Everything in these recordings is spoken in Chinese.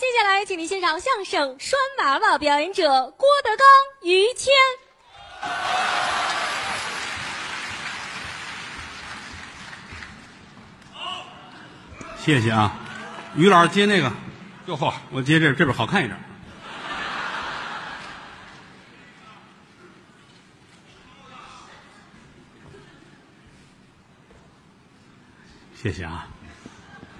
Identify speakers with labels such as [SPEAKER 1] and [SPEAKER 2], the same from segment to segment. [SPEAKER 1] 接下来，请您欣赏相声《拴娃娃》，表演者郭德纲、于谦。
[SPEAKER 2] 谢谢啊，于老师接那个，
[SPEAKER 3] 哟呵，
[SPEAKER 2] 我接这这边好看一点。谢谢啊，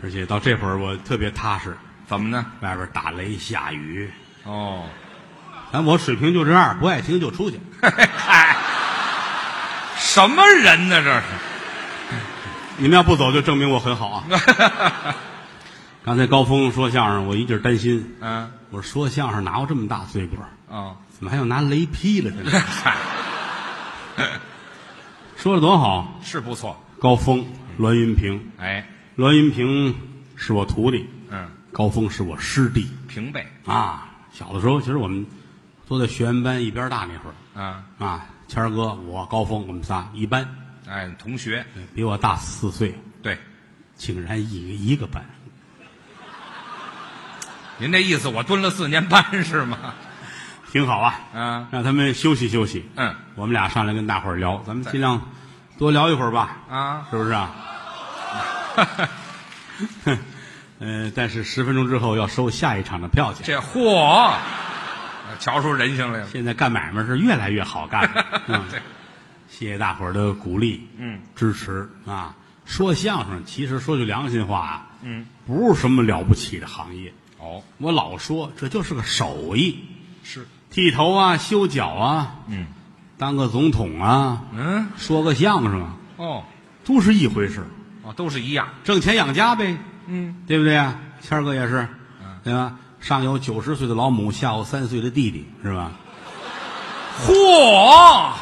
[SPEAKER 2] 而且到这会儿我特别踏实，
[SPEAKER 3] 怎么呢？
[SPEAKER 2] 外边打雷下雨，
[SPEAKER 3] 哦，
[SPEAKER 2] 咱我水平就这样，不爱听就出去。
[SPEAKER 3] 嗨，什么人呢？这是
[SPEAKER 2] 你们要不走，就证明我很好啊。刚才高峰说相声，我一劲儿担心，
[SPEAKER 3] 嗯
[SPEAKER 2] 我说相声哪有这么大啊罪过？
[SPEAKER 3] 哦，
[SPEAKER 2] 怎么还有拿雷劈了的？
[SPEAKER 3] 嗨，
[SPEAKER 2] 说的多好！
[SPEAKER 3] 是不错。
[SPEAKER 2] 高峰、栾云平，
[SPEAKER 3] 哎，
[SPEAKER 2] 栾云平是我徒弟，
[SPEAKER 3] 嗯，
[SPEAKER 2] 高峰是我师弟
[SPEAKER 3] 平辈，
[SPEAKER 2] 啊。小的时候，其实我们都在学员班一边大那会儿
[SPEAKER 3] 啊，
[SPEAKER 2] 啊。谦儿哥、我、高峰，我们仨一班，
[SPEAKER 3] 哎，同学，
[SPEAKER 2] 比我大四岁，
[SPEAKER 3] 对，
[SPEAKER 2] 竟然一个一个班。
[SPEAKER 3] 您这意思，我蹲了四年班是吗？
[SPEAKER 2] 挺好啊，
[SPEAKER 3] 嗯
[SPEAKER 2] 让他们休息休息。
[SPEAKER 3] 嗯，
[SPEAKER 2] 我们俩上来跟大伙儿聊，咱们尽量多聊一会儿吧，
[SPEAKER 3] 啊，
[SPEAKER 2] 是不是啊？ 呃，但是十分钟之后要收下一场的票钱。
[SPEAKER 3] 这嚯，瞧出人性来了。，
[SPEAKER 2] 现在干买卖是越来越好干了 嗯，
[SPEAKER 3] 对，
[SPEAKER 2] 谢谢大伙儿的鼓励，
[SPEAKER 3] 嗯，
[SPEAKER 2] 支持啊。说相声，其实说句良心话啊，
[SPEAKER 3] 嗯，
[SPEAKER 2] 不是什么了不起的行业。
[SPEAKER 3] 哦，
[SPEAKER 2] 我老说这就是个手艺，
[SPEAKER 3] 是，
[SPEAKER 2] 剃头啊，修脚啊，
[SPEAKER 3] 嗯
[SPEAKER 2] 当个总统啊，
[SPEAKER 3] 嗯，
[SPEAKER 2] 说个相声啊，
[SPEAKER 3] 哦
[SPEAKER 2] 都是一回事儿，
[SPEAKER 3] 哦，都是一样。
[SPEAKER 2] 挣钱养家呗，
[SPEAKER 3] 嗯，
[SPEAKER 2] 对不对啊？谦儿哥也是
[SPEAKER 3] 嗯，
[SPEAKER 2] 对吧？上有九十岁的老母，下有三岁的弟弟，是吧？
[SPEAKER 3] 嚯，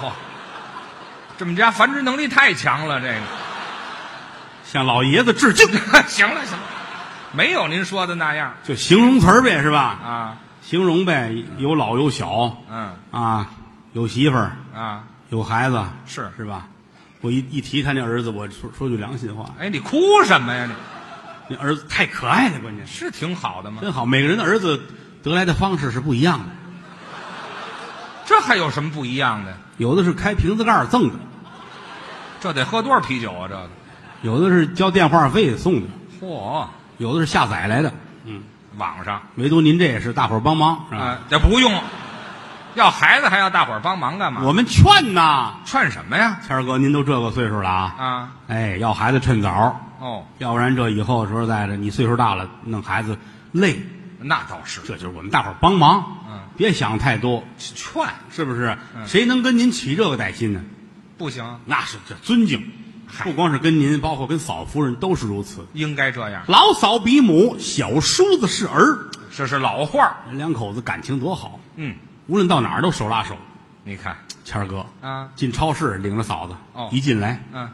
[SPEAKER 3] 这们家繁殖能力太强了，这个。
[SPEAKER 2] 向老爷子致敬，
[SPEAKER 3] 行了行了，没有您说的那样
[SPEAKER 2] 就形容词儿呗，是吧？
[SPEAKER 3] 啊，
[SPEAKER 2] 形容呗，有老有小，
[SPEAKER 3] 嗯
[SPEAKER 2] 啊，有媳妇儿，
[SPEAKER 3] 啊，
[SPEAKER 2] 有孩子，
[SPEAKER 3] 是
[SPEAKER 2] 是吧？我一一提他那儿子，我说说句良心话，
[SPEAKER 3] 哎，你哭什么呀你？
[SPEAKER 2] 那儿子太可爱了，关键是
[SPEAKER 3] 是挺好的吗？
[SPEAKER 2] 真好。每个人的儿子得来的方式是不一样的，
[SPEAKER 3] 这还有什么不一样的？
[SPEAKER 2] 有的是开瓶子盖儿赠的，
[SPEAKER 3] 这得喝多少啤酒啊？这个，
[SPEAKER 2] 有的是交电话费送的，
[SPEAKER 3] 嚯，
[SPEAKER 2] 有的是下载来的，嗯，
[SPEAKER 3] 网上
[SPEAKER 2] 唯独您这也是大伙儿帮忙，是吧？
[SPEAKER 3] 啊，这不用，要孩子还要大伙儿帮忙干嘛？
[SPEAKER 2] 我们劝呐，
[SPEAKER 3] 劝什么呀？
[SPEAKER 2] 谦儿哥，您都这个岁数了啊，
[SPEAKER 3] 啊，
[SPEAKER 2] 哎，要孩子趁早，
[SPEAKER 3] 哦，
[SPEAKER 2] 要不然这以后说实在的，你岁数大了弄孩子累，
[SPEAKER 3] 那倒是，
[SPEAKER 2] 这就是我们大伙儿帮忙，
[SPEAKER 3] 嗯，
[SPEAKER 2] 别想太多，
[SPEAKER 3] 劝
[SPEAKER 2] 是不是？谁能跟您起这个带心呢？
[SPEAKER 3] 不行，
[SPEAKER 2] 那是这尊敬，不光是跟您，包括跟嫂夫人都是如此。
[SPEAKER 3] 应该这样，
[SPEAKER 2] 老嫂比母，小叔子是儿，
[SPEAKER 3] 这是老话儿。
[SPEAKER 2] 人两口子感情多好，
[SPEAKER 3] 嗯，
[SPEAKER 2] 无论到哪儿都手拉手。
[SPEAKER 3] 你看，
[SPEAKER 2] 谦儿哥
[SPEAKER 3] 啊
[SPEAKER 2] 进超市领着嫂子，
[SPEAKER 3] 哦
[SPEAKER 2] 一进来
[SPEAKER 3] 嗯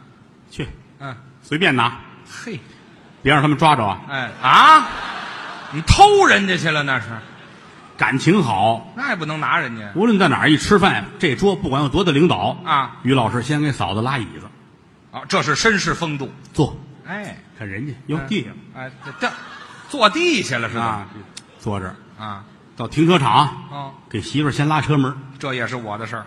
[SPEAKER 2] 去
[SPEAKER 3] 嗯，
[SPEAKER 2] 随便拿，
[SPEAKER 3] 嘿。
[SPEAKER 2] 别让他们抓着啊！
[SPEAKER 3] 哎啊，你偷人家去了那是？
[SPEAKER 2] 感情好，
[SPEAKER 3] 那也不能拿人家。
[SPEAKER 2] 无论到哪儿一吃饭，这桌不管有多大领导
[SPEAKER 3] 啊，
[SPEAKER 2] 于老师先给嫂子拉椅子
[SPEAKER 3] 啊，这是绅士风度。
[SPEAKER 2] 坐，
[SPEAKER 3] 哎，
[SPEAKER 2] 看人家哟地上
[SPEAKER 3] 哎，这这坐地下了是吧？
[SPEAKER 2] 啊，坐这儿
[SPEAKER 3] 啊，
[SPEAKER 2] 到停车场
[SPEAKER 3] 哦，
[SPEAKER 2] 给媳妇儿先拉车门。
[SPEAKER 3] 这也是我的事儿。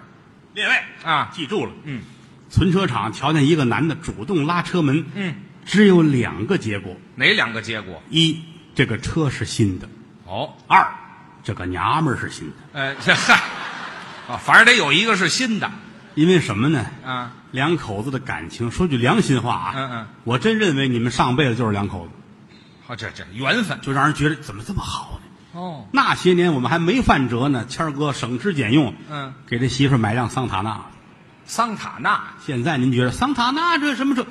[SPEAKER 2] 列位
[SPEAKER 3] 啊
[SPEAKER 2] 记住了，
[SPEAKER 3] 嗯，
[SPEAKER 2] 存车场瞧见一个男的主动拉车门，
[SPEAKER 3] 嗯，
[SPEAKER 2] 只有两个结果：
[SPEAKER 3] 哪两个结果？
[SPEAKER 2] 一，这个车是新的；
[SPEAKER 3] 哦，
[SPEAKER 2] 二，这个娘们儿是新的。
[SPEAKER 3] 哎，这嗨， 啊，反正得有一个是新的
[SPEAKER 2] 因为什么呢？
[SPEAKER 3] 啊。
[SPEAKER 2] 两口子的感情，说句良心话啊，
[SPEAKER 3] 嗯嗯，
[SPEAKER 2] 我真认为你们上辈子就是两口子，
[SPEAKER 3] 好，啊这这缘分。
[SPEAKER 2] 就让人觉得怎么这么好呢？
[SPEAKER 3] 哦，
[SPEAKER 2] 那些年我们还没犯辙呢，谦儿哥省吃俭用，
[SPEAKER 3] 嗯，
[SPEAKER 2] 给这媳妇儿买辆桑塔纳。
[SPEAKER 3] 桑塔纳啊、
[SPEAKER 2] 现在您觉得桑塔纳这什么车？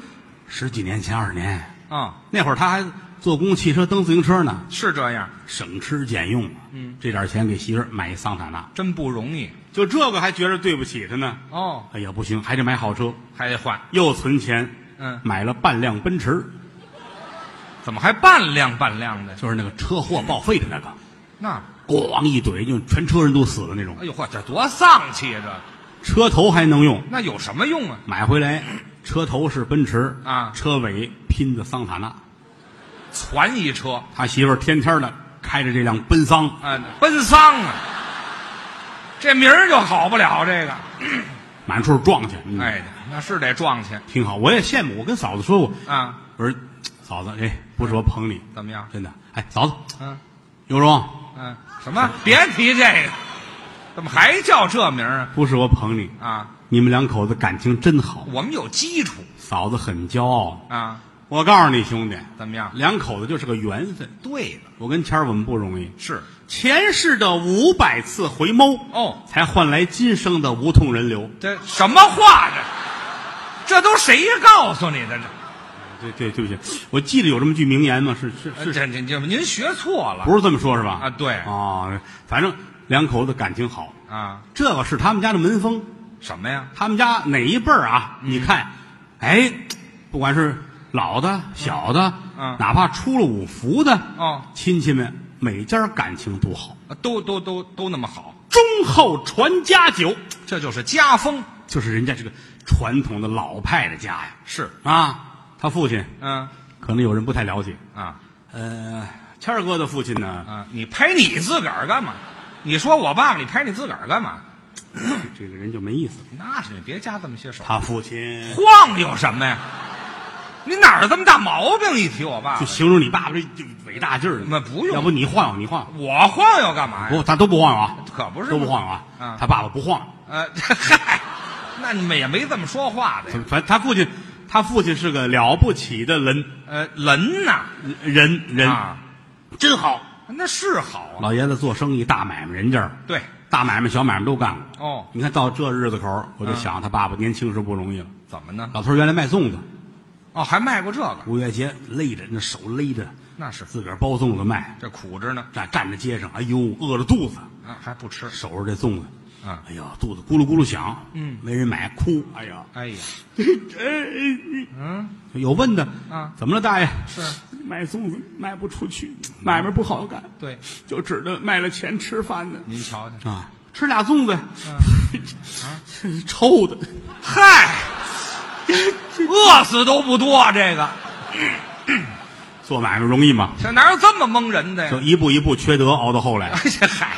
[SPEAKER 2] 十几年前、二十年
[SPEAKER 3] 哦
[SPEAKER 2] 那会儿，他还坐公共汽车、蹬自行车呢，
[SPEAKER 3] 是这样，
[SPEAKER 2] 省吃俭用。嗯，这点钱给媳妇儿买一桑塔纳，
[SPEAKER 3] 真不容易。
[SPEAKER 2] 就这个还觉得对不起他呢。
[SPEAKER 3] 哦，
[SPEAKER 2] 哎呀，不行，还得买好车，
[SPEAKER 3] 还得换，
[SPEAKER 2] 又存钱，
[SPEAKER 3] 嗯
[SPEAKER 2] 买了半辆奔驰，
[SPEAKER 3] 怎么还半辆半辆的？
[SPEAKER 2] 就是那个车祸报废的那个，
[SPEAKER 3] 那，
[SPEAKER 2] 咣一怼就全车人都死的那种
[SPEAKER 3] 哎，呦嚯，这多丧气啊！这。
[SPEAKER 2] 车头还能用，
[SPEAKER 3] 那有什么用啊？
[SPEAKER 2] 买回来，车头是奔驰
[SPEAKER 3] 啊
[SPEAKER 2] 车尾拼的桑塔纳。
[SPEAKER 3] 攒一车，
[SPEAKER 2] 他媳妇儿天天的开着这辆奔丧，
[SPEAKER 3] 啊，奔丧啊，这名儿就好不了。这个，
[SPEAKER 2] 满处撞去。嗯，
[SPEAKER 3] 哎，那是得撞去
[SPEAKER 2] 挺好，我也羡慕。我跟嫂子说过，
[SPEAKER 3] 啊。
[SPEAKER 2] 我说嫂子，哎，不是我捧你，
[SPEAKER 3] 怎么样？
[SPEAKER 2] 真的。哎，嫂子，
[SPEAKER 3] 嗯
[SPEAKER 2] 有容，
[SPEAKER 3] 嗯，什么？别提这个，怎么还叫这名儿
[SPEAKER 2] 不是我捧你，
[SPEAKER 3] 啊？啊，
[SPEAKER 2] 你们两口子感情真好。
[SPEAKER 3] 我们有基础
[SPEAKER 2] 嫂子很骄傲。
[SPEAKER 3] 啊，
[SPEAKER 2] 我告诉你，兄弟，
[SPEAKER 3] 怎么样？
[SPEAKER 2] 两口子就是个缘分。
[SPEAKER 3] 对了，
[SPEAKER 2] 我跟谦儿我们不容易，
[SPEAKER 3] 是
[SPEAKER 2] 前世的五百次回眸，
[SPEAKER 3] 哦，
[SPEAKER 2] 才换来今生的无痛人流。
[SPEAKER 3] 这什么话这？这都谁告诉你的？
[SPEAKER 2] 对对，对不起，我记得有这么句名言嘛，是是
[SPEAKER 3] 这
[SPEAKER 2] 是，
[SPEAKER 3] 呃这这这，您学错了
[SPEAKER 2] 不是这么说，是吧？
[SPEAKER 3] 啊对
[SPEAKER 2] 哦，反正两口子感情好，
[SPEAKER 3] 啊？
[SPEAKER 2] 这个是他们家的门风。
[SPEAKER 3] 什么呀？
[SPEAKER 2] 他们家哪一辈儿啊？你看，哎，不管是老的、小的，
[SPEAKER 3] 嗯
[SPEAKER 2] 哪怕出了五福的，
[SPEAKER 3] 哦
[SPEAKER 2] 亲戚们每家感情都好，
[SPEAKER 3] 啊都都都都那么好，
[SPEAKER 2] 忠厚传家久，
[SPEAKER 3] 这就是家风
[SPEAKER 2] 就是人家这个传统的老派的家呀。
[SPEAKER 3] 是
[SPEAKER 2] 啊，他父亲
[SPEAKER 3] 嗯
[SPEAKER 2] 可能有人不太了解，
[SPEAKER 3] 啊
[SPEAKER 2] 呃，谦儿哥的父亲呢，
[SPEAKER 3] 啊！你拍你自个儿干嘛？你说我爸爸，你拍你自个儿干嘛？
[SPEAKER 2] 这个人就没意思了。
[SPEAKER 3] 那是你别加这么些手。
[SPEAKER 2] 他父亲
[SPEAKER 3] 晃有什么呀？你哪儿这么大毛病？一提我爸
[SPEAKER 2] 就
[SPEAKER 3] 爸，
[SPEAKER 2] 形容你爸爸这这伟大劲儿呢，
[SPEAKER 3] 那不用
[SPEAKER 2] 要不你晃悠，你晃悠，
[SPEAKER 3] 我晃悠干嘛呀？
[SPEAKER 2] 不，咱都不晃悠啊，
[SPEAKER 3] 可不是
[SPEAKER 2] 都不
[SPEAKER 3] 嘛
[SPEAKER 2] 晃悠啊。
[SPEAKER 3] 啊
[SPEAKER 2] 他爸爸不晃悠。
[SPEAKER 3] 呃， 嗨，那你们也没这么说话的呀。
[SPEAKER 2] 反正他父亲，他父亲是个了不起的人，
[SPEAKER 3] 呃，人呐，
[SPEAKER 2] 人人、
[SPEAKER 3] 啊，
[SPEAKER 2] 真好。
[SPEAKER 3] 那是好啊。
[SPEAKER 2] 老爷子做生意大买卖，人家儿
[SPEAKER 3] 对，
[SPEAKER 2] 大买卖小买卖都干过。
[SPEAKER 3] 哦啊
[SPEAKER 2] 你看到这日子口儿，我就想他爸爸年轻时候不容易了。
[SPEAKER 3] 怎么呢？
[SPEAKER 2] 老头儿原来卖粽子，
[SPEAKER 3] 哦，还卖过这个，
[SPEAKER 2] 五月节勒着那手勒着，
[SPEAKER 3] 那是
[SPEAKER 2] 自个儿包粽子卖，
[SPEAKER 3] 这苦着呢，
[SPEAKER 2] 站站在街上，哎呦，饿着肚子，
[SPEAKER 3] 啊，还不吃。
[SPEAKER 2] 守着这粽子，
[SPEAKER 3] 啊
[SPEAKER 2] 哎呀，肚子咕噜咕噜响，
[SPEAKER 3] 嗯
[SPEAKER 2] 没人买，哭，哎呀，
[SPEAKER 3] 哎呀， 嗯，
[SPEAKER 2] 有问的
[SPEAKER 3] 啊
[SPEAKER 2] 怎么了，大爷？
[SPEAKER 3] 是
[SPEAKER 2] 卖粽子卖不出去，买卖不好干，
[SPEAKER 3] 对，嗯
[SPEAKER 2] 就指着卖了钱吃饭呢。
[SPEAKER 3] 您瞧瞧，嗯
[SPEAKER 2] 啊，吃俩粽子， 臭的，
[SPEAKER 3] 嗨，饿死都不多，这个
[SPEAKER 2] 做买卖容易吗？
[SPEAKER 3] 这哪有这么蒙人的呀
[SPEAKER 2] 就？一步一步缺德熬到后来，
[SPEAKER 3] 这嗨，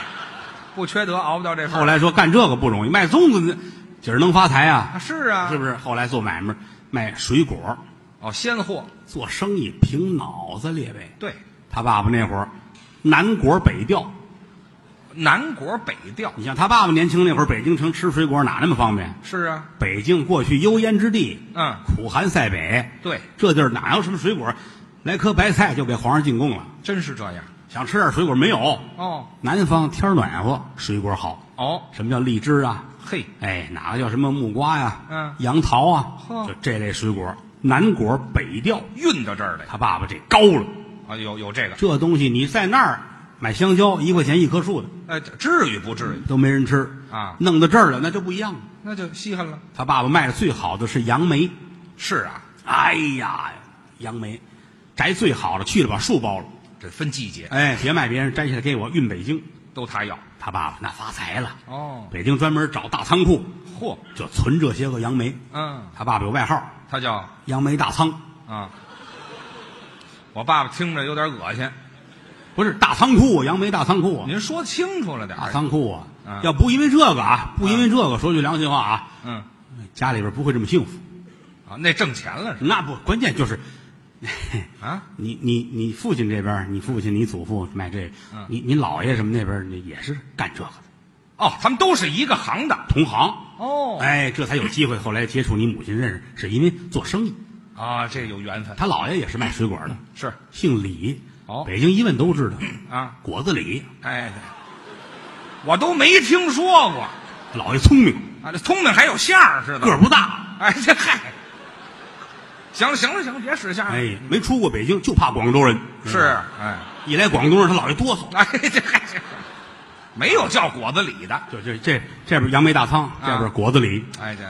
[SPEAKER 3] 不缺德熬不到这份儿
[SPEAKER 2] 后来说干这个不容易，卖粽子呢，今儿能发财
[SPEAKER 3] 啊，
[SPEAKER 2] 啊，
[SPEAKER 3] 是啊，
[SPEAKER 2] 是不是？后来做买卖卖水果，
[SPEAKER 3] 哦，鲜货，
[SPEAKER 2] 做生意凭脑子列位。
[SPEAKER 3] 对，
[SPEAKER 2] 他爸爸那会儿，南果北调，
[SPEAKER 3] 南果北调，
[SPEAKER 2] 你像他爸爸年轻那会儿，北京城吃水果哪那么方便？
[SPEAKER 3] 是啊，
[SPEAKER 2] 北京过去幽烟之地，
[SPEAKER 3] 嗯，
[SPEAKER 2] 苦寒塞北，
[SPEAKER 3] 对，
[SPEAKER 2] 这地儿哪有什么水果？来颗白菜就给皇上进贡了。
[SPEAKER 3] 真是这样。
[SPEAKER 2] 想吃点水果没有？
[SPEAKER 3] 哦
[SPEAKER 2] 南方天儿暖和，水果好。
[SPEAKER 3] 哦，
[SPEAKER 2] 什么叫荔枝啊？
[SPEAKER 3] 嘿，
[SPEAKER 2] 哎，哪个叫什么木瓜呀、
[SPEAKER 3] 嗯
[SPEAKER 2] 杨桃啊，
[SPEAKER 3] 呵
[SPEAKER 2] 就这类水果，南果北调。
[SPEAKER 3] 运到这儿来
[SPEAKER 2] 他爸爸这高了，
[SPEAKER 3] 啊，有有这个，
[SPEAKER 2] 这东西你在那儿买香蕉一块钱一棵树的
[SPEAKER 3] 哎，这至于不至于？
[SPEAKER 2] 都没人吃
[SPEAKER 3] 啊
[SPEAKER 2] 弄到这儿了那就不一样了。
[SPEAKER 3] 那就稀罕了。
[SPEAKER 2] 他爸爸卖的最好的是杨梅，
[SPEAKER 3] 是啊，
[SPEAKER 2] 哎呀，杨梅摘最好的去了把树包了，
[SPEAKER 3] 这分季节
[SPEAKER 2] 哎，别卖别人，摘下来给我运北京。
[SPEAKER 3] 都他要。
[SPEAKER 2] 他爸爸那发财了，
[SPEAKER 3] 哦，
[SPEAKER 2] 北京专门找大仓库，
[SPEAKER 3] 嚯，
[SPEAKER 2] 就存这些个杨梅。
[SPEAKER 3] 嗯，
[SPEAKER 2] 他爸爸有外号
[SPEAKER 3] 他叫
[SPEAKER 2] “杨梅大仓
[SPEAKER 3] 啊，我爸爸听着有点恶心，”，
[SPEAKER 2] 不是大仓库，杨梅大仓库啊，
[SPEAKER 3] 您说清楚了点
[SPEAKER 2] 大
[SPEAKER 3] 儿。
[SPEAKER 2] 仓库啊。
[SPEAKER 3] 嗯
[SPEAKER 2] 要不因为这个啊，不因为这个，说句良心话啊，
[SPEAKER 3] 嗯，
[SPEAKER 2] 家里边不会这么幸福。
[SPEAKER 3] 啊，那挣钱了是
[SPEAKER 2] 那不，关键就是
[SPEAKER 3] 啊？
[SPEAKER 2] 你你你父亲这边，你父亲你祖父卖这个
[SPEAKER 3] 嗯，
[SPEAKER 2] 你你姥爷什么那边你也是干这个的，
[SPEAKER 3] 哦，他们都是一个行的。
[SPEAKER 2] 同行。
[SPEAKER 3] 哦，
[SPEAKER 2] 哎，这才有机会。后来接触你母亲认识，是因为做生意。
[SPEAKER 3] 啊，这有缘分。
[SPEAKER 2] 他姥爷也是卖水果的，
[SPEAKER 3] 是
[SPEAKER 2] 姓李。
[SPEAKER 3] 嗯哦
[SPEAKER 2] 北京一问都知道，
[SPEAKER 3] 啊，
[SPEAKER 2] 果子李。
[SPEAKER 3] 哎，我都没听说过啊！
[SPEAKER 2] 姥爷聪明，
[SPEAKER 3] 这聪明还有相儿似的，
[SPEAKER 2] 个儿不大，
[SPEAKER 3] 哎，这嗨，行了行了行了，别使相了。
[SPEAKER 2] 哎，没出过北京，就怕广州人。
[SPEAKER 3] 嗯是
[SPEAKER 2] 嗯
[SPEAKER 3] 哎
[SPEAKER 2] 一来广东人，他姥爷哆嗦。
[SPEAKER 3] 哎，这嗨，这没有叫果子李的，
[SPEAKER 2] 就这这这边杨梅大仓，这边果子李。
[SPEAKER 3] 哎这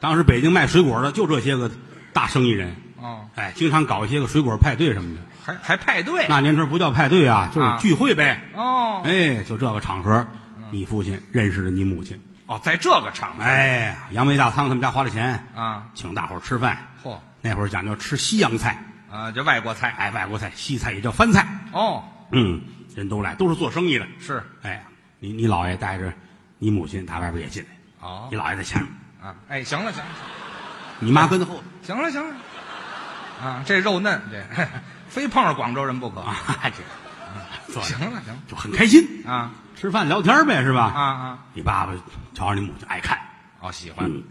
[SPEAKER 2] 当时北京卖水果的就这些个大生意人，
[SPEAKER 3] 哦，
[SPEAKER 2] 哎，经常搞一些个水果派对什么的。
[SPEAKER 3] 还还派对
[SPEAKER 2] 那年头不叫派对啊，就是
[SPEAKER 3] 啊
[SPEAKER 2] 聚会呗。
[SPEAKER 3] 哦
[SPEAKER 2] 哎，就这个场合，你父亲认识了你母亲。
[SPEAKER 3] 哦，在这个场合
[SPEAKER 2] 哎，杨梅大仓他们家花了钱，
[SPEAKER 3] 啊，
[SPEAKER 2] 请大伙儿吃饭。
[SPEAKER 3] 嚯
[SPEAKER 2] 那会儿讲究吃西洋菜，
[SPEAKER 3] 啊，这外国菜
[SPEAKER 2] 哎，外国菜，西菜也叫番菜。
[SPEAKER 3] 哦，
[SPEAKER 2] 嗯，人都来，都是做生意的。
[SPEAKER 3] 是
[SPEAKER 2] 哎，你你姥爷带着你母亲打外边也进来，
[SPEAKER 3] 哦
[SPEAKER 2] 你姥爷在前面，
[SPEAKER 3] 啊，哎，行了行了
[SPEAKER 2] 你妈跟后头
[SPEAKER 3] 行了行了，啊，这肉嫩，这 非碰上广州人不可。
[SPEAKER 2] 啊，这坐着
[SPEAKER 3] 行了行了
[SPEAKER 2] 就很开心，
[SPEAKER 3] 啊
[SPEAKER 2] 吃饭聊天呗，是吧？
[SPEAKER 3] 啊啊，
[SPEAKER 2] 你爸爸瞧着你母亲爱哎看，
[SPEAKER 3] 哦，喜欢，
[SPEAKER 2] 嗯，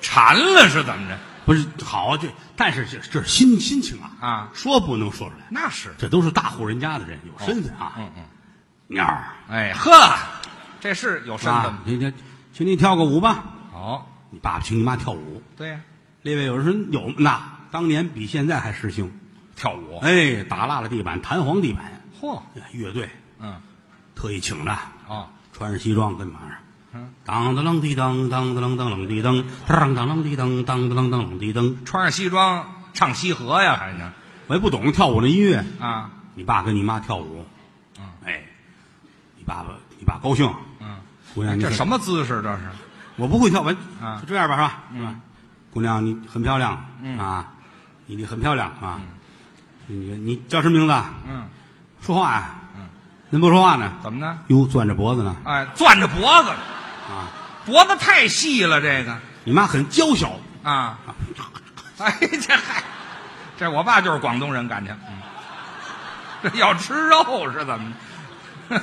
[SPEAKER 3] 馋了是怎么着？
[SPEAKER 2] 不是好啊这，但是这这是心心情啊
[SPEAKER 3] 啊
[SPEAKER 2] 说不能说出来，
[SPEAKER 3] 那是，
[SPEAKER 2] 这都是大户人家的人，有身份啊。
[SPEAKER 3] 嗯嗯，
[SPEAKER 2] 鸟儿
[SPEAKER 3] 哎呵，这是有身份
[SPEAKER 2] 啊
[SPEAKER 3] 吗，？
[SPEAKER 2] 你这，请你跳个舞吧。
[SPEAKER 3] 哦，
[SPEAKER 2] 你爸爸请你妈跳舞，
[SPEAKER 3] 对呀，
[SPEAKER 2] 列位有人说有那当年比现在还时兴，
[SPEAKER 3] 跳舞，
[SPEAKER 2] 哎，打蜡了地板，弹簧地板，哎
[SPEAKER 3] 嚯，
[SPEAKER 2] 乐队
[SPEAKER 3] 嗯，
[SPEAKER 2] 特意请的，
[SPEAKER 3] 哦，
[SPEAKER 2] 穿着西装跟马上。
[SPEAKER 3] 嗯
[SPEAKER 2] 当当啷滴当，当当啷当啷滴当，当当啷滴当，当当啷当啷滴当。
[SPEAKER 3] 穿上西装唱西河呀，反正
[SPEAKER 2] 我也不懂跳舞的音乐，
[SPEAKER 3] 啊，
[SPEAKER 2] 你爸跟你妈跳舞，
[SPEAKER 3] 嗯
[SPEAKER 2] 哎，你爸爸你爸高兴，
[SPEAKER 3] 嗯，
[SPEAKER 2] 姑娘你
[SPEAKER 3] 这
[SPEAKER 2] 很
[SPEAKER 3] 什么姿势？这是
[SPEAKER 2] 我不会跳，我
[SPEAKER 3] 啊
[SPEAKER 2] 就这样吧，是吧？嗯，姑娘，你很漂亮啊，你你很漂亮啊，你你叫什么名字啊？
[SPEAKER 3] 嗯，
[SPEAKER 2] 说话呀，您不说话呢？
[SPEAKER 3] 怎么呢？
[SPEAKER 2] 哟，攥着脖子呢
[SPEAKER 3] 哎，攥着脖子，
[SPEAKER 2] 啊！
[SPEAKER 3] 脖子太细了，这个
[SPEAKER 2] 你妈很娇小，
[SPEAKER 3] 啊， 哎，这嗨，这我爸就是广东人，感情，嗯，这要吃肉是怎么 着？
[SPEAKER 2] 啊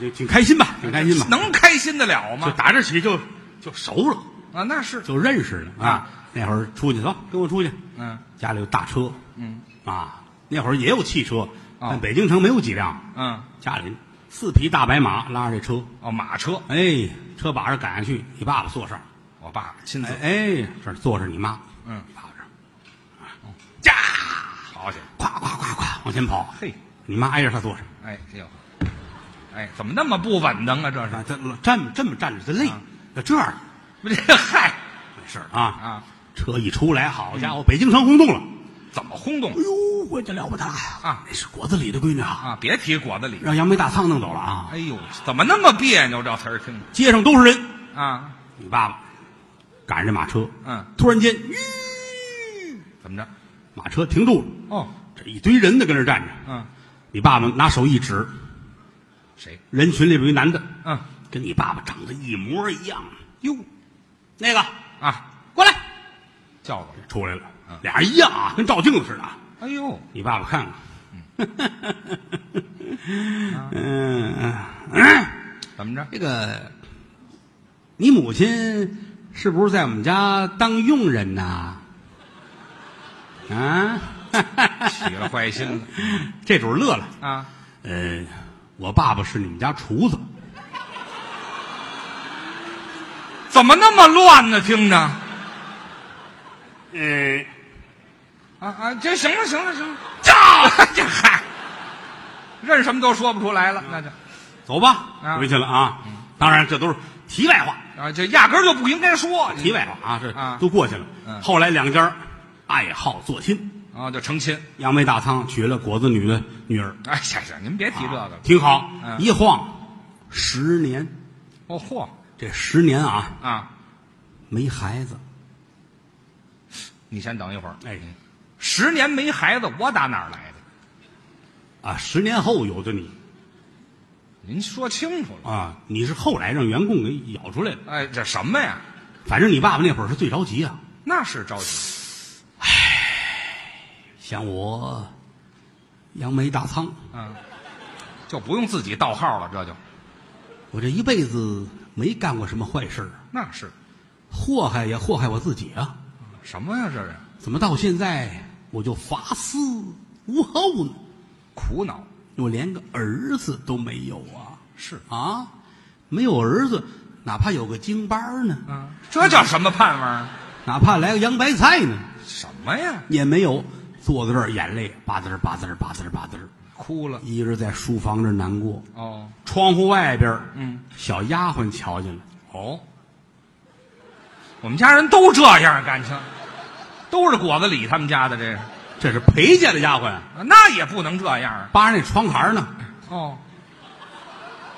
[SPEAKER 2] 就挺开心吧，挺开心吧。
[SPEAKER 3] 能开心得了
[SPEAKER 2] 就
[SPEAKER 3] 吗？
[SPEAKER 2] 打这起就就熟了，
[SPEAKER 3] 啊，那是，
[SPEAKER 2] 就认识了啊
[SPEAKER 3] 啊。
[SPEAKER 2] 那会儿出去走，跟我出去，
[SPEAKER 3] 嗯
[SPEAKER 2] 家里有大车
[SPEAKER 3] 嗯哦
[SPEAKER 2] 啊，那会儿也有汽车，但北京城没有几辆，
[SPEAKER 3] 嗯，
[SPEAKER 2] 家里四匹大白马拉着这车。
[SPEAKER 3] 哦，马车，
[SPEAKER 2] 哎，车把上赶上去，你爸爸坐上，
[SPEAKER 3] 我爸亲自，
[SPEAKER 2] 哎，这儿坐着你妈，
[SPEAKER 3] 嗯，
[SPEAKER 2] 爸爸这儿，驾，
[SPEAKER 3] 好去，
[SPEAKER 2] 咵咵咵咵往前跑，
[SPEAKER 3] 嘿，
[SPEAKER 2] 你妈挨着他坐上，
[SPEAKER 3] 哎呦，哎，怎么那么不稳当啊？这
[SPEAKER 2] 啊，他站这么站着他累
[SPEAKER 3] 啊，
[SPEAKER 2] 要这样
[SPEAKER 3] 是，这嗨
[SPEAKER 2] 没事儿啊。
[SPEAKER 3] 啊，嗯
[SPEAKER 2] 车一出来，好家伙，北京城轰动了，
[SPEAKER 3] 怎么轰动
[SPEAKER 2] 哎呦，我这了不得呀！
[SPEAKER 3] 啊
[SPEAKER 2] 那是果子里的闺女啊，
[SPEAKER 3] 啊？别提果子里，
[SPEAKER 2] 让杨梅大仓弄走了啊！
[SPEAKER 3] 哎呦，怎么那么别扭？这词儿听着
[SPEAKER 2] 街上都是人，
[SPEAKER 3] 啊，
[SPEAKER 2] 你爸爸赶上这马车，
[SPEAKER 3] 嗯，
[SPEAKER 2] 突然间，吁
[SPEAKER 3] 怎么着？
[SPEAKER 2] 马车停住了，
[SPEAKER 3] 哦，
[SPEAKER 2] 这一堆人呢跟那儿站着，
[SPEAKER 3] 嗯，
[SPEAKER 2] 你爸爸拿手一指，
[SPEAKER 3] 谁？
[SPEAKER 2] 人群里边有一男的，
[SPEAKER 3] 嗯，
[SPEAKER 2] 跟你爸爸长得一模一样。
[SPEAKER 3] 哟
[SPEAKER 2] 那个
[SPEAKER 3] 啊，
[SPEAKER 2] 过来，
[SPEAKER 3] 叫过来，
[SPEAKER 2] 出来了
[SPEAKER 3] 嗯，
[SPEAKER 2] 俩人一样啊，跟照镜子似的啊。
[SPEAKER 3] 哎呦，
[SPEAKER 2] 你爸爸看看，嗯， 嗯
[SPEAKER 3] 怎么着？
[SPEAKER 2] 这个你母亲是不是在我们家当佣人呐？啊，
[SPEAKER 3] 起了坏心了
[SPEAKER 2] 这主儿乐了。
[SPEAKER 3] 啊？
[SPEAKER 2] 呃，我爸爸是你们家厨子。
[SPEAKER 3] 怎么那么乱呢？听着啊
[SPEAKER 2] 呃，
[SPEAKER 3] 啊，这行了，行了，行了，
[SPEAKER 2] 驾，
[SPEAKER 3] 这嗨，认什么都说不出来了，那就
[SPEAKER 2] 走吧，
[SPEAKER 3] 啊
[SPEAKER 2] 回去了啊。当然，这都是题外话。
[SPEAKER 3] 啊，这压根儿就不应该说
[SPEAKER 2] 题外话啊，这
[SPEAKER 3] 啊
[SPEAKER 2] 都过去了。
[SPEAKER 3] 嗯
[SPEAKER 2] 后来两家爱好做亲，
[SPEAKER 3] 啊，就成亲。
[SPEAKER 2] 杨梅大仓娶了果子女的女儿，
[SPEAKER 3] 哎呀呀，您别提这个了。
[SPEAKER 2] 挺好。
[SPEAKER 3] 嗯
[SPEAKER 2] 一晃十年，
[SPEAKER 3] 哦嚯
[SPEAKER 2] 这十年啊
[SPEAKER 3] 啊！
[SPEAKER 2] 没孩子，
[SPEAKER 3] 你先等一会儿。
[SPEAKER 2] 哎
[SPEAKER 3] 十年没孩子，我打哪儿来的？
[SPEAKER 2] 啊，十年后有的你
[SPEAKER 3] 您说清楚了。
[SPEAKER 2] 啊，你是后来让员工给咬出来的。
[SPEAKER 3] 哎，这什么呀？
[SPEAKER 2] 反正你爸爸那会儿是最着急啊，
[SPEAKER 3] 那是着急。
[SPEAKER 2] 像我杨梅大仓，
[SPEAKER 3] 嗯，就不用自己盗号了，这就
[SPEAKER 2] 我这一辈子没干过什么坏事儿，
[SPEAKER 3] 那是
[SPEAKER 2] 祸害也祸害我自己啊。
[SPEAKER 3] 什么呀？这是
[SPEAKER 2] 怎么到现在我就乏思无后呢？
[SPEAKER 3] 苦恼。
[SPEAKER 2] 我连个儿子都没有啊！
[SPEAKER 3] 是
[SPEAKER 2] 啊，没有儿子，哪怕有个京班儿呢，
[SPEAKER 3] 啊，这叫什么盼望？啊
[SPEAKER 2] 哪怕来个洋白菜呢，
[SPEAKER 3] 什么呀？
[SPEAKER 2] 也没有。坐在这儿，眼泪吧滋儿吧滋儿吧滋儿吧滋儿，
[SPEAKER 3] 哭了。
[SPEAKER 2] 一个人在书房这儿难过。
[SPEAKER 3] 哦
[SPEAKER 2] 窗户外边，
[SPEAKER 3] 嗯，
[SPEAKER 2] 小丫鬟瞧见了，
[SPEAKER 3] 哦，我们家人都这样，感情都是果子李他们家的，这是
[SPEAKER 2] 这是陪嫁的丫鬟，
[SPEAKER 3] 啊那也不能这样啊。
[SPEAKER 2] 扒着那窗台儿呢。
[SPEAKER 3] 哦，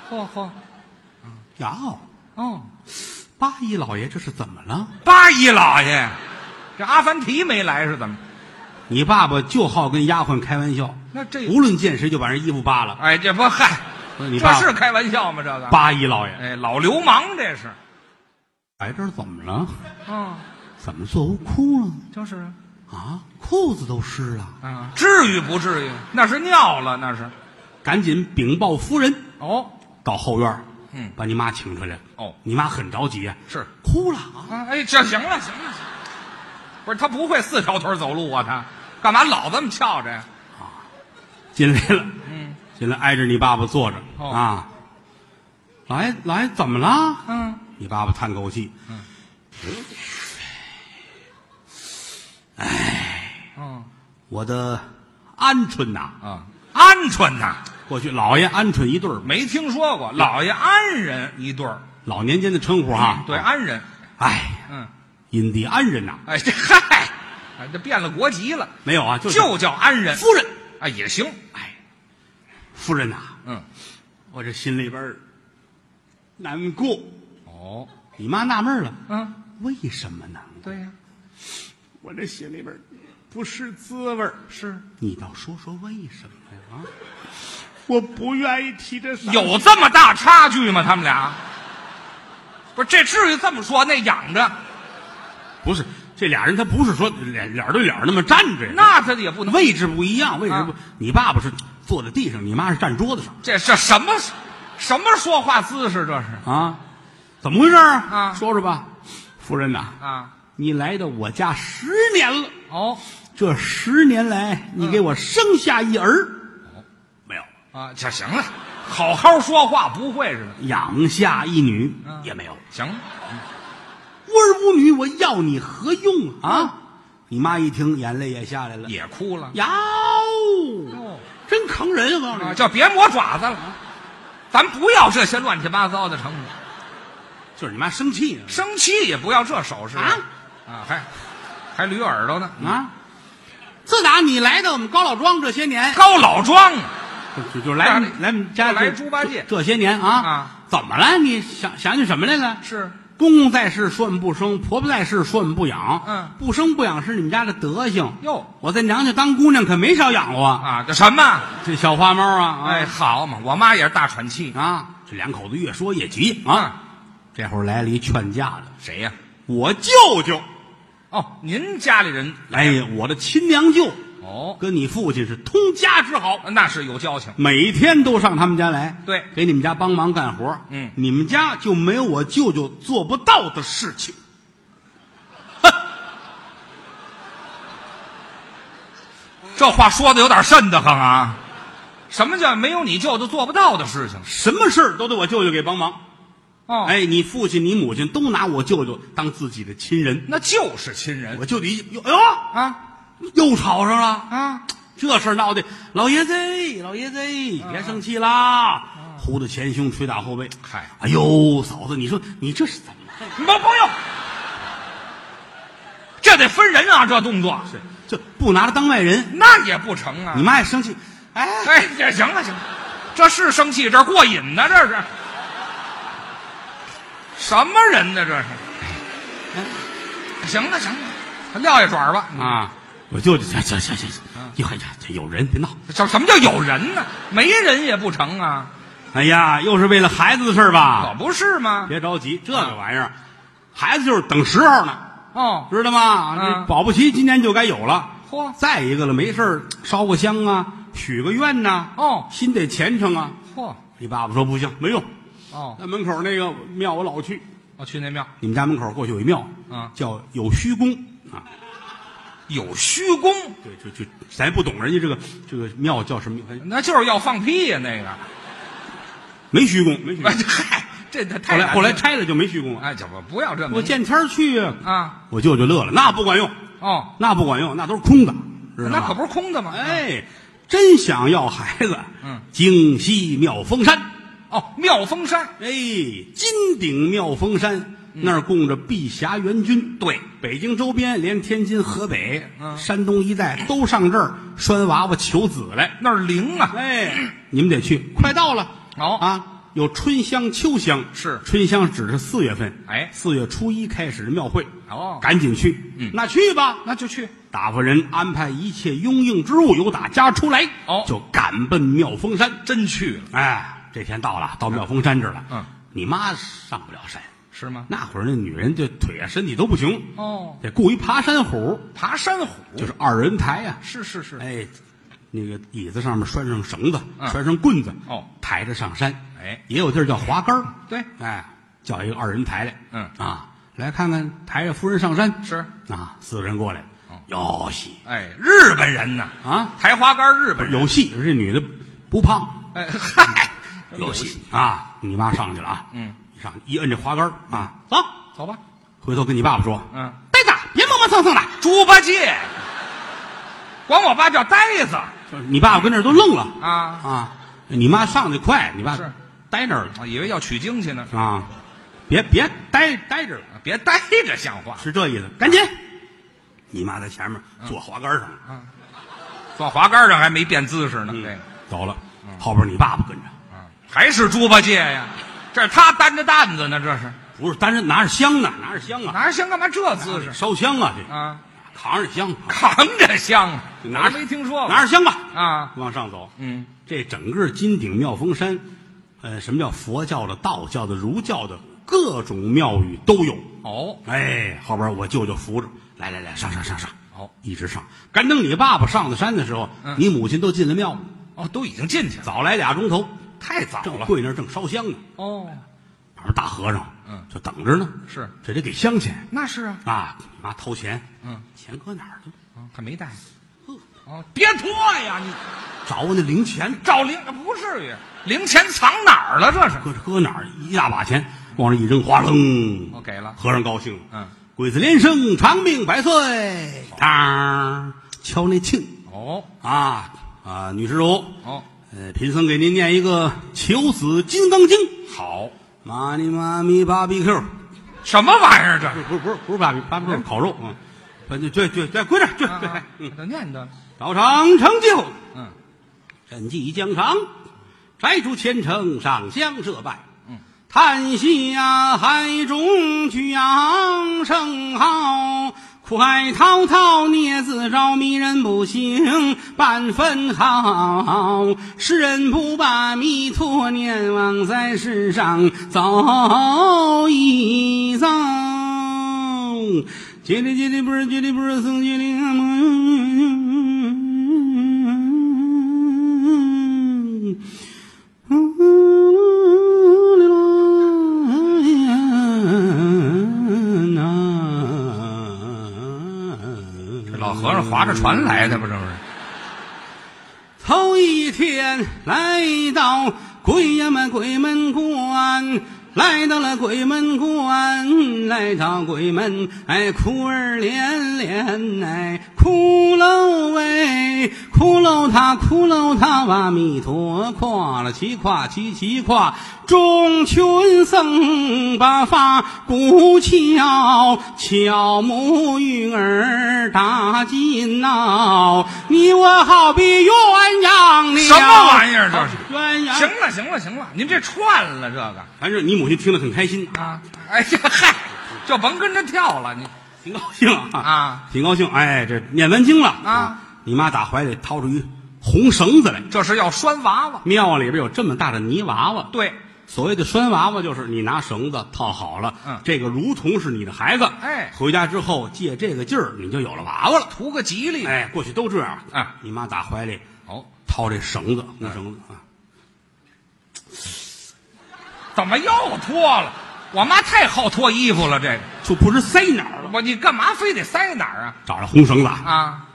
[SPEAKER 3] 嚯嚯，
[SPEAKER 2] 呀，
[SPEAKER 3] 哦，
[SPEAKER 2] 八一老爷这是怎么了？
[SPEAKER 3] 八一老爷，这阿凡提没来是怎么？
[SPEAKER 2] 你爸爸就好跟丫鬟开玩笑，
[SPEAKER 3] 那这
[SPEAKER 2] 无论见谁就把人衣服扒了，
[SPEAKER 3] 哎，这不嗨，
[SPEAKER 2] 不是你
[SPEAKER 3] 这
[SPEAKER 2] 爸
[SPEAKER 3] 是开玩笑吗？这个，
[SPEAKER 2] 扒一老爷。
[SPEAKER 3] 哎，老流氓这是，
[SPEAKER 2] 哎，这是怎么了？
[SPEAKER 3] 嗯，
[SPEAKER 2] 怎么坐屋哭了？
[SPEAKER 3] 就是啊
[SPEAKER 2] 啊，裤子都湿了，
[SPEAKER 3] 啊，至于不至于？那是尿了，那是。
[SPEAKER 2] 赶紧禀报夫人，
[SPEAKER 3] 哦
[SPEAKER 2] 到后院儿，
[SPEAKER 3] 嗯
[SPEAKER 2] 把你妈请出来。
[SPEAKER 3] 哦，
[SPEAKER 2] 你妈很着急啊，
[SPEAKER 3] 是
[SPEAKER 2] 哭了啊，
[SPEAKER 3] 啊，哎，这行了，行了，行了不是他不会四条腿走路啊，他干嘛老这么翘着呀？
[SPEAKER 2] 进来了，
[SPEAKER 3] 嗯
[SPEAKER 2] 进来挨着你爸爸坐着、
[SPEAKER 3] 哦
[SPEAKER 2] 啊。老爷，老爷怎么了？
[SPEAKER 3] 嗯，
[SPEAKER 2] 你爸爸叹口气，
[SPEAKER 3] 嗯
[SPEAKER 2] 哎我的鹌鹑呐、
[SPEAKER 3] 啊，鹌鹑呐，
[SPEAKER 2] 过去老爷鹌鹑一对儿，
[SPEAKER 3] 没听说过，老爷安人一对儿，
[SPEAKER 2] 老年间的称呼哈。
[SPEAKER 3] 嗯对，啊安人，
[SPEAKER 2] 哎，
[SPEAKER 3] 嗯，
[SPEAKER 2] 印第安人呐、
[SPEAKER 3] 哎，这嗨，哎，这变了国籍了，
[SPEAKER 2] 没有啊，就
[SPEAKER 3] 就叫安人，
[SPEAKER 2] 夫人。
[SPEAKER 3] 啊，也行，
[SPEAKER 2] 哎，夫人呐、
[SPEAKER 3] 嗯，
[SPEAKER 2] 我这心里边儿难过。
[SPEAKER 3] 哦，
[SPEAKER 2] 你妈纳闷了，
[SPEAKER 3] 嗯，
[SPEAKER 2] 为什么难过？
[SPEAKER 3] 对呀，
[SPEAKER 2] 我这心里边儿不是滋味儿。
[SPEAKER 3] 是
[SPEAKER 2] 你倒说说为什么呀？啊，我不愿意提这事儿。
[SPEAKER 3] 有这么大差距吗？他们俩，不是这至于这么说？那养着，
[SPEAKER 2] 不是这俩人，他不是说脸脸对脸那么站着呀，
[SPEAKER 3] 那他也不能，
[SPEAKER 2] 位置不一样，位置不。
[SPEAKER 3] 啊
[SPEAKER 2] 你爸爸是坐在地上，你妈是站桌子上
[SPEAKER 3] 这这什么什么说话姿势这是
[SPEAKER 2] 啊？怎么回事啊？
[SPEAKER 3] 啊
[SPEAKER 2] 说说吧，夫人呐，
[SPEAKER 3] 啊？
[SPEAKER 2] 你来到我家十年了，
[SPEAKER 3] 哦
[SPEAKER 2] 这十年来你
[SPEAKER 3] 嗯
[SPEAKER 2] 给我生下一儿，没有
[SPEAKER 3] 啊，这行了，好好说话不会似的，
[SPEAKER 2] 养下一女
[SPEAKER 3] 嗯
[SPEAKER 2] 也没有，
[SPEAKER 3] 行了，
[SPEAKER 2] 无儿无女，我要你何用
[SPEAKER 3] 嗯
[SPEAKER 2] 啊？你妈一听，眼泪也下来了。
[SPEAKER 3] 也哭了
[SPEAKER 2] 呀
[SPEAKER 3] 哟
[SPEAKER 2] 真坑人！我告诉
[SPEAKER 3] 啊，
[SPEAKER 2] 你，
[SPEAKER 3] 就别磨爪子了，咱不要这些乱七八糟的成语，
[SPEAKER 2] 就是你妈生气
[SPEAKER 3] 生气也不要这手势
[SPEAKER 2] 啊
[SPEAKER 3] 啊，还还捋耳朵呢，
[SPEAKER 2] 啊！自打你来到我们高老庄这些年，
[SPEAKER 3] 高老庄啊
[SPEAKER 2] 就就来我们
[SPEAKER 3] 就
[SPEAKER 2] 来我们家
[SPEAKER 3] 就来
[SPEAKER 2] 这
[SPEAKER 3] 猪八戒
[SPEAKER 2] 这这些年啊
[SPEAKER 3] 啊，
[SPEAKER 2] 怎么了？你想想起什么来了？
[SPEAKER 3] 是
[SPEAKER 2] 公公在世说我们不生，婆婆在世说我们不养。
[SPEAKER 3] 嗯
[SPEAKER 2] 不生不养是你们家的德行。
[SPEAKER 3] 哟
[SPEAKER 2] 我在娘家当姑娘可没少养活啊，
[SPEAKER 3] 啊，这什么？
[SPEAKER 2] 这小花猫啊，啊
[SPEAKER 3] 哎，好嘛，我妈也是大喘气，
[SPEAKER 2] 啊，这两口子越说越急啊。这会儿来了一劝架的，
[SPEAKER 3] 谁呀、
[SPEAKER 2] 我舅舅，
[SPEAKER 3] 哦，您家里人
[SPEAKER 2] 哎呀，我的亲娘舅，
[SPEAKER 3] 哦，
[SPEAKER 2] 跟你父亲是通家之好，
[SPEAKER 3] 那是有交情。
[SPEAKER 2] 每天都上他们家来，
[SPEAKER 3] 对
[SPEAKER 2] 给你们家帮忙干活。
[SPEAKER 3] 嗯
[SPEAKER 2] 你们家就没有我舅舅做不到的事情。
[SPEAKER 3] 这话说的有点瘆得慌啊！什么叫没有你舅舅做不到的事情？
[SPEAKER 2] 什么事儿都得我舅舅给帮忙。
[SPEAKER 3] 哦，，
[SPEAKER 2] 哎，你父亲、你母亲都拿我舅舅当自己的亲人。
[SPEAKER 3] 那就是亲人
[SPEAKER 2] 我舅舅一哟，哎
[SPEAKER 3] 啊
[SPEAKER 2] 呦，又吵上了。
[SPEAKER 3] 啊！
[SPEAKER 2] 这事儿闹的，老爷子，老爷子，别生气
[SPEAKER 3] 啊
[SPEAKER 2] 啦！呼的前胸，捶打后背。
[SPEAKER 3] 嗨
[SPEAKER 2] 哎呦，嫂子，你说你这是怎么了？
[SPEAKER 3] 不不用，这得分人啊，这动作
[SPEAKER 2] 这这不拿他当外人，
[SPEAKER 3] 那也不成啊
[SPEAKER 2] 你！妈也生气。哎，
[SPEAKER 3] 哎，这行了行了，这是生气，这过瘾呢、这是什么人呢？这是哎行了行了，撂下爪吧！
[SPEAKER 2] 啊，我舅舅，行行行行，一会儿呀，这有人别闹。
[SPEAKER 3] 什什么叫有人呢？没人也不成啊！
[SPEAKER 2] 哎呀，又是为了孩子的事儿
[SPEAKER 3] 可
[SPEAKER 2] 吧？
[SPEAKER 3] 不是吗？
[SPEAKER 2] 别着急，这
[SPEAKER 3] 啊
[SPEAKER 2] 个玩意儿，孩子就是等时候呢，
[SPEAKER 3] 哦，
[SPEAKER 2] 知道吗？
[SPEAKER 3] 嗯
[SPEAKER 2] 你保不齐今年就该有了。
[SPEAKER 3] 嚯
[SPEAKER 2] 再一个了，没事儿烧个香啊，许个愿呐、
[SPEAKER 3] 哦
[SPEAKER 2] 心得虔诚啊。
[SPEAKER 3] 嚯！
[SPEAKER 2] 你爸爸说不行，没用。
[SPEAKER 3] 哦，
[SPEAKER 2] 那门口那个庙我老去，
[SPEAKER 3] 我去那庙
[SPEAKER 2] 你们家门口过去有一庙，
[SPEAKER 3] 嗯
[SPEAKER 2] 叫有虚宫啊。
[SPEAKER 3] 有虚功，
[SPEAKER 2] 对，就就咱也不懂人家这个这个庙叫什么，反正
[SPEAKER 3] 那就是要放屁呀、那个。
[SPEAKER 2] 没虚宫，没虚宫
[SPEAKER 3] 哎。嗨，这这
[SPEAKER 2] 后
[SPEAKER 3] 太
[SPEAKER 2] 来后来
[SPEAKER 3] 难听
[SPEAKER 2] 拆了就没虚宫
[SPEAKER 3] 了
[SPEAKER 2] 了。
[SPEAKER 3] 哎，怎么不要这么
[SPEAKER 2] 我见天儿去，
[SPEAKER 3] 啊？
[SPEAKER 2] 我舅舅乐了，那不管用，
[SPEAKER 3] 哦，
[SPEAKER 2] 那不管用，那都是空的，知道吗？
[SPEAKER 3] 那可不是空的吗？，
[SPEAKER 2] 哎，真想要孩子，
[SPEAKER 3] 嗯，
[SPEAKER 2] 京西妙峰山，
[SPEAKER 3] 哦，妙峰山，
[SPEAKER 2] 哎，金顶妙峰山那儿供着碧霞元君，
[SPEAKER 3] 嗯对，
[SPEAKER 2] 北京周边连天津、河北、
[SPEAKER 3] 嗯
[SPEAKER 2] 山东一带都上这儿拴娃娃求子来。哎
[SPEAKER 3] 那儿灵啊。
[SPEAKER 2] 哎，你们得去，快到了。
[SPEAKER 3] 哦
[SPEAKER 2] 啊，有春香、秋香。
[SPEAKER 3] 是
[SPEAKER 2] 春香指的是四月份，
[SPEAKER 3] 哎
[SPEAKER 2] 四月初一开始庙会，
[SPEAKER 3] 哦
[SPEAKER 2] 赶紧去。
[SPEAKER 3] 嗯
[SPEAKER 2] 那去吧。
[SPEAKER 3] 那就去。
[SPEAKER 2] 打发人安排一切拥应之物，由打家出来，
[SPEAKER 3] 哦
[SPEAKER 2] 就赶奔妙峰山。
[SPEAKER 3] 真去了
[SPEAKER 2] 哎，这天到了，到妙峰山这儿了。
[SPEAKER 3] 嗯，
[SPEAKER 2] 你妈上不了山，
[SPEAKER 3] 是吗？
[SPEAKER 2] 那会儿那女人这腿啊身体都不行，
[SPEAKER 3] 哦，
[SPEAKER 2] 得雇一爬山虎，
[SPEAKER 3] 爬山虎
[SPEAKER 2] 就是二人抬呀、
[SPEAKER 3] 是是是，
[SPEAKER 2] 哎，那个椅子上面拴上绳子，
[SPEAKER 3] 嗯
[SPEAKER 2] 拴上棍子，
[SPEAKER 3] 哦
[SPEAKER 2] 抬着上山。
[SPEAKER 3] 哎
[SPEAKER 2] 也有地儿叫滑竿 儿
[SPEAKER 3] 对
[SPEAKER 2] 哎，叫一个二人抬来，
[SPEAKER 3] 嗯
[SPEAKER 2] 啊，来看看抬着夫人上山
[SPEAKER 3] 是哦
[SPEAKER 2] 啊，四个人过来，有戏
[SPEAKER 3] 哎，日本人呐，
[SPEAKER 2] 啊，
[SPEAKER 3] 抬花杆日本人，
[SPEAKER 2] 有戏，这女的不胖，
[SPEAKER 3] 哎嗨，
[SPEAKER 2] 有戏啊！你妈上去了啊，
[SPEAKER 3] 嗯，
[SPEAKER 2] 一上一摁这滑竿儿啊，走，
[SPEAKER 3] 走吧，
[SPEAKER 2] 回头跟你爸爸说，
[SPEAKER 3] 嗯，
[SPEAKER 2] 呆子，别磨磨蹭蹭的。
[SPEAKER 3] 猪八戒，管我爸叫呆子啊，
[SPEAKER 2] 就是你爸爸跟那儿都愣了
[SPEAKER 3] 啊
[SPEAKER 2] 啊！你妈上去快，你爸
[SPEAKER 3] 是嗯
[SPEAKER 2] 呆那儿了。
[SPEAKER 3] 以为要取经去呢，
[SPEAKER 2] 啊，别别呆呆着了，
[SPEAKER 3] 啊别呆着，像话，
[SPEAKER 2] 是这意思。赶紧，你妈在前面
[SPEAKER 3] 嗯
[SPEAKER 2] 坐滑杆上，
[SPEAKER 3] 坐滑杆上还没变姿势呢，这个
[SPEAKER 2] 走嗯了，后边你爸爸跟着，
[SPEAKER 3] 啊，还是猪八戒呀，这是他担着担子呢，这是
[SPEAKER 2] 不是单人拿着香呢，拿着香啊，
[SPEAKER 3] 哪行干嘛这姿势
[SPEAKER 2] 烧香啊，这
[SPEAKER 3] 啊？
[SPEAKER 2] 扛着香，
[SPEAKER 3] 扛着香啊，
[SPEAKER 2] 拿
[SPEAKER 3] 我
[SPEAKER 2] 着
[SPEAKER 3] 没听说过
[SPEAKER 2] 拿着香吧，
[SPEAKER 3] 啊？
[SPEAKER 2] 往上走。
[SPEAKER 3] 嗯，
[SPEAKER 2] 这整个金顶妙峰山，呃，什么叫佛教的、道教的、儒教的，各种庙宇都有。
[SPEAKER 3] 哦
[SPEAKER 2] 哎，后边我舅舅扶着，来来来，上上上上，
[SPEAKER 3] 哦
[SPEAKER 2] 一直上。赶等你爸爸上的山的时候，
[SPEAKER 3] 嗯
[SPEAKER 2] 你母亲都进了庙了，
[SPEAKER 3] 哦，都已经进去了，
[SPEAKER 2] 早来俩钟头，
[SPEAKER 3] 太早
[SPEAKER 2] 正
[SPEAKER 3] 了
[SPEAKER 2] 跪那儿正烧香呢。
[SPEAKER 3] 哦，
[SPEAKER 2] 旁边大和尚，
[SPEAKER 3] 嗯
[SPEAKER 2] 就等着呢。
[SPEAKER 3] 是
[SPEAKER 2] 这得给香钱
[SPEAKER 3] 那是啊，
[SPEAKER 2] 啊！你妈掏钱，
[SPEAKER 3] 嗯，
[SPEAKER 2] 钱搁哪儿呢？
[SPEAKER 3] 啊他没带。哦，别拖呀！你
[SPEAKER 2] 找我那零钱，
[SPEAKER 3] 照零不至于，零钱藏哪儿了？这是
[SPEAKER 2] 搁这搁哪儿？一大把钱往这一扔，哗楞，
[SPEAKER 3] 我给了
[SPEAKER 2] 和尚高兴了，
[SPEAKER 3] 嗯，
[SPEAKER 2] 鬼子连声，长命百岁，当敲那磬
[SPEAKER 3] 哦
[SPEAKER 2] 啊啊！女施主，
[SPEAKER 3] 哦，
[SPEAKER 2] 呃，贫僧给您念一个《求子金刚经》。
[SPEAKER 3] 好，
[SPEAKER 2] 妈尼妈咪芭比 Q，
[SPEAKER 3] 什么玩意儿 这？
[SPEAKER 2] 不是不是不是芭比芭比 Q，烤肉啊！对对对对，跪这儿，对对，
[SPEAKER 3] 啊
[SPEAKER 2] 嗯，
[SPEAKER 3] 啊念的，
[SPEAKER 2] 老长成就，
[SPEAKER 3] 嗯，
[SPEAKER 2] 朕即疆场，摘除前程，上香设拜。叹息呀，海啊中去啊扬声号，啊苦海滔滔，孽自招，迷人不醒半分好。世人不把弥陀念，枉在世上走一遭。叽里叽里不是叽里不是僧叽里啊嗯
[SPEAKER 3] 这老和尚划着船来的，不是不是？
[SPEAKER 2] 头一天来到鬼呀嘛鬼门关，来到了鬼门关，来到鬼门，哎，哭儿连连，哎，哭喽喂，哭喽他，哭喽他，阿弥陀跨了七跨七七跨，众群僧把法鼓敲，敲木鱼儿打金闹，你我好比鸳鸯鸟。
[SPEAKER 3] 什么玩意儿这是？
[SPEAKER 2] 鸳鸯。
[SPEAKER 3] 行了行了行了，您这串了这个
[SPEAKER 2] 反正你母亲听了很开心，
[SPEAKER 3] 啊！哎呀嗨，就甭跟着跳了，你
[SPEAKER 2] 挺高兴啊，
[SPEAKER 3] 啊
[SPEAKER 2] 挺高兴。哎，这念完经了
[SPEAKER 3] 啊，
[SPEAKER 2] 你妈打怀里掏出一红绳子来。
[SPEAKER 3] 这是要拴娃娃。
[SPEAKER 2] 庙里边有这么大的泥娃娃，
[SPEAKER 3] 对，
[SPEAKER 2] 所谓的拴娃娃，就是你拿绳子套好了，
[SPEAKER 3] 嗯
[SPEAKER 2] 这个如同是你的孩子，
[SPEAKER 3] 哎
[SPEAKER 2] 回家之后借这个劲儿，你就有了娃娃了，
[SPEAKER 3] 图个吉利。
[SPEAKER 2] 哎，过去都这样，
[SPEAKER 3] 啊，
[SPEAKER 2] 你妈打怀里
[SPEAKER 3] 哦，
[SPEAKER 2] 掏这绳子，红绳子
[SPEAKER 3] 嗯
[SPEAKER 2] 啊，
[SPEAKER 3] 怎么又脱了？我妈太好脱衣服了，这个
[SPEAKER 2] 就不知塞哪儿了，
[SPEAKER 3] 我你干嘛非得塞哪儿啊？
[SPEAKER 2] 找着红绳子啊，
[SPEAKER 3] 啊，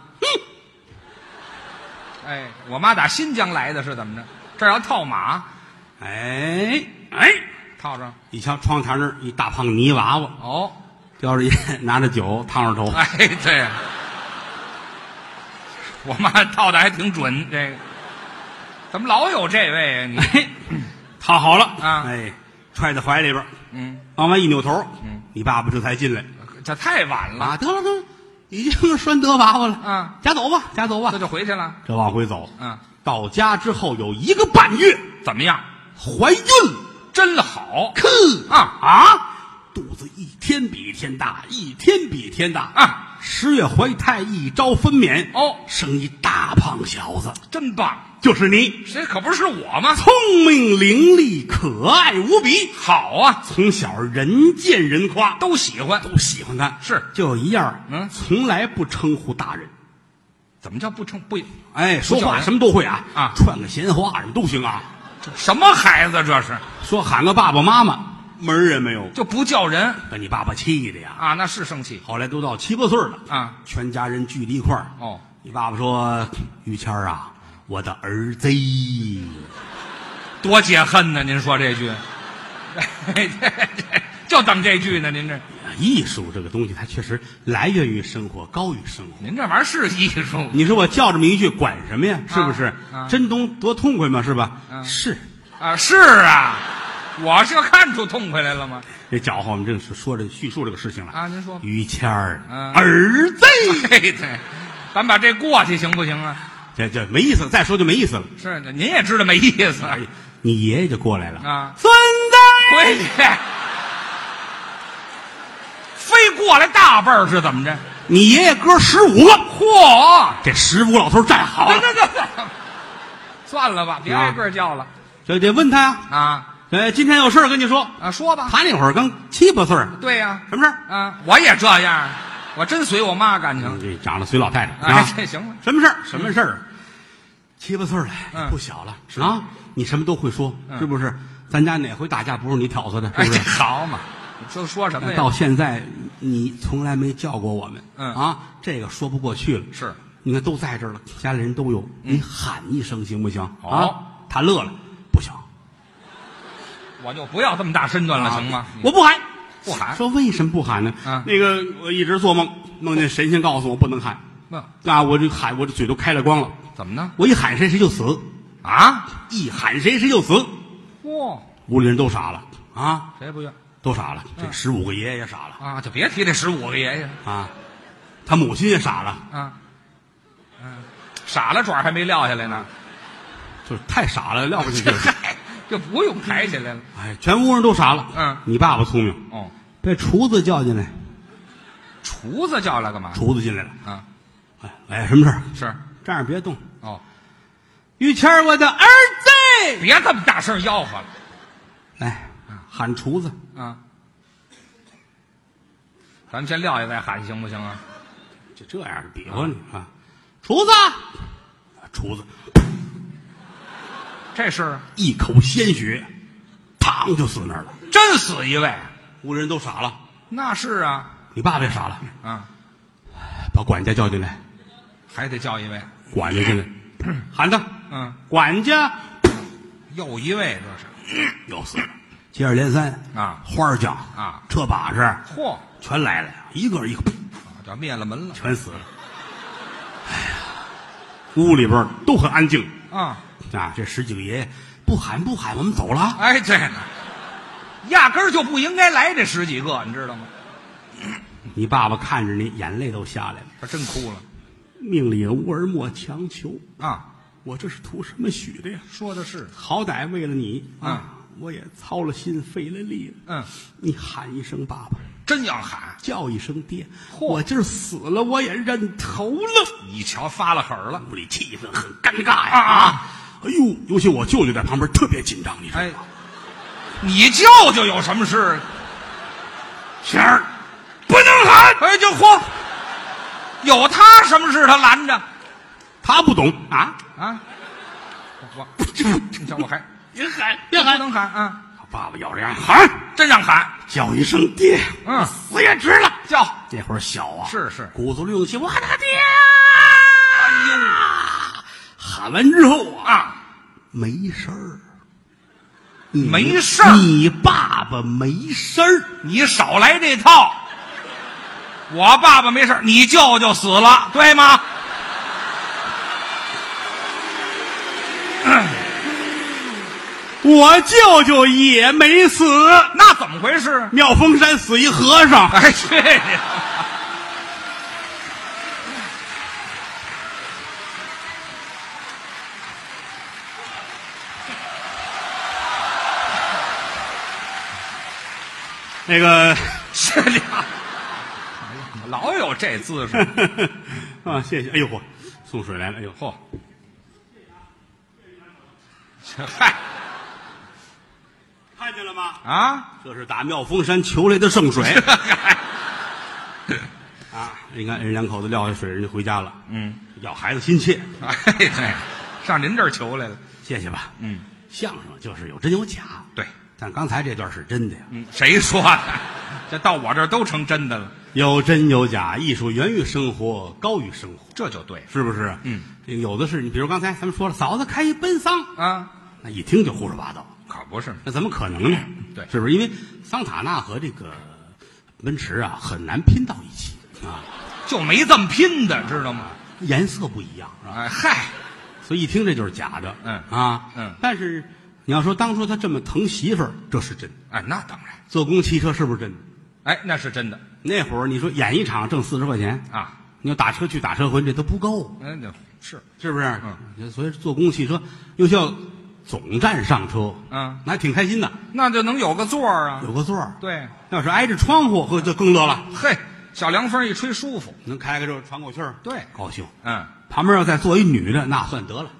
[SPEAKER 3] 哎，我妈打新疆来的是怎么着？这儿要套马，嗯
[SPEAKER 2] 哎哎，
[SPEAKER 3] 套上
[SPEAKER 2] 一瞧窗台那儿一大胖泥娃娃，
[SPEAKER 3] 哦，
[SPEAKER 2] 叼着烟，拿着酒，烫着头，
[SPEAKER 3] 哎对，我妈套的还挺准，这个怎么老有这位啊你？
[SPEAKER 2] 哎，套好了
[SPEAKER 3] 啊
[SPEAKER 2] 哎，揣在怀里边儿，
[SPEAKER 3] 嗯，
[SPEAKER 2] 往外一扭头，
[SPEAKER 3] 嗯，
[SPEAKER 2] 你爸爸这才进来。
[SPEAKER 3] 这太晚了，
[SPEAKER 2] 啊，得了得了，已经拴德娃娃了，
[SPEAKER 3] 嗯，
[SPEAKER 2] 家走吧，家走
[SPEAKER 3] 这
[SPEAKER 2] 吧。
[SPEAKER 3] 就回去了。
[SPEAKER 2] 这往回走，
[SPEAKER 3] 嗯，
[SPEAKER 2] 到家之后有一个半月
[SPEAKER 3] 怎么样？
[SPEAKER 2] 怀孕了，
[SPEAKER 3] 真好
[SPEAKER 2] 咳
[SPEAKER 3] 啊
[SPEAKER 2] 啊！肚子一天比一天大，一天比一天大
[SPEAKER 3] 啊！
[SPEAKER 2] 十月怀胎，一朝分娩
[SPEAKER 3] 哦
[SPEAKER 2] 生一大胖小子，
[SPEAKER 3] 真棒！
[SPEAKER 2] 就是你，
[SPEAKER 3] 这可不是我吗？
[SPEAKER 2] 聪明伶俐，可爱无比。
[SPEAKER 3] 好啊，
[SPEAKER 2] 从小人见人夸，
[SPEAKER 3] 都喜欢。
[SPEAKER 2] 都喜欢他。
[SPEAKER 3] 是
[SPEAKER 2] 就有一样，
[SPEAKER 3] 嗯
[SPEAKER 2] 从来不称呼大人。
[SPEAKER 3] 怎么叫不称不
[SPEAKER 2] 哎，说
[SPEAKER 3] 不叫
[SPEAKER 2] 话
[SPEAKER 3] 人
[SPEAKER 2] 什么都会啊
[SPEAKER 3] 啊
[SPEAKER 2] 串个闲话什么都行啊。
[SPEAKER 3] 这什么孩子这是？
[SPEAKER 2] 说喊个爸爸妈妈，门儿也没有，
[SPEAKER 3] 就不叫人
[SPEAKER 2] 把你爸爸气的呀。
[SPEAKER 3] 啊？那是生气
[SPEAKER 2] 后来都到七八岁了
[SPEAKER 3] 啊，
[SPEAKER 2] 全家人聚在一块儿。
[SPEAKER 3] 哦，
[SPEAKER 2] 你爸爸说：“于谦儿啊，我的儿子，
[SPEAKER 3] 多解恨呢！您说这句， 就等这句呢。您这
[SPEAKER 2] 艺术这个东西，它确实来源于生活，高于生活。
[SPEAKER 3] 您这玩意儿是艺术
[SPEAKER 2] 你说我叫这么一句，管什么呀？是不是？
[SPEAKER 3] 啊
[SPEAKER 2] 真东多痛快嘛，是吧？
[SPEAKER 3] 嗯
[SPEAKER 2] 是。
[SPEAKER 3] 啊？是啊，我是看出痛快来了吗？
[SPEAKER 2] 这搅和，我们正是说这叙述这个事情了
[SPEAKER 3] 啊您说
[SPEAKER 2] 于谦儿，
[SPEAKER 3] 嗯
[SPEAKER 2] 儿子，
[SPEAKER 3] 嘿对，咱把这过去行不行啊？
[SPEAKER 2] 这这没意思，再说就没意思了。
[SPEAKER 3] 是，您也知道没意思。
[SPEAKER 2] 哎，你爷爷就过来了
[SPEAKER 3] 啊
[SPEAKER 2] 孙子，哎
[SPEAKER 3] 回去，非过来大辈儿是怎么 着？
[SPEAKER 2] 你爷爷哥十五了，
[SPEAKER 3] 嚯！
[SPEAKER 2] 这十五老头站好
[SPEAKER 3] 那
[SPEAKER 2] 了，
[SPEAKER 3] 那那，算了吧，别
[SPEAKER 2] 啊
[SPEAKER 3] 挨个儿叫了
[SPEAKER 2] 这得问他呀。
[SPEAKER 3] 啊
[SPEAKER 2] 呃，今天有事儿跟你说，
[SPEAKER 3] 啊，说吧。
[SPEAKER 2] 他那会儿刚七八岁儿，
[SPEAKER 3] 对呀、
[SPEAKER 2] 什么事儿？嗯
[SPEAKER 3] 啊，我也这样，我真随我妈感情。
[SPEAKER 2] 这长得随老太太
[SPEAKER 3] 哎
[SPEAKER 2] 啊，
[SPEAKER 3] 这行了
[SPEAKER 2] 什么事儿？什么事儿？啊七八岁儿了，
[SPEAKER 3] 嗯
[SPEAKER 2] 不小了啊！你什么都会说，
[SPEAKER 3] 嗯
[SPEAKER 2] 是不是？咱家哪回打架不是你挑唆的？是
[SPEAKER 3] 哎，
[SPEAKER 2] 不
[SPEAKER 3] 这
[SPEAKER 2] 是？
[SPEAKER 3] 好嘛，就说什么
[SPEAKER 2] 那
[SPEAKER 3] 呀？
[SPEAKER 2] 到现在你从来没叫过我们，
[SPEAKER 3] 嗯
[SPEAKER 2] 啊，这个说不过去了。
[SPEAKER 3] 是，
[SPEAKER 2] 你看都在这儿了，家里人都有，
[SPEAKER 3] 嗯
[SPEAKER 2] 你喊一声行不行？
[SPEAKER 3] 哦
[SPEAKER 2] 啊，他乐了，不行，
[SPEAKER 3] 我就不要这么大身段了，
[SPEAKER 2] 啊
[SPEAKER 3] 行吗？
[SPEAKER 2] 我不喊，
[SPEAKER 3] 不喊
[SPEAKER 2] 说为什么不喊呢？
[SPEAKER 3] 嗯
[SPEAKER 2] 那个我一直做梦，梦见神仙告诉我不能喊，
[SPEAKER 3] 那
[SPEAKER 2] 啊，我就喊，我这嘴都开了光了，
[SPEAKER 3] 怎么呢？
[SPEAKER 2] 我一喊谁谁就死，
[SPEAKER 3] 啊？
[SPEAKER 2] 一喊谁谁就死，
[SPEAKER 3] 嚯，
[SPEAKER 2] 屋里人都傻了啊，
[SPEAKER 3] 谁也不愿
[SPEAKER 2] 都傻了，
[SPEAKER 3] 嗯
[SPEAKER 2] 这十五个爷爷也傻了
[SPEAKER 3] 啊？就别提这十五个爷爷
[SPEAKER 2] 啊，他母亲也傻了，
[SPEAKER 3] 啊，嗯，傻了爪还没撂下来呢，
[SPEAKER 2] 就是太傻了，撂不下去
[SPEAKER 3] 这
[SPEAKER 2] 了。
[SPEAKER 3] 嗨，就不用抬起来了。
[SPEAKER 2] 哎，全屋人都傻了。
[SPEAKER 3] 嗯
[SPEAKER 2] 你爸爸聪明，
[SPEAKER 3] 哦，
[SPEAKER 2] 被厨子叫进来，
[SPEAKER 3] 厨子叫来干嘛？
[SPEAKER 2] 厨子进来了。
[SPEAKER 3] 啊，
[SPEAKER 2] 哎，哎，什么事儿？
[SPEAKER 3] 是
[SPEAKER 2] 站着别动。
[SPEAKER 3] 哦，
[SPEAKER 2] 于谦儿，我的儿子，
[SPEAKER 3] 别这么大声吆喝了
[SPEAKER 2] 来喊厨子。
[SPEAKER 3] 啊！咱们先撂下再喊行不行啊？
[SPEAKER 2] 就这样比划你啊，厨子，厨子
[SPEAKER 3] 这是
[SPEAKER 2] 一口鲜血，嘡就死那儿了。
[SPEAKER 3] 真死一位，
[SPEAKER 2] 屋里人都傻了，
[SPEAKER 3] 那是啊
[SPEAKER 2] 你爸爸也傻了，
[SPEAKER 3] 啊，
[SPEAKER 2] 把管家叫进来，
[SPEAKER 3] 还得叫一位，
[SPEAKER 2] 管家进来，喊他，
[SPEAKER 3] 嗯，
[SPEAKER 2] 管家
[SPEAKER 3] 又一位这是
[SPEAKER 2] 又死了，接二连三
[SPEAKER 3] 啊
[SPEAKER 2] 花儿匠
[SPEAKER 3] 啊
[SPEAKER 2] 车把式
[SPEAKER 3] 嚯，
[SPEAKER 2] 全来了，一个一个。
[SPEAKER 3] 叫灭了门了
[SPEAKER 2] 全死了。哎呀，屋里边都很安静
[SPEAKER 3] 啊！
[SPEAKER 2] 啊。这十几个爷爷不喊不喊，我们走了。
[SPEAKER 3] 哎，对了，压根儿就不应该来这十几个，你知道吗？
[SPEAKER 2] 你爸爸看着你，眼泪都下来了。
[SPEAKER 3] 他真哭了
[SPEAKER 2] 命里无儿莫强求，
[SPEAKER 3] 啊！
[SPEAKER 2] 我这是图什么许的呀？
[SPEAKER 3] 说的是，
[SPEAKER 2] 好歹为了你啊，我也操了心，费了力了。
[SPEAKER 3] 嗯，
[SPEAKER 2] 你喊一声爸爸，
[SPEAKER 3] 真要喊，
[SPEAKER 2] 叫一声爹，
[SPEAKER 3] 嚯
[SPEAKER 2] 我今儿死了我也认头了。
[SPEAKER 3] 你瞧发了狠儿了，
[SPEAKER 2] 屋里气氛很尴尬呀
[SPEAKER 3] 啊
[SPEAKER 2] 啊！哎呦，尤其我舅舅在旁边特别紧张，你知道
[SPEAKER 3] 哎
[SPEAKER 2] 吗？，
[SPEAKER 3] 你舅舅有什么事？
[SPEAKER 2] 谦儿，
[SPEAKER 3] 不能喊！哎，就嚯，有他什么事？他拦着
[SPEAKER 2] 他不懂啊。
[SPEAKER 3] 啊！我，你瞧我还
[SPEAKER 2] 别喊，
[SPEAKER 3] 不
[SPEAKER 2] 别喊！
[SPEAKER 3] 能喊啊！
[SPEAKER 2] 爸爸咬着牙喊，
[SPEAKER 3] 真让喊
[SPEAKER 2] 叫一声爹，
[SPEAKER 3] 嗯
[SPEAKER 2] 死也值了。
[SPEAKER 3] 叫！
[SPEAKER 2] 那会儿小啊，
[SPEAKER 3] 是是
[SPEAKER 2] 鼓足了勇气，我喊他爹啊！喊完之后啊，
[SPEAKER 3] 啊！
[SPEAKER 2] 没事儿，你
[SPEAKER 3] 没事儿
[SPEAKER 2] 你爸爸没事儿，
[SPEAKER 3] 你少来这套。我爸爸没事儿，你舅舅死了，对吗？
[SPEAKER 2] 我舅舅也没死。
[SPEAKER 3] 那怎么回事？
[SPEAKER 2] 妙峰山死一和尚，
[SPEAKER 3] 哎，去你！
[SPEAKER 2] 那个
[SPEAKER 3] 是俩，老有这姿势。
[SPEAKER 2] 啊，谢谢。哎呦嚯，送水来了。哎呦嚯，
[SPEAKER 3] 嗨
[SPEAKER 2] 看见了吗？
[SPEAKER 3] 啊，
[SPEAKER 2] 这是打妙峰山求来的圣 水
[SPEAKER 3] 嗨
[SPEAKER 2] 啊！你看，人两口子撂下水，人就回家了。
[SPEAKER 3] 嗯，
[SPEAKER 2] 要孩子心切，
[SPEAKER 3] 哎嗨，上您这儿求来了。
[SPEAKER 2] 谢谢吧。
[SPEAKER 3] 嗯，
[SPEAKER 2] 相声就是有真有假，
[SPEAKER 3] 对，
[SPEAKER 2] 但刚才这段是真的呀，
[SPEAKER 3] 嗯，谁说的？ 这到我这儿都成真的了，
[SPEAKER 2] 有真有假，艺术源于生活，高于生活，
[SPEAKER 3] 这就对了
[SPEAKER 2] 是不是？
[SPEAKER 3] 嗯，
[SPEAKER 2] 这个有的是你，比如刚才咱们说了，嫂子开一奔丧，
[SPEAKER 3] 啊，
[SPEAKER 2] 那一听就胡说八道，
[SPEAKER 3] 可不是吗？
[SPEAKER 2] 那怎么可能呢？
[SPEAKER 3] 嗯对
[SPEAKER 2] 是不是？因为桑塔纳和这个奔驰啊很难拼到一起啊，
[SPEAKER 3] 就没这么拼的，知道吗？
[SPEAKER 2] 颜色不一样，是吧？
[SPEAKER 3] 哎嗨，
[SPEAKER 2] 所以一听这就是假的。
[SPEAKER 3] 嗯
[SPEAKER 2] 啊，
[SPEAKER 3] 嗯
[SPEAKER 2] 但是你要说当初他这么疼媳妇儿，这是真的。
[SPEAKER 3] 哎，那当然，
[SPEAKER 2] 坐公汽车是不是真的？
[SPEAKER 3] 哎，那是真的
[SPEAKER 2] 那会儿你说演一场挣四十块钱，
[SPEAKER 3] 啊。
[SPEAKER 2] 你要打车去打车回，这都不够，
[SPEAKER 3] 嗯，那是
[SPEAKER 2] 是不是？嗯，所以坐公共汽车又叫总站上车，
[SPEAKER 3] 嗯，
[SPEAKER 2] 那还挺开心的，
[SPEAKER 3] 那就能有个座儿啊。
[SPEAKER 2] 有个座儿。
[SPEAKER 3] 对，
[SPEAKER 2] 要是挨着窗户，呵，就更乐了，
[SPEAKER 3] 嘿，小凉风一吹舒服。
[SPEAKER 2] 能开开这喘口气儿，
[SPEAKER 3] 对，
[SPEAKER 2] 高兴。
[SPEAKER 3] 嗯，
[SPEAKER 2] 旁边要再坐一女的，那算得了。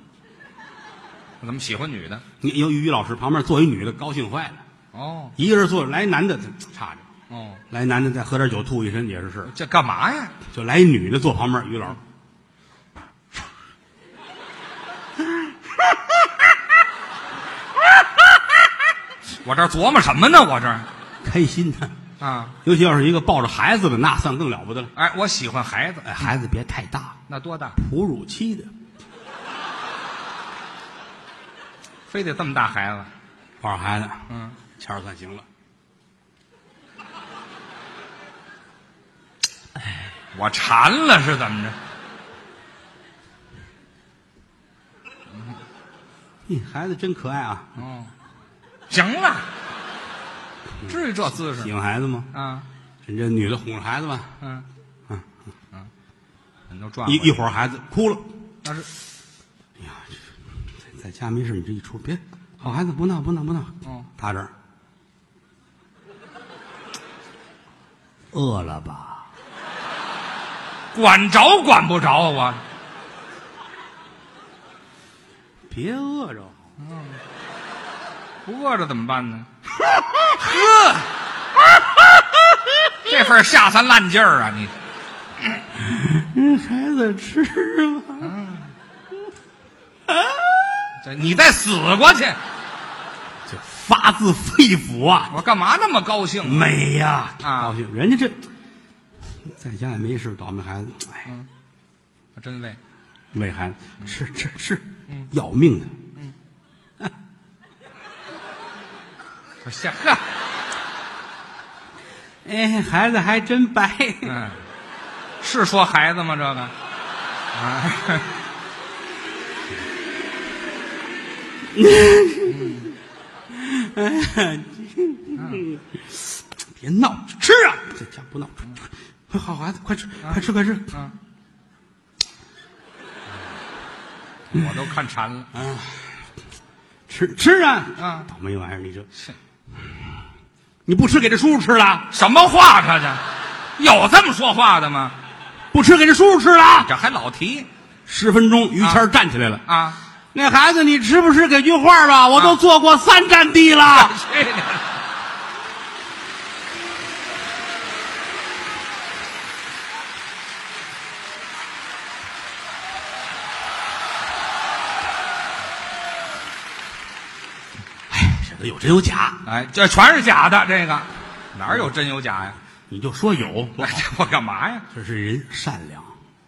[SPEAKER 3] 怎么喜欢女的？
[SPEAKER 2] 你有于老师旁边坐一女的，高兴坏了。
[SPEAKER 3] 哦
[SPEAKER 2] 一个人坐着来男的，差着。
[SPEAKER 3] 哦，
[SPEAKER 2] 来男的再喝点酒吐一身也是事儿，
[SPEAKER 3] 这干嘛呀？
[SPEAKER 2] 就来一女的坐旁边，于老师
[SPEAKER 3] 我这儿琢磨什么呢？我这儿
[SPEAKER 2] 开心呢。
[SPEAKER 3] 啊，
[SPEAKER 2] 尤其要是一个抱着孩子的，那算更了不得了。
[SPEAKER 3] 哎，我喜欢孩子，
[SPEAKER 2] 哎，孩子别太大，
[SPEAKER 3] 那多大？
[SPEAKER 2] 哺乳期的。
[SPEAKER 3] 非得这么大孩子？
[SPEAKER 2] 抱着孩子，
[SPEAKER 3] 嗯，
[SPEAKER 2] 钱儿算行了。
[SPEAKER 3] 我馋了是怎么着？
[SPEAKER 2] 你哎孩子真可爱啊！
[SPEAKER 3] 哦，行了，至于这姿
[SPEAKER 2] 喜
[SPEAKER 3] 势
[SPEAKER 2] 欢孩子吗？
[SPEAKER 3] 啊？
[SPEAKER 2] 人家女的哄着孩子吧，
[SPEAKER 3] 嗯
[SPEAKER 2] 嗯
[SPEAKER 3] 嗯，你都转
[SPEAKER 2] 一
[SPEAKER 3] 过去
[SPEAKER 2] 一会儿孩子哭了，
[SPEAKER 3] 那是
[SPEAKER 2] 哎呀，这在在家没事，你这一出别，好孩子不闹不闹不闹，
[SPEAKER 3] 哦，
[SPEAKER 2] 趴这儿，饿了吧？
[SPEAKER 3] 管着管不着啊？
[SPEAKER 2] 别饿着，
[SPEAKER 3] 我不饿着怎么 办呢？呵，这份下三滥劲儿啊！你
[SPEAKER 2] 人嗯孩子吃吧。
[SPEAKER 3] 这你再死过去，
[SPEAKER 2] 就发自肺腑啊，
[SPEAKER 3] 我干嘛那么高兴？
[SPEAKER 2] 美呀、
[SPEAKER 3] 啊
[SPEAKER 2] 高兴。人家这在家也没事，倒霉孩子，哎，
[SPEAKER 3] 我真累。
[SPEAKER 2] 喂孩子吃吃吃，要命啊的。
[SPEAKER 3] 我下呵，
[SPEAKER 2] 哎，孩子还真白，
[SPEAKER 3] 嗯，是说孩子吗？这个啊，
[SPEAKER 2] 别闹，吃啊！这家不闹，快好孩子，快吃，快吃，快吃。
[SPEAKER 3] 嗯，我都看馋了。
[SPEAKER 2] 嗯吃吃啊！
[SPEAKER 3] 啊
[SPEAKER 2] 倒霉玩意儿，你这，你不吃给这叔叔吃了，
[SPEAKER 3] 什么话这这？有这么说话的吗？
[SPEAKER 2] 不吃给这叔叔吃了。
[SPEAKER 3] 这还老提
[SPEAKER 2] 十分钟，于谦站起来了。
[SPEAKER 3] 啊？
[SPEAKER 2] 那孩子，你吃不吃给句话吧？我都
[SPEAKER 3] 啊
[SPEAKER 2] 坐过三站地了。
[SPEAKER 3] 去啊你的！
[SPEAKER 2] 哎这个有真有假，
[SPEAKER 3] 哎，这全是假的，这个哪儿有真有假呀？
[SPEAKER 2] 你就说有多
[SPEAKER 3] 哎
[SPEAKER 2] 好。
[SPEAKER 3] 这我干嘛呀？
[SPEAKER 2] 这是人善良，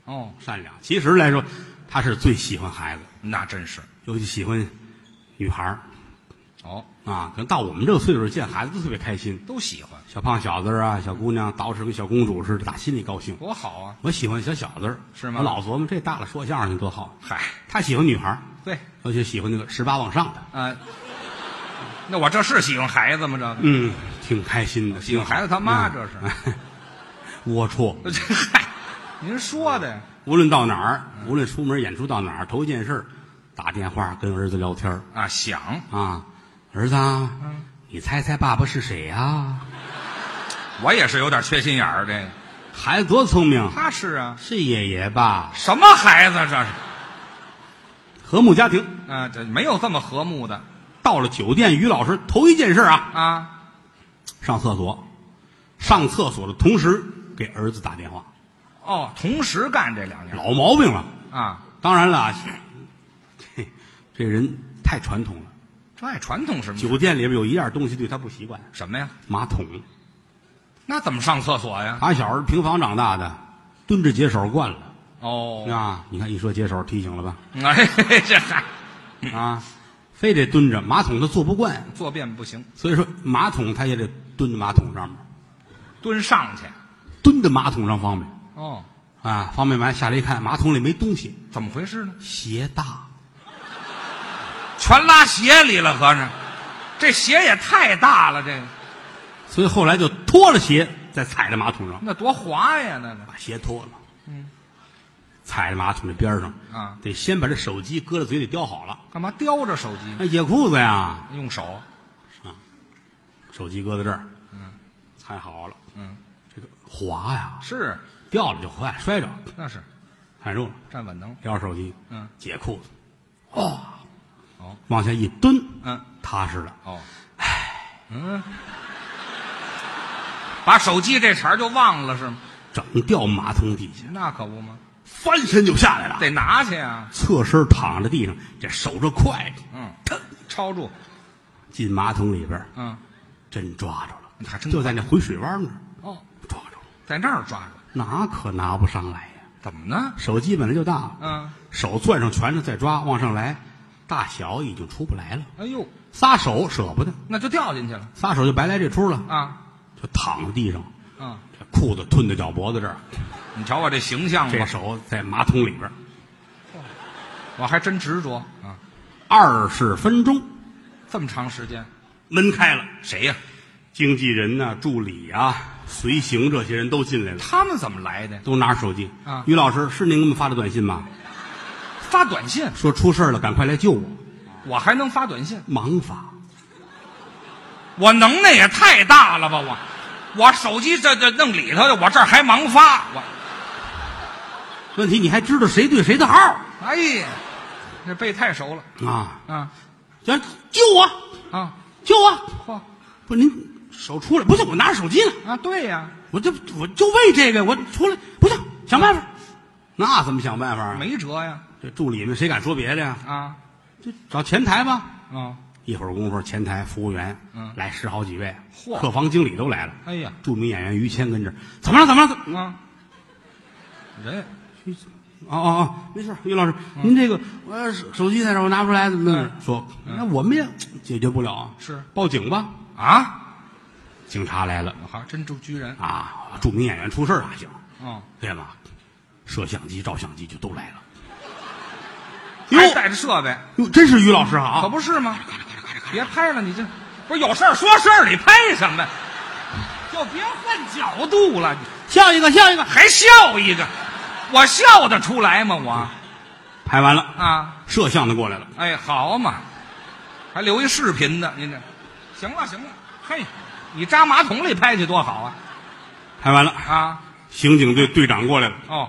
[SPEAKER 3] 哦，
[SPEAKER 2] 善良。其实来说，他是最喜欢孩子，
[SPEAKER 3] 那真是
[SPEAKER 2] 尤其喜欢女孩儿
[SPEAKER 3] 哦，
[SPEAKER 2] 啊。可能到我们这个岁数，见孩子都特别开心。
[SPEAKER 3] 都喜欢，
[SPEAKER 2] 小胖小子儿啊，小姑娘捯饬跟小公主似的，打心里高兴。
[SPEAKER 3] 多好啊！
[SPEAKER 2] 我喜欢小小子儿，
[SPEAKER 3] 是吗
[SPEAKER 2] 我老琢磨这大了说相声去多好。
[SPEAKER 3] 嗨，
[SPEAKER 2] 他喜欢女孩儿，
[SPEAKER 3] 对，
[SPEAKER 2] 尤其喜欢那个十八往上的，
[SPEAKER 3] 啊、那我这是喜欢孩子吗？这个
[SPEAKER 2] 嗯，挺开心的。
[SPEAKER 3] 喜欢孩子他妈这是
[SPEAKER 2] 是 龌龊。
[SPEAKER 3] 这 嗨，您说的呀？
[SPEAKER 2] 无论到哪儿，无论出门演出到哪儿，头一件事儿打电话跟儿子聊天儿
[SPEAKER 3] 啊，想
[SPEAKER 2] 啊，儿子啊，你猜猜爸爸是谁啊？
[SPEAKER 3] 我也是有点缺心眼儿，这个
[SPEAKER 2] 孩子多聪明，
[SPEAKER 3] 他是啊，
[SPEAKER 2] 是爷爷吧？
[SPEAKER 3] 什么孩子这是？
[SPEAKER 2] 和睦家庭。
[SPEAKER 3] 啊，这没有这么和睦的
[SPEAKER 2] 到了酒店，于老师头一件事啊，
[SPEAKER 3] 啊！
[SPEAKER 2] 上厕所。上厕所的同时给儿子打电话，
[SPEAKER 3] 哦，同时干这两件
[SPEAKER 2] 老毛病了。
[SPEAKER 3] 啊，
[SPEAKER 2] 当然了，这这人太传统了。
[SPEAKER 3] 这爱传统什么
[SPEAKER 2] 酒店里边有一样东西对他不习惯，
[SPEAKER 3] 什么呀？
[SPEAKER 2] 马桶。
[SPEAKER 3] 那怎么上厕所呀？
[SPEAKER 2] 打小是平房长大的，蹲着解手惯了
[SPEAKER 3] 哦，
[SPEAKER 2] 啊。你看一说解手，提醒了吧？
[SPEAKER 3] 哎，这还
[SPEAKER 2] 啊，非得蹲着，马桶他坐不惯，
[SPEAKER 3] 坐便不行，
[SPEAKER 2] 所以说马桶他也得蹲在马桶上面，
[SPEAKER 3] 蹲上去。
[SPEAKER 2] 蹲在马桶上方便
[SPEAKER 3] 哦，
[SPEAKER 2] 啊。方便完下来一看，马桶里没东西，
[SPEAKER 3] 怎么回事呢？
[SPEAKER 2] 鞋大。
[SPEAKER 3] 全拉鞋里了，合着这鞋也太大了，这个
[SPEAKER 2] 所以后来就脱了鞋，再踩在马桶上，
[SPEAKER 3] 那多滑呀，那个
[SPEAKER 2] 把鞋脱了，踩在马桶的边上
[SPEAKER 3] 啊
[SPEAKER 2] 得先把这手机搁在嘴里叼好了。
[SPEAKER 3] 干嘛叼着手机？
[SPEAKER 2] 那野裤子呀，
[SPEAKER 3] 用手
[SPEAKER 2] 手机搁在这儿，踩好了，
[SPEAKER 3] 嗯，
[SPEAKER 2] 这个滑呀，
[SPEAKER 3] 是
[SPEAKER 2] 掉了就坏，摔着，
[SPEAKER 3] 那是
[SPEAKER 2] 按住了，
[SPEAKER 3] 站稳当。
[SPEAKER 2] 撩手机，
[SPEAKER 3] 嗯，
[SPEAKER 2] 解裤子，哦，
[SPEAKER 3] 哦，
[SPEAKER 2] 往下一蹲，
[SPEAKER 3] 嗯，
[SPEAKER 2] 踏实了。
[SPEAKER 3] 哦，嗯，把手机这茬儿就忘了是吗？
[SPEAKER 2] 整掉马桶底下，
[SPEAKER 3] 那可不吗？
[SPEAKER 2] 翻身就下来了，
[SPEAKER 3] 得拿去啊，
[SPEAKER 2] 侧身躺在地上，这手这快，
[SPEAKER 3] 嗯，抄住，
[SPEAKER 2] 进马桶里边儿，
[SPEAKER 3] 嗯，
[SPEAKER 2] 真抓着了，
[SPEAKER 3] 还真
[SPEAKER 2] 就在那回水湾那儿
[SPEAKER 3] 哦，
[SPEAKER 2] 抓着了，
[SPEAKER 3] 在那儿抓着，
[SPEAKER 2] 拿可拿不上来呀。
[SPEAKER 3] 怎么呢？
[SPEAKER 2] 手机本来就大，
[SPEAKER 3] 嗯，
[SPEAKER 2] 手攥上拳头再抓，往上来，大小已经出不来了。
[SPEAKER 3] 哎呦，
[SPEAKER 2] 撒手舍不得，
[SPEAKER 3] 那就掉进去了
[SPEAKER 2] 撒手就白来这出了，
[SPEAKER 3] 啊，
[SPEAKER 2] 就躺在地上，
[SPEAKER 3] 嗯，
[SPEAKER 2] 这裤子吞到脚脖子这儿，
[SPEAKER 3] 你瞧我这形象
[SPEAKER 2] 这
[SPEAKER 3] 吧，
[SPEAKER 2] 手在马桶里边儿，
[SPEAKER 3] 我还真执着啊，
[SPEAKER 2] 二十分钟，
[SPEAKER 3] 这么长时间，
[SPEAKER 2] 门开了，
[SPEAKER 3] 谁呀、
[SPEAKER 2] 经纪人呐、助理啊、随行这些人都进来了，
[SPEAKER 3] 他们怎么来的？
[SPEAKER 2] 都拿着手机。
[SPEAKER 3] 啊
[SPEAKER 2] 于老师，是您给我们发的短信吗？
[SPEAKER 3] 发短信，
[SPEAKER 2] 说出事儿了，赶快来救我。
[SPEAKER 3] 我还能发短信，
[SPEAKER 2] 忙法，
[SPEAKER 3] 我能耐也太大了吧我，我手机这这弄里头的，我这儿还盲发，我
[SPEAKER 2] 问题你还知道谁对谁的号
[SPEAKER 3] 哎呀，这背太熟了
[SPEAKER 2] 啊？
[SPEAKER 3] 啊
[SPEAKER 2] 行，救我，
[SPEAKER 3] 啊，
[SPEAKER 2] 救我！
[SPEAKER 3] 嚯
[SPEAKER 2] 不是您手出来，不是我拿着手机呢，
[SPEAKER 3] 啊，对呀、
[SPEAKER 2] 我这我就为这个，我出来不是想办法，那怎么想办法啊？
[SPEAKER 3] 没辙呀
[SPEAKER 2] 这助理们谁敢说别的呀？
[SPEAKER 3] 啊
[SPEAKER 2] 这找前台吧。
[SPEAKER 3] 啊，
[SPEAKER 2] 一会儿功夫，前台服务员
[SPEAKER 3] 嗯
[SPEAKER 2] 来十好几位，
[SPEAKER 3] 嚯
[SPEAKER 2] 客房经理都来了。
[SPEAKER 3] 哎呀
[SPEAKER 2] 著名演员于谦跟这儿，怎么了？怎么了？怎么
[SPEAKER 3] 啊，人
[SPEAKER 2] 哦哦哦，没事，于老师，您这个我手手机在这儿，我拿不出来，怎么的？
[SPEAKER 3] 嗯
[SPEAKER 2] 说那我们也解决不了啊，
[SPEAKER 3] 是
[SPEAKER 2] 报警吧？
[SPEAKER 3] 啊，
[SPEAKER 2] 警察来了
[SPEAKER 3] 我还真住居然
[SPEAKER 2] 啊，著名演员出事儿啊，行。
[SPEAKER 3] 啊，
[SPEAKER 2] 对吗？摄像机、照相机就都来了。哟
[SPEAKER 3] 还带着设备，
[SPEAKER 2] 哟，真是于老师啊！
[SPEAKER 3] 可不是吗？别拍了，你这不是有事儿说事儿，你拍什么？就别换角度了，你
[SPEAKER 2] 笑一个，笑一个。
[SPEAKER 3] 还笑一个，我笑得出来吗？我
[SPEAKER 2] 拍完了，
[SPEAKER 3] 啊，
[SPEAKER 2] 摄像的过来了，
[SPEAKER 3] 哎，好嘛，还留一视频呢，您这行了行了，嘿，你扎马桶里拍去多好啊
[SPEAKER 2] 拍完了，
[SPEAKER 3] 啊
[SPEAKER 2] 刑警队队长过来了。
[SPEAKER 3] 哦，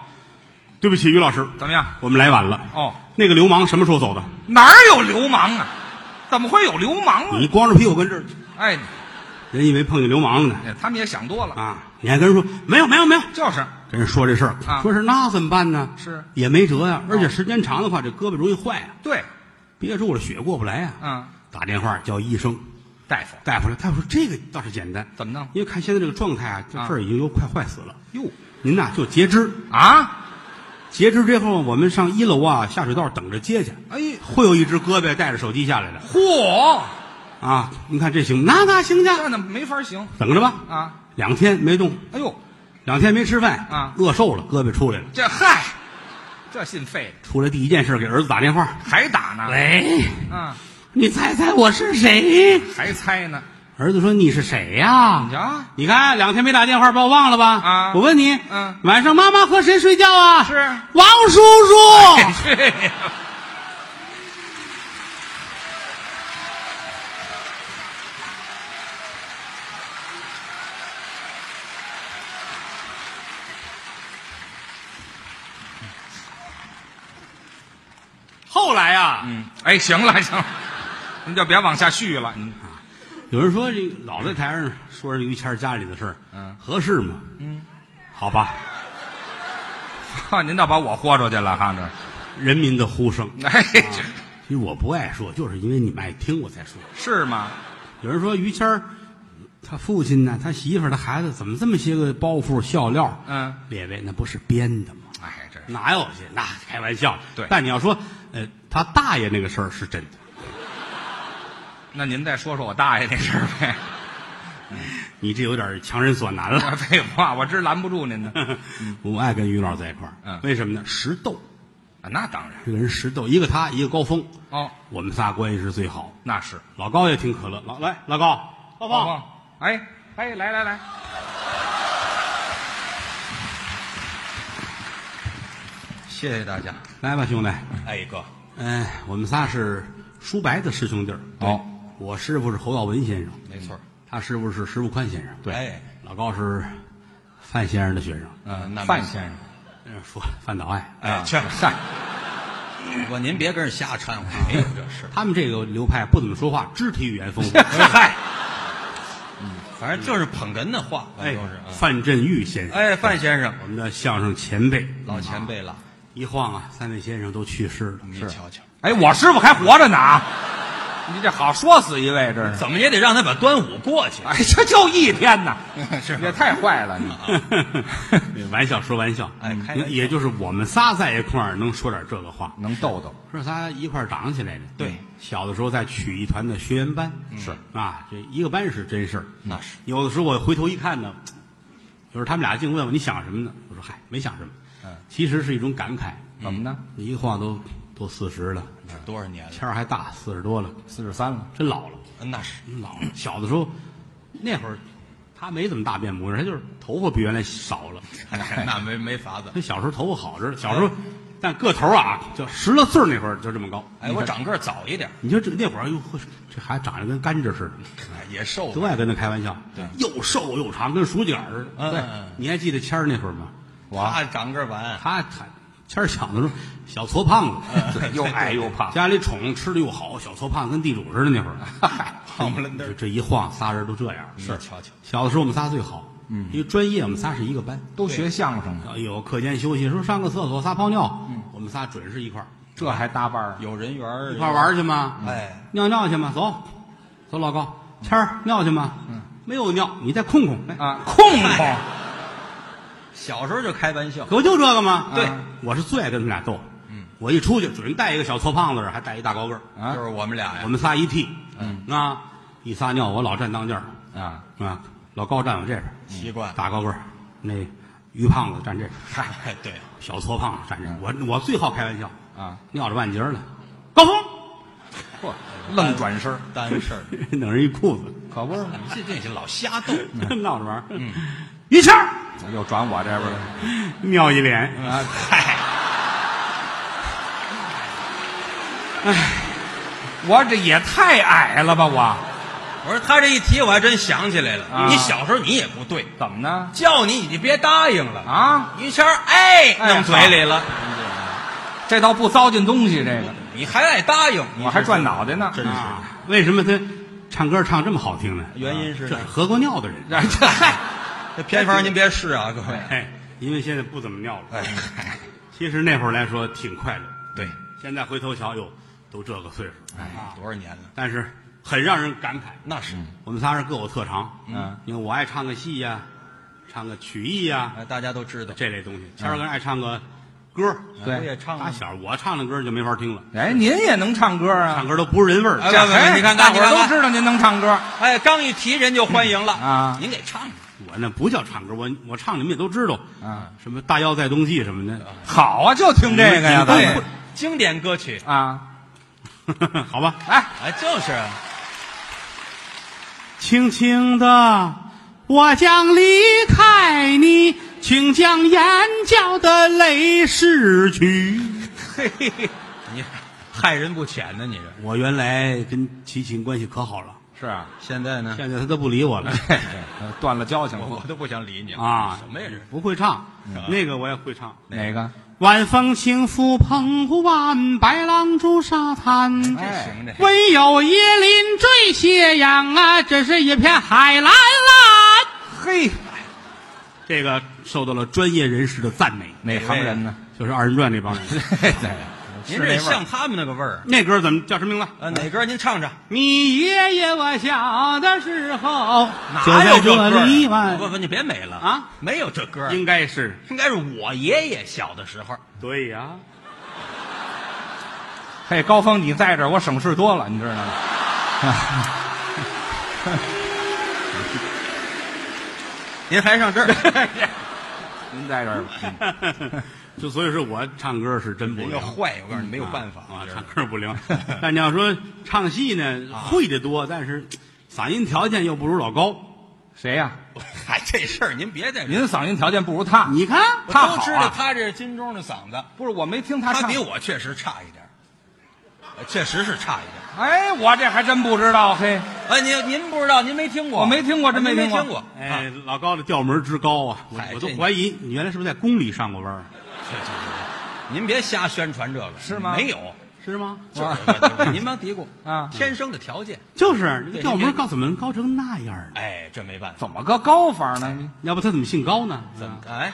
[SPEAKER 2] 对不起，于老师，
[SPEAKER 3] 怎么样？
[SPEAKER 2] 我们来晚了。
[SPEAKER 3] 哦，
[SPEAKER 2] 那个流氓什么时候走的？
[SPEAKER 3] 哪儿有流氓啊？怎么会有流氓啊？
[SPEAKER 2] 你光着屁股跟这儿，
[SPEAKER 3] 哎，
[SPEAKER 2] 人以为碰见流氓了呢
[SPEAKER 3] 哎他们也想多了，
[SPEAKER 2] 啊！你还跟人说没有没有没有，
[SPEAKER 3] 就是
[SPEAKER 2] 跟人说这事儿，
[SPEAKER 3] 啊
[SPEAKER 2] 说是那怎么办呢？
[SPEAKER 3] 是啊
[SPEAKER 2] 也没辙呀、而且时间长的话，这胳膊容易坏啊，
[SPEAKER 3] 对，
[SPEAKER 2] 憋住了血过不来呀、
[SPEAKER 3] 嗯，
[SPEAKER 2] 打电话叫医生，
[SPEAKER 3] 大夫
[SPEAKER 2] 大夫来，大夫说这个倒是简单，
[SPEAKER 3] 怎么弄？
[SPEAKER 2] 因为看现在这个状态啊，这
[SPEAKER 3] 啊
[SPEAKER 2] 事儿已经都快坏死了。
[SPEAKER 3] 哟
[SPEAKER 2] 您呐就截肢，
[SPEAKER 3] 啊，
[SPEAKER 2] 截肢之后我们上一楼啊下水道等着接去。
[SPEAKER 3] 哎，
[SPEAKER 2] 会有一只胳膊带着手机下来的
[SPEAKER 3] 嚯，
[SPEAKER 2] 啊！您看这行吗，那那行
[SPEAKER 3] 这
[SPEAKER 2] 家，
[SPEAKER 3] 那没法行
[SPEAKER 2] 等着吧。
[SPEAKER 3] 啊！
[SPEAKER 2] 两天没动，
[SPEAKER 3] 哎呦，
[SPEAKER 2] 两天没吃饭
[SPEAKER 3] 啊
[SPEAKER 2] 饿瘦了，胳膊出来了。
[SPEAKER 3] 这嗨，这心肺的
[SPEAKER 2] 出来第一件事给儿子打电话，
[SPEAKER 3] 还打呢？
[SPEAKER 2] 喂，
[SPEAKER 3] 啊，
[SPEAKER 2] 你猜猜我是谁？
[SPEAKER 3] 还猜呢？啊
[SPEAKER 2] 儿子说你是谁呀、
[SPEAKER 3] 你瞧，
[SPEAKER 2] 你看，两天没打电话，把我忘了吧？
[SPEAKER 3] 啊
[SPEAKER 2] 我问你，
[SPEAKER 3] 嗯
[SPEAKER 2] 晚上妈妈和谁睡觉啊？
[SPEAKER 3] 是
[SPEAKER 2] 王叔 叔。
[SPEAKER 3] 去，
[SPEAKER 2] 呀！
[SPEAKER 3] 嗯， 哎，行了行了，您就别往下续了。您
[SPEAKER 2] 有人说这个老在台上说是于谦儿家里的事儿，
[SPEAKER 3] 嗯
[SPEAKER 2] 合适吗？嗯，好吧，
[SPEAKER 3] 哈，您倒把我豁出去了哈，这，
[SPEAKER 2] 人民的呼声。
[SPEAKER 3] 哎，这
[SPEAKER 2] 其实我不爱说，就是因为你们爱听我才说。
[SPEAKER 3] 是吗？
[SPEAKER 2] 有人说于谦儿，他父亲呢，他媳妇儿，他孩子怎么这么些个包袱笑料？
[SPEAKER 3] 嗯，
[SPEAKER 2] 列位，那不是编的吗？
[SPEAKER 3] 哎，这是
[SPEAKER 2] 哪有去？那开玩笑。
[SPEAKER 3] 对
[SPEAKER 2] 但你要说，呃，他大爷那个事儿是真的。
[SPEAKER 3] 那您再说说我大爷那事儿呗。
[SPEAKER 2] 你这有点强人所难了。
[SPEAKER 3] 啊废话，我知拦不住您呢。
[SPEAKER 2] 我爱跟于老师在一块儿，
[SPEAKER 3] 嗯
[SPEAKER 2] 为什么呢？识逗，
[SPEAKER 3] 啊那当然
[SPEAKER 2] 这个人识逗，一个他，一个高峰，
[SPEAKER 3] 哦，
[SPEAKER 2] 我们仨关系是最好。
[SPEAKER 3] 那是。
[SPEAKER 2] 老高也挺可乐，老来老高，高
[SPEAKER 3] 旺
[SPEAKER 2] 峰，
[SPEAKER 3] 旺，哎哎，来来来，谢谢大家。
[SPEAKER 2] 来吧，兄弟，
[SPEAKER 3] 哎哥，
[SPEAKER 2] 嗯、我们仨是叔伯的师兄弟儿。对，
[SPEAKER 3] 哦
[SPEAKER 2] 我师傅是侯耀文先生，
[SPEAKER 3] 没错，
[SPEAKER 2] 他师傅是石富宽先生，
[SPEAKER 3] 对哎
[SPEAKER 2] 老高是范先生的学生，
[SPEAKER 4] 嗯，那
[SPEAKER 3] 范
[SPEAKER 4] 没事
[SPEAKER 3] 先生，
[SPEAKER 2] 嗯，说范岛爱，
[SPEAKER 4] 哎
[SPEAKER 3] 啊
[SPEAKER 4] 去
[SPEAKER 3] 散。嗯
[SPEAKER 4] 我您别跟人瞎掺和，
[SPEAKER 3] 哎
[SPEAKER 4] 没有这事。
[SPEAKER 2] 他们这个流派不怎么说话，肢体语言 丰富。
[SPEAKER 3] 哎
[SPEAKER 4] 嗨，反正就是捧哏的话，反
[SPEAKER 2] 哎
[SPEAKER 4] 正就是。啊，
[SPEAKER 2] 范振钰先生，
[SPEAKER 4] 哎，范先生，
[SPEAKER 2] 我们的相声前辈，
[SPEAKER 3] 嗯
[SPEAKER 4] 老前辈了，
[SPEAKER 2] 一晃啊，三位先生都去世了。
[SPEAKER 4] 你瞧瞧，
[SPEAKER 3] 哎，我师傅还活着呢啊！你这好说死一位，这是。
[SPEAKER 4] 怎么也得让他把端午过去。
[SPEAKER 3] 哎，这就一天 呐，
[SPEAKER 4] 是
[SPEAKER 3] 也太坏了你。
[SPEAKER 2] 玩笑说玩笑，
[SPEAKER 4] 啊
[SPEAKER 2] 嗯
[SPEAKER 4] 哎开玩笑
[SPEAKER 2] 也就是我们仨在一块儿能说点这个话，
[SPEAKER 3] 能逗逗，
[SPEAKER 2] 说仨一块儿长起来的。嗯
[SPEAKER 4] 对，嗯
[SPEAKER 2] 小的时候在曲艺团的学员班是啊，这一个班是真事儿。
[SPEAKER 4] 那是
[SPEAKER 2] 有的时候我回头一看呢，有时候他们俩净问我你想什么呢？我说嗨，没想什么，
[SPEAKER 3] 嗯，
[SPEAKER 2] 其实是一种感慨。
[SPEAKER 3] 怎么呢？
[SPEAKER 2] 一个晃都都四十了，
[SPEAKER 4] 嗯这多少年了？
[SPEAKER 2] 天儿还大，四十多了，
[SPEAKER 3] 四十三了，
[SPEAKER 2] 真老了，
[SPEAKER 4] 嗯那是
[SPEAKER 2] 真老了。小的时候那会儿，他没怎么大变模样，他就是头发比原来少了。
[SPEAKER 4] 哎 那没 没法子。
[SPEAKER 2] 跟小时候头发好着呢，小时候，但个头啊，就十来岁儿那会儿就这么高。
[SPEAKER 4] 哎，我长个儿早一点，
[SPEAKER 2] 你说这那会儿，哎呦呵，这孩子长得跟甘蔗似的，
[SPEAKER 4] 哎也瘦了。
[SPEAKER 2] 都爱跟他开玩笑，哦对，又瘦又长，跟熟脚似的。
[SPEAKER 4] 嗯
[SPEAKER 2] 对
[SPEAKER 4] 嗯嗯，
[SPEAKER 2] 你还记得谦儿那会儿吗？
[SPEAKER 3] 啊
[SPEAKER 4] 他长个儿 晚，
[SPEAKER 2] 他他谦儿小的时候，小矬胖 子，
[SPEAKER 3] 对又矮又胖。
[SPEAKER 2] 家里宠吃的又好，小矬胖子跟地主似的那会儿，
[SPEAKER 4] 胖不楞登
[SPEAKER 2] 这
[SPEAKER 4] 儿。
[SPEAKER 2] 这一晃仨人都这样。
[SPEAKER 4] 是瞧瞧，
[SPEAKER 2] 小的时候我们仨最好，嗯，因为专业我们仨是一个班，
[SPEAKER 3] 都学相声了，
[SPEAKER 2] 有课间休息说上个厕所撒泡尿，我们仨准是一块儿。
[SPEAKER 3] 这还搭伴儿？嗯
[SPEAKER 4] 有人缘儿
[SPEAKER 2] 一块儿玩儿去吗？
[SPEAKER 4] 哎，
[SPEAKER 2] 尿尿去吗？走，走，老高，谦儿尿去吗？嗯，没有尿，你再控控。来，
[SPEAKER 4] 哎
[SPEAKER 3] 啊，控控，
[SPEAKER 4] 小时候就开玩笑，
[SPEAKER 2] 可不就这个吗？
[SPEAKER 4] 对
[SPEAKER 2] 啊，我是最爱跟他们俩斗。嗯，我一出去准带一个小矬胖子儿，还带一大高个儿，
[SPEAKER 3] 啊
[SPEAKER 4] 就是我们俩
[SPEAKER 2] 我
[SPEAKER 4] 呀。
[SPEAKER 2] 们仨一替。嗯，啊，一撒尿我老站当间儿，
[SPEAKER 3] 啊，嗯
[SPEAKER 2] 啊，老高站我这边儿，
[SPEAKER 4] 习惯，
[SPEAKER 2] 大高个儿，那于胖子站这边儿，
[SPEAKER 4] 嗨， 对，
[SPEAKER 2] 小矬胖子站这边儿。
[SPEAKER 4] 嗯
[SPEAKER 2] 我我最好开玩笑
[SPEAKER 3] 啊，
[SPEAKER 2] 尿着半截儿了，高峰
[SPEAKER 3] 嚯，愣转身儿，
[SPEAKER 4] 单事 儿，
[SPEAKER 2] 弄人一裤子，
[SPEAKER 3] 可不是吗，
[SPEAKER 4] 你这这是老瞎逗。
[SPEAKER 2] 闹着玩儿。嗯，于谦儿
[SPEAKER 3] 又转我这边了。
[SPEAKER 2] 尿一脸。
[SPEAKER 3] 啊，
[SPEAKER 4] 嗨，
[SPEAKER 3] 我这也太矮了吧？我
[SPEAKER 4] 我说他这一提，我还真想起来了。
[SPEAKER 3] 啊
[SPEAKER 4] 你小时候你也不对，
[SPEAKER 3] 怎么呢？
[SPEAKER 4] 叫你你就别答应了。
[SPEAKER 3] 啊，
[SPEAKER 4] 于谦儿，哎，
[SPEAKER 3] 哎
[SPEAKER 4] 弄嘴里了，
[SPEAKER 3] 这倒不糟践东西，这个
[SPEAKER 4] 你还爱答应，
[SPEAKER 3] 我还转脑袋呢。
[SPEAKER 4] 真是。
[SPEAKER 2] 啊，为什么他唱歌唱这么好听呢？啊
[SPEAKER 4] 原因是
[SPEAKER 2] 这是喝过尿的人，
[SPEAKER 3] 哎
[SPEAKER 4] 这这 嗨，这偏方您别试啊，各位。
[SPEAKER 2] 哎，因为现在不怎么尿了。
[SPEAKER 4] 哎，嗨
[SPEAKER 2] 其实那会儿来说挺快乐，
[SPEAKER 4] 对，
[SPEAKER 2] 现在回头瞧，哟，都这个岁数，
[SPEAKER 4] 哎，多少年了？
[SPEAKER 2] 但是很让人感慨。
[SPEAKER 4] 那是，
[SPEAKER 2] 我们仨人各有特长，
[SPEAKER 3] 嗯，
[SPEAKER 2] 因为我爱唱个戏呀，唱个曲艺呀
[SPEAKER 4] 哎，大家都知道。
[SPEAKER 2] 这类东西，谦儿哥爱唱个歌，
[SPEAKER 3] 对
[SPEAKER 4] 我也嗯唱
[SPEAKER 2] 打
[SPEAKER 4] 了。
[SPEAKER 2] 小我唱的歌就没法听了，
[SPEAKER 3] 哎，您也能唱歌啊
[SPEAKER 2] 唱？歌都不是人味儿
[SPEAKER 4] 哎
[SPEAKER 2] 了。
[SPEAKER 4] 喂喂
[SPEAKER 3] 哎
[SPEAKER 4] 你看看
[SPEAKER 3] 大伙
[SPEAKER 4] 你
[SPEAKER 3] 儿
[SPEAKER 4] 看
[SPEAKER 3] 都
[SPEAKER 4] 看
[SPEAKER 3] 知道您能唱歌。
[SPEAKER 4] 哎，刚一提人就欢迎了
[SPEAKER 3] 啊
[SPEAKER 4] 您给唱唱
[SPEAKER 2] 我那不叫唱歌，我我唱你们也都知道，
[SPEAKER 4] 嗯
[SPEAKER 3] 啊，
[SPEAKER 2] 什么大腰在冬季什么的，
[SPEAKER 3] 好啊，就听这个呀，
[SPEAKER 2] 你们
[SPEAKER 3] 咱
[SPEAKER 2] 你们
[SPEAKER 3] 们
[SPEAKER 4] 经典歌曲。
[SPEAKER 3] 啊，
[SPEAKER 2] 好吧。
[SPEAKER 3] 来，
[SPEAKER 4] 哎，就是啊，
[SPEAKER 2] 轻轻的，我将离开你，请将眼角的泪拭去。
[SPEAKER 4] 嘿嘿嘿，你 害人不浅呢，你这。
[SPEAKER 2] 我原来跟齐秦关系可好了，
[SPEAKER 3] 是啊，
[SPEAKER 4] 现在呢，
[SPEAKER 2] 现在他都不理我了
[SPEAKER 3] 嘿呃断了交情
[SPEAKER 4] 我
[SPEAKER 3] 了。
[SPEAKER 4] 我都不想理你了
[SPEAKER 2] 啊！
[SPEAKER 4] 什么呀这？
[SPEAKER 2] 不会唱，那个我也会唱。
[SPEAKER 3] 哪个？
[SPEAKER 2] 我晚风轻拂澎湖湾，白浪逐沙滩。
[SPEAKER 3] 这
[SPEAKER 4] 哎
[SPEAKER 3] 行这行
[SPEAKER 2] 唯有椰林缀斜阳啊，这是一片海蓝蓝。
[SPEAKER 3] 嘿，
[SPEAKER 2] 这个受到了专业人士的赞美，
[SPEAKER 3] 哪行人 呢？
[SPEAKER 2] 就是二人转这帮人。
[SPEAKER 3] 对对，
[SPEAKER 4] 您
[SPEAKER 3] 是那味
[SPEAKER 4] 这
[SPEAKER 3] 儿
[SPEAKER 4] 像他们那个味儿
[SPEAKER 2] 那歌怎么叫什么名字？
[SPEAKER 4] 啊？哪歌您唱唱？
[SPEAKER 2] 你爷爷我小的时候就
[SPEAKER 4] 哪
[SPEAKER 2] 在
[SPEAKER 4] 有这歌
[SPEAKER 2] 这
[SPEAKER 4] 儿
[SPEAKER 2] 里
[SPEAKER 4] 啊？
[SPEAKER 2] 玩
[SPEAKER 4] 不，不，你别美了
[SPEAKER 2] 啊！
[SPEAKER 4] 没有这歌儿，
[SPEAKER 2] 应该是
[SPEAKER 4] 应该是我爷爷小的时候。
[SPEAKER 2] 对呀、
[SPEAKER 3] 嘿，高峰你在这儿，我省事多了，你知道吗？
[SPEAKER 4] 您还上这 儿？
[SPEAKER 3] 您在这儿吧，嗯
[SPEAKER 2] 就所以说我唱歌是真不
[SPEAKER 4] 人
[SPEAKER 2] 灵
[SPEAKER 4] 家，坏，我告诉嗯你没有办法
[SPEAKER 2] 啊，唱歌不灵。 但你要说唱戏呢，
[SPEAKER 4] 啊
[SPEAKER 2] 会的多，但是嗓音条件又不如老高。
[SPEAKER 3] 谁呀、
[SPEAKER 4] 嗨，这事儿您别在这儿，
[SPEAKER 3] 您嗓音条件不如他，
[SPEAKER 2] 你看
[SPEAKER 4] 我
[SPEAKER 3] 他好
[SPEAKER 4] 都
[SPEAKER 3] 啊
[SPEAKER 4] 知道他这是金钟的嗓子，
[SPEAKER 3] 不是我没听他
[SPEAKER 4] 他
[SPEAKER 3] 唱
[SPEAKER 4] 比。我确实差一点儿，呃确实是差一点儿。
[SPEAKER 3] 哎，我这还真不知道，嘿，
[SPEAKER 4] 哎，您您不知道，您没听过？
[SPEAKER 3] 我没听过真没
[SPEAKER 4] 没
[SPEAKER 3] 听过
[SPEAKER 4] 听过。啊
[SPEAKER 2] 哎，老高的调门之高啊，我
[SPEAKER 4] 嗨
[SPEAKER 2] 我都
[SPEAKER 4] 这
[SPEAKER 2] 怀疑你原来是不是在宫里上过班儿，
[SPEAKER 4] 您别瞎宣传这个，
[SPEAKER 3] 是吗
[SPEAKER 4] 没有，
[SPEAKER 2] 是吗？
[SPEAKER 4] 就是啊您甭嘀咕
[SPEAKER 3] 啊
[SPEAKER 4] 天生的条件，
[SPEAKER 2] 就是那
[SPEAKER 4] 对
[SPEAKER 2] 调
[SPEAKER 4] 您
[SPEAKER 2] 门
[SPEAKER 4] 这
[SPEAKER 2] 高怎么高成那样呢？
[SPEAKER 4] 哎，这没办法，
[SPEAKER 3] 怎么个高法呢？
[SPEAKER 2] 要不他怎么姓高呢？
[SPEAKER 4] 怎么哎，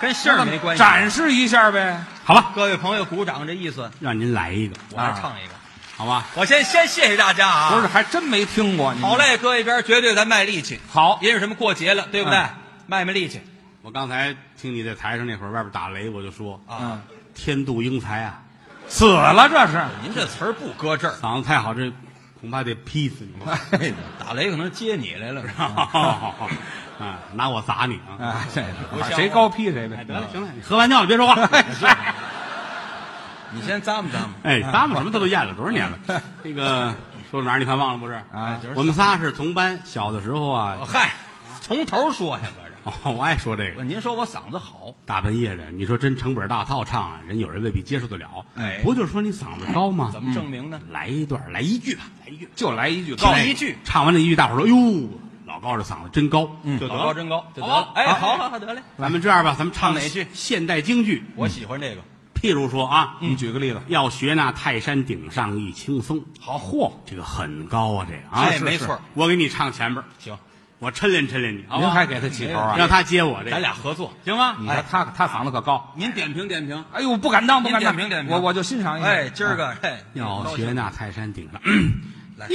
[SPEAKER 4] 跟姓儿没关系。
[SPEAKER 3] 展示一下呗。
[SPEAKER 2] 好吧，
[SPEAKER 4] 各位朋友鼓掌，这意思，
[SPEAKER 2] 让您来一个，啊
[SPEAKER 4] 我还唱一个。
[SPEAKER 2] 好吧？
[SPEAKER 4] 我先先谢谢大家啊！
[SPEAKER 3] 不是，，还真没听过。你
[SPEAKER 4] 好，嘞，各位一边绝对咱卖力气，
[SPEAKER 3] 好，
[SPEAKER 4] 因为什么过节了，对不对？卖卖力气
[SPEAKER 2] 我刚才听你在台上那会儿，外边打雷，我就说
[SPEAKER 4] 啊！
[SPEAKER 2] 天妒英才啊，
[SPEAKER 3] 死了这是。
[SPEAKER 4] 您这词儿不 搁这儿，
[SPEAKER 2] 嗓子太好，这恐怕得劈死你。
[SPEAKER 4] 哎，打雷可能接你来了。
[SPEAKER 2] 啊，拿我砸你啊！
[SPEAKER 3] 啊，这
[SPEAKER 4] 不像
[SPEAKER 3] 谁高劈谁
[SPEAKER 2] 哎，
[SPEAKER 3] 呗。
[SPEAKER 2] 得了，行了，你喝完尿了别说话。
[SPEAKER 4] 你先咂摸咂摸，
[SPEAKER 2] 哎，咱们什么他都咽了多少年了？那个说到哪儿？你看忘了不是？
[SPEAKER 3] 啊
[SPEAKER 4] 哎就是
[SPEAKER 2] 我们仨是同班，小的时候啊，
[SPEAKER 4] 嗨，从头说呀，我这
[SPEAKER 2] 哦我爱说这
[SPEAKER 4] 我
[SPEAKER 2] 个。
[SPEAKER 4] 您说我嗓子好，
[SPEAKER 2] 大半夜的，你说真成本大套唱啊，人有人未必接受得了。
[SPEAKER 4] 哎
[SPEAKER 2] 不就说你嗓子高吗？
[SPEAKER 4] 怎么证明呢？
[SPEAKER 2] 来一段，来一句吧，来一句。
[SPEAKER 3] 就来一句
[SPEAKER 4] 就
[SPEAKER 3] 高
[SPEAKER 4] 一句，
[SPEAKER 2] 唱完这一句，大伙儿说：“哟，老高这嗓子真高。”嗯就得
[SPEAKER 4] 老
[SPEAKER 2] 了
[SPEAKER 4] 高啊真高，就得
[SPEAKER 2] 好
[SPEAKER 4] 了
[SPEAKER 2] 吧。
[SPEAKER 4] 哎，好好好，得嘞，
[SPEAKER 2] 咱们这样吧，咱们唱
[SPEAKER 4] 唱哪句
[SPEAKER 2] 现代京剧？
[SPEAKER 4] 我喜欢这个。
[SPEAKER 2] 譬如说啊，
[SPEAKER 4] 嗯
[SPEAKER 3] 你举个例子，
[SPEAKER 2] 要学那泰山顶上一青松，
[SPEAKER 3] 好嚯，
[SPEAKER 2] 这个很高啊，这个啊，
[SPEAKER 4] 哎
[SPEAKER 2] 是
[SPEAKER 4] 没
[SPEAKER 2] 是
[SPEAKER 4] 错儿
[SPEAKER 2] 我给你唱前边儿，
[SPEAKER 4] 行，
[SPEAKER 2] 我抻练抻练你，好不
[SPEAKER 3] 您
[SPEAKER 2] 好
[SPEAKER 3] 还给他起头啊？
[SPEAKER 2] 让他接我这个，
[SPEAKER 4] 咱俩合作，哎
[SPEAKER 2] 行吗？
[SPEAKER 3] 你看他他嗓子可高。
[SPEAKER 4] 您点评点评。
[SPEAKER 3] 哎呦，不敢当，不
[SPEAKER 4] 您
[SPEAKER 3] 敢当，
[SPEAKER 4] 点评点评
[SPEAKER 3] 我我就欣赏一下。啊
[SPEAKER 4] 哎，今儿个哎，
[SPEAKER 2] 要
[SPEAKER 4] 高
[SPEAKER 2] 学
[SPEAKER 4] 兴
[SPEAKER 2] 那泰山顶上，
[SPEAKER 4] 来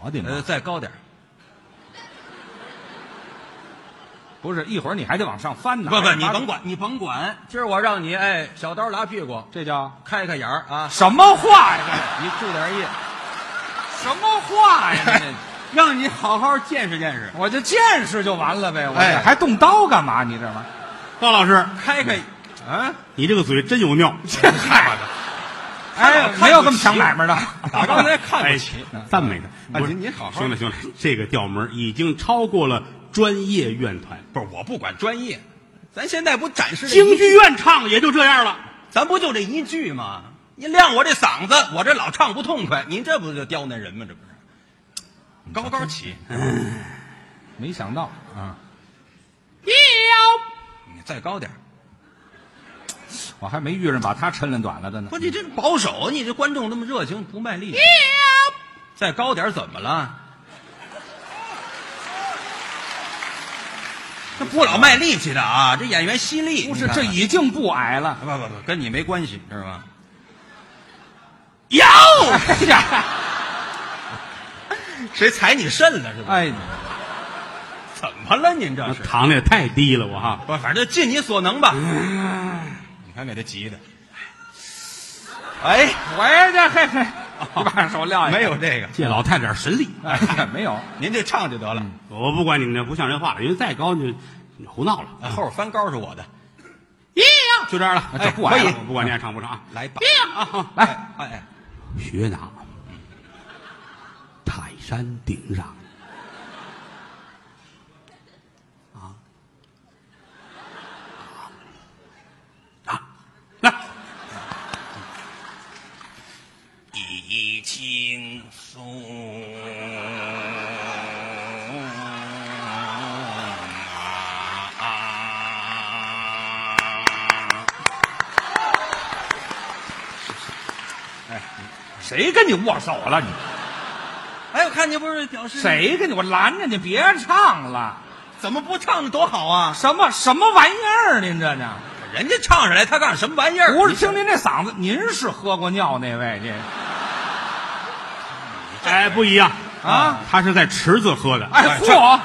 [SPEAKER 3] 我的
[SPEAKER 4] 呃，再高点儿
[SPEAKER 3] 不是一会儿你还得往上翻呢。
[SPEAKER 4] 不不，你甭管，你甭管。哎今儿我让你哎，小刀拉屁股，
[SPEAKER 3] 这叫
[SPEAKER 4] 开开眼儿啊，
[SPEAKER 3] 什么话呀？
[SPEAKER 4] 你注点意，
[SPEAKER 3] 这什么话呀？这
[SPEAKER 4] 让你好好见识见识。
[SPEAKER 3] 我就见识就完了呗，我这
[SPEAKER 4] 哎
[SPEAKER 3] 还动刀干嘛？你这玩意儿，
[SPEAKER 2] 高老师，
[SPEAKER 4] 开开，
[SPEAKER 3] 啊，
[SPEAKER 2] 你这个嘴真有 尿，
[SPEAKER 3] 嗨，
[SPEAKER 4] 哎
[SPEAKER 3] 哎，没有这么抢买卖 的。
[SPEAKER 4] 打刚才看
[SPEAKER 2] 哎
[SPEAKER 4] 不起，，
[SPEAKER 2] 赞美的。
[SPEAKER 4] 啊
[SPEAKER 2] 不是
[SPEAKER 4] 您您好好
[SPEAKER 2] 兄弟兄弟，这个调门儿已经超过了专业院团，
[SPEAKER 4] 不是我不管专业，咱现在不展示这一
[SPEAKER 2] 京剧院唱也就这样了。
[SPEAKER 4] 咱不就这一句吗？你亮我这嗓子，我这老唱不痛快，您这不就刁难人吗？这不是高高起，
[SPEAKER 3] 没想到啊，
[SPEAKER 4] 你再高点儿。
[SPEAKER 3] 我还没遇上把他抻了短了的呢
[SPEAKER 4] 不，。你这保守，啊你这观众那么热情，不卖力。再高点儿怎么了？这不老卖力气的啊，这演员犀利。
[SPEAKER 3] 不
[SPEAKER 4] 你
[SPEAKER 3] 是，
[SPEAKER 4] 看
[SPEAKER 3] 这
[SPEAKER 4] 看啊
[SPEAKER 3] 已经不矮了。
[SPEAKER 4] 不不不，跟你没关系，知道吗？
[SPEAKER 2] 有，
[SPEAKER 3] 哎呀，
[SPEAKER 4] 谁踩你肾了是 吧？
[SPEAKER 3] 哎，
[SPEAKER 4] 怎么了您这是？
[SPEAKER 2] 躺的也太低了，我哈。
[SPEAKER 4] 不，反正尽你所能吧。
[SPEAKER 3] 嗯
[SPEAKER 4] 你看给他急的，哎，
[SPEAKER 3] 喂，这嘿嘿，你把手撂下。
[SPEAKER 4] 没有这个，
[SPEAKER 2] 这老太太点神力，
[SPEAKER 3] 哎，没有。
[SPEAKER 4] 您就唱就得
[SPEAKER 3] 嗯
[SPEAKER 4] 了。
[SPEAKER 2] 我不管你们这不像人话了，因为再高你就你胡闹了。
[SPEAKER 4] 啊后边翻高是我的，
[SPEAKER 2] 就这样了，
[SPEAKER 3] 这
[SPEAKER 2] 哎
[SPEAKER 3] 不矮了
[SPEAKER 2] 可以我不管你爱唱不唱啊。
[SPEAKER 4] 来吧。
[SPEAKER 2] 啊，
[SPEAKER 4] 哎
[SPEAKER 3] 来，
[SPEAKER 4] 哎哎，
[SPEAKER 2] 学哪？泰山顶上。啊啊来，
[SPEAKER 4] 一轻松。啊啊！
[SPEAKER 3] 谁跟你握手了？你
[SPEAKER 4] 哎，我看你不是表示
[SPEAKER 3] 谁跟你？我拦着你，别唱了！
[SPEAKER 4] 怎么不唱的多好啊？
[SPEAKER 3] 什么什么玩意儿？您这呢？
[SPEAKER 4] 人家唱上来，他告诉你什么玩意儿？
[SPEAKER 3] 不是，
[SPEAKER 4] 你
[SPEAKER 3] 听您这嗓子，您是喝过尿那位？这
[SPEAKER 2] 哎，不一样
[SPEAKER 3] 啊！
[SPEAKER 2] 他是在池子喝的。
[SPEAKER 3] 哎嚯，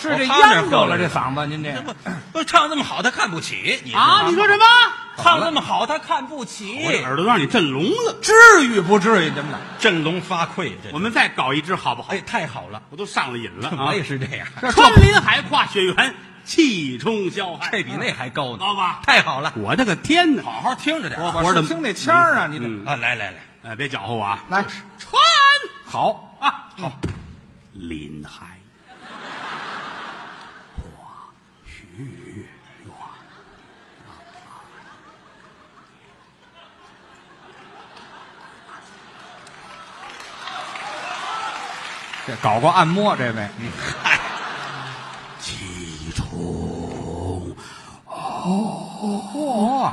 [SPEAKER 3] 是这
[SPEAKER 4] 我趴那儿
[SPEAKER 3] 淹着
[SPEAKER 4] 喝
[SPEAKER 3] 了这
[SPEAKER 4] 着
[SPEAKER 3] 嗓子，您这
[SPEAKER 4] 这不不唱这么好，他看不起你
[SPEAKER 2] 啊，你
[SPEAKER 4] 知道
[SPEAKER 2] 说
[SPEAKER 4] 吗
[SPEAKER 2] 什么？
[SPEAKER 4] 唱这么好，他看不
[SPEAKER 2] 我的
[SPEAKER 4] 起，
[SPEAKER 2] 耳朵让你震聋了。
[SPEAKER 3] 至于不至于？真的，
[SPEAKER 4] 振聋发聩。这
[SPEAKER 2] 我们再搞一支好不好
[SPEAKER 4] 哎，？太好了，
[SPEAKER 2] 我都上了瘾了啊
[SPEAKER 4] 我！也是这样，
[SPEAKER 3] 这
[SPEAKER 2] 穿林海，跨雪原，气冲霄汉。
[SPEAKER 4] 这比那还高呢，
[SPEAKER 2] 高吧
[SPEAKER 4] 太好了，
[SPEAKER 2] 我的个天哪！
[SPEAKER 4] 好好听着点
[SPEAKER 2] 我
[SPEAKER 4] 啊！
[SPEAKER 2] 活
[SPEAKER 3] 我
[SPEAKER 2] 的
[SPEAKER 3] 是听那腔儿啊，你得
[SPEAKER 2] 嗯
[SPEAKER 4] 啊来来来，
[SPEAKER 2] 哎，别搅和我啊！
[SPEAKER 3] 来
[SPEAKER 2] 穿
[SPEAKER 3] 好
[SPEAKER 2] 啊，好，林海，
[SPEAKER 3] 这搞过按摩这位，嗯
[SPEAKER 2] 气冲
[SPEAKER 3] 嚯，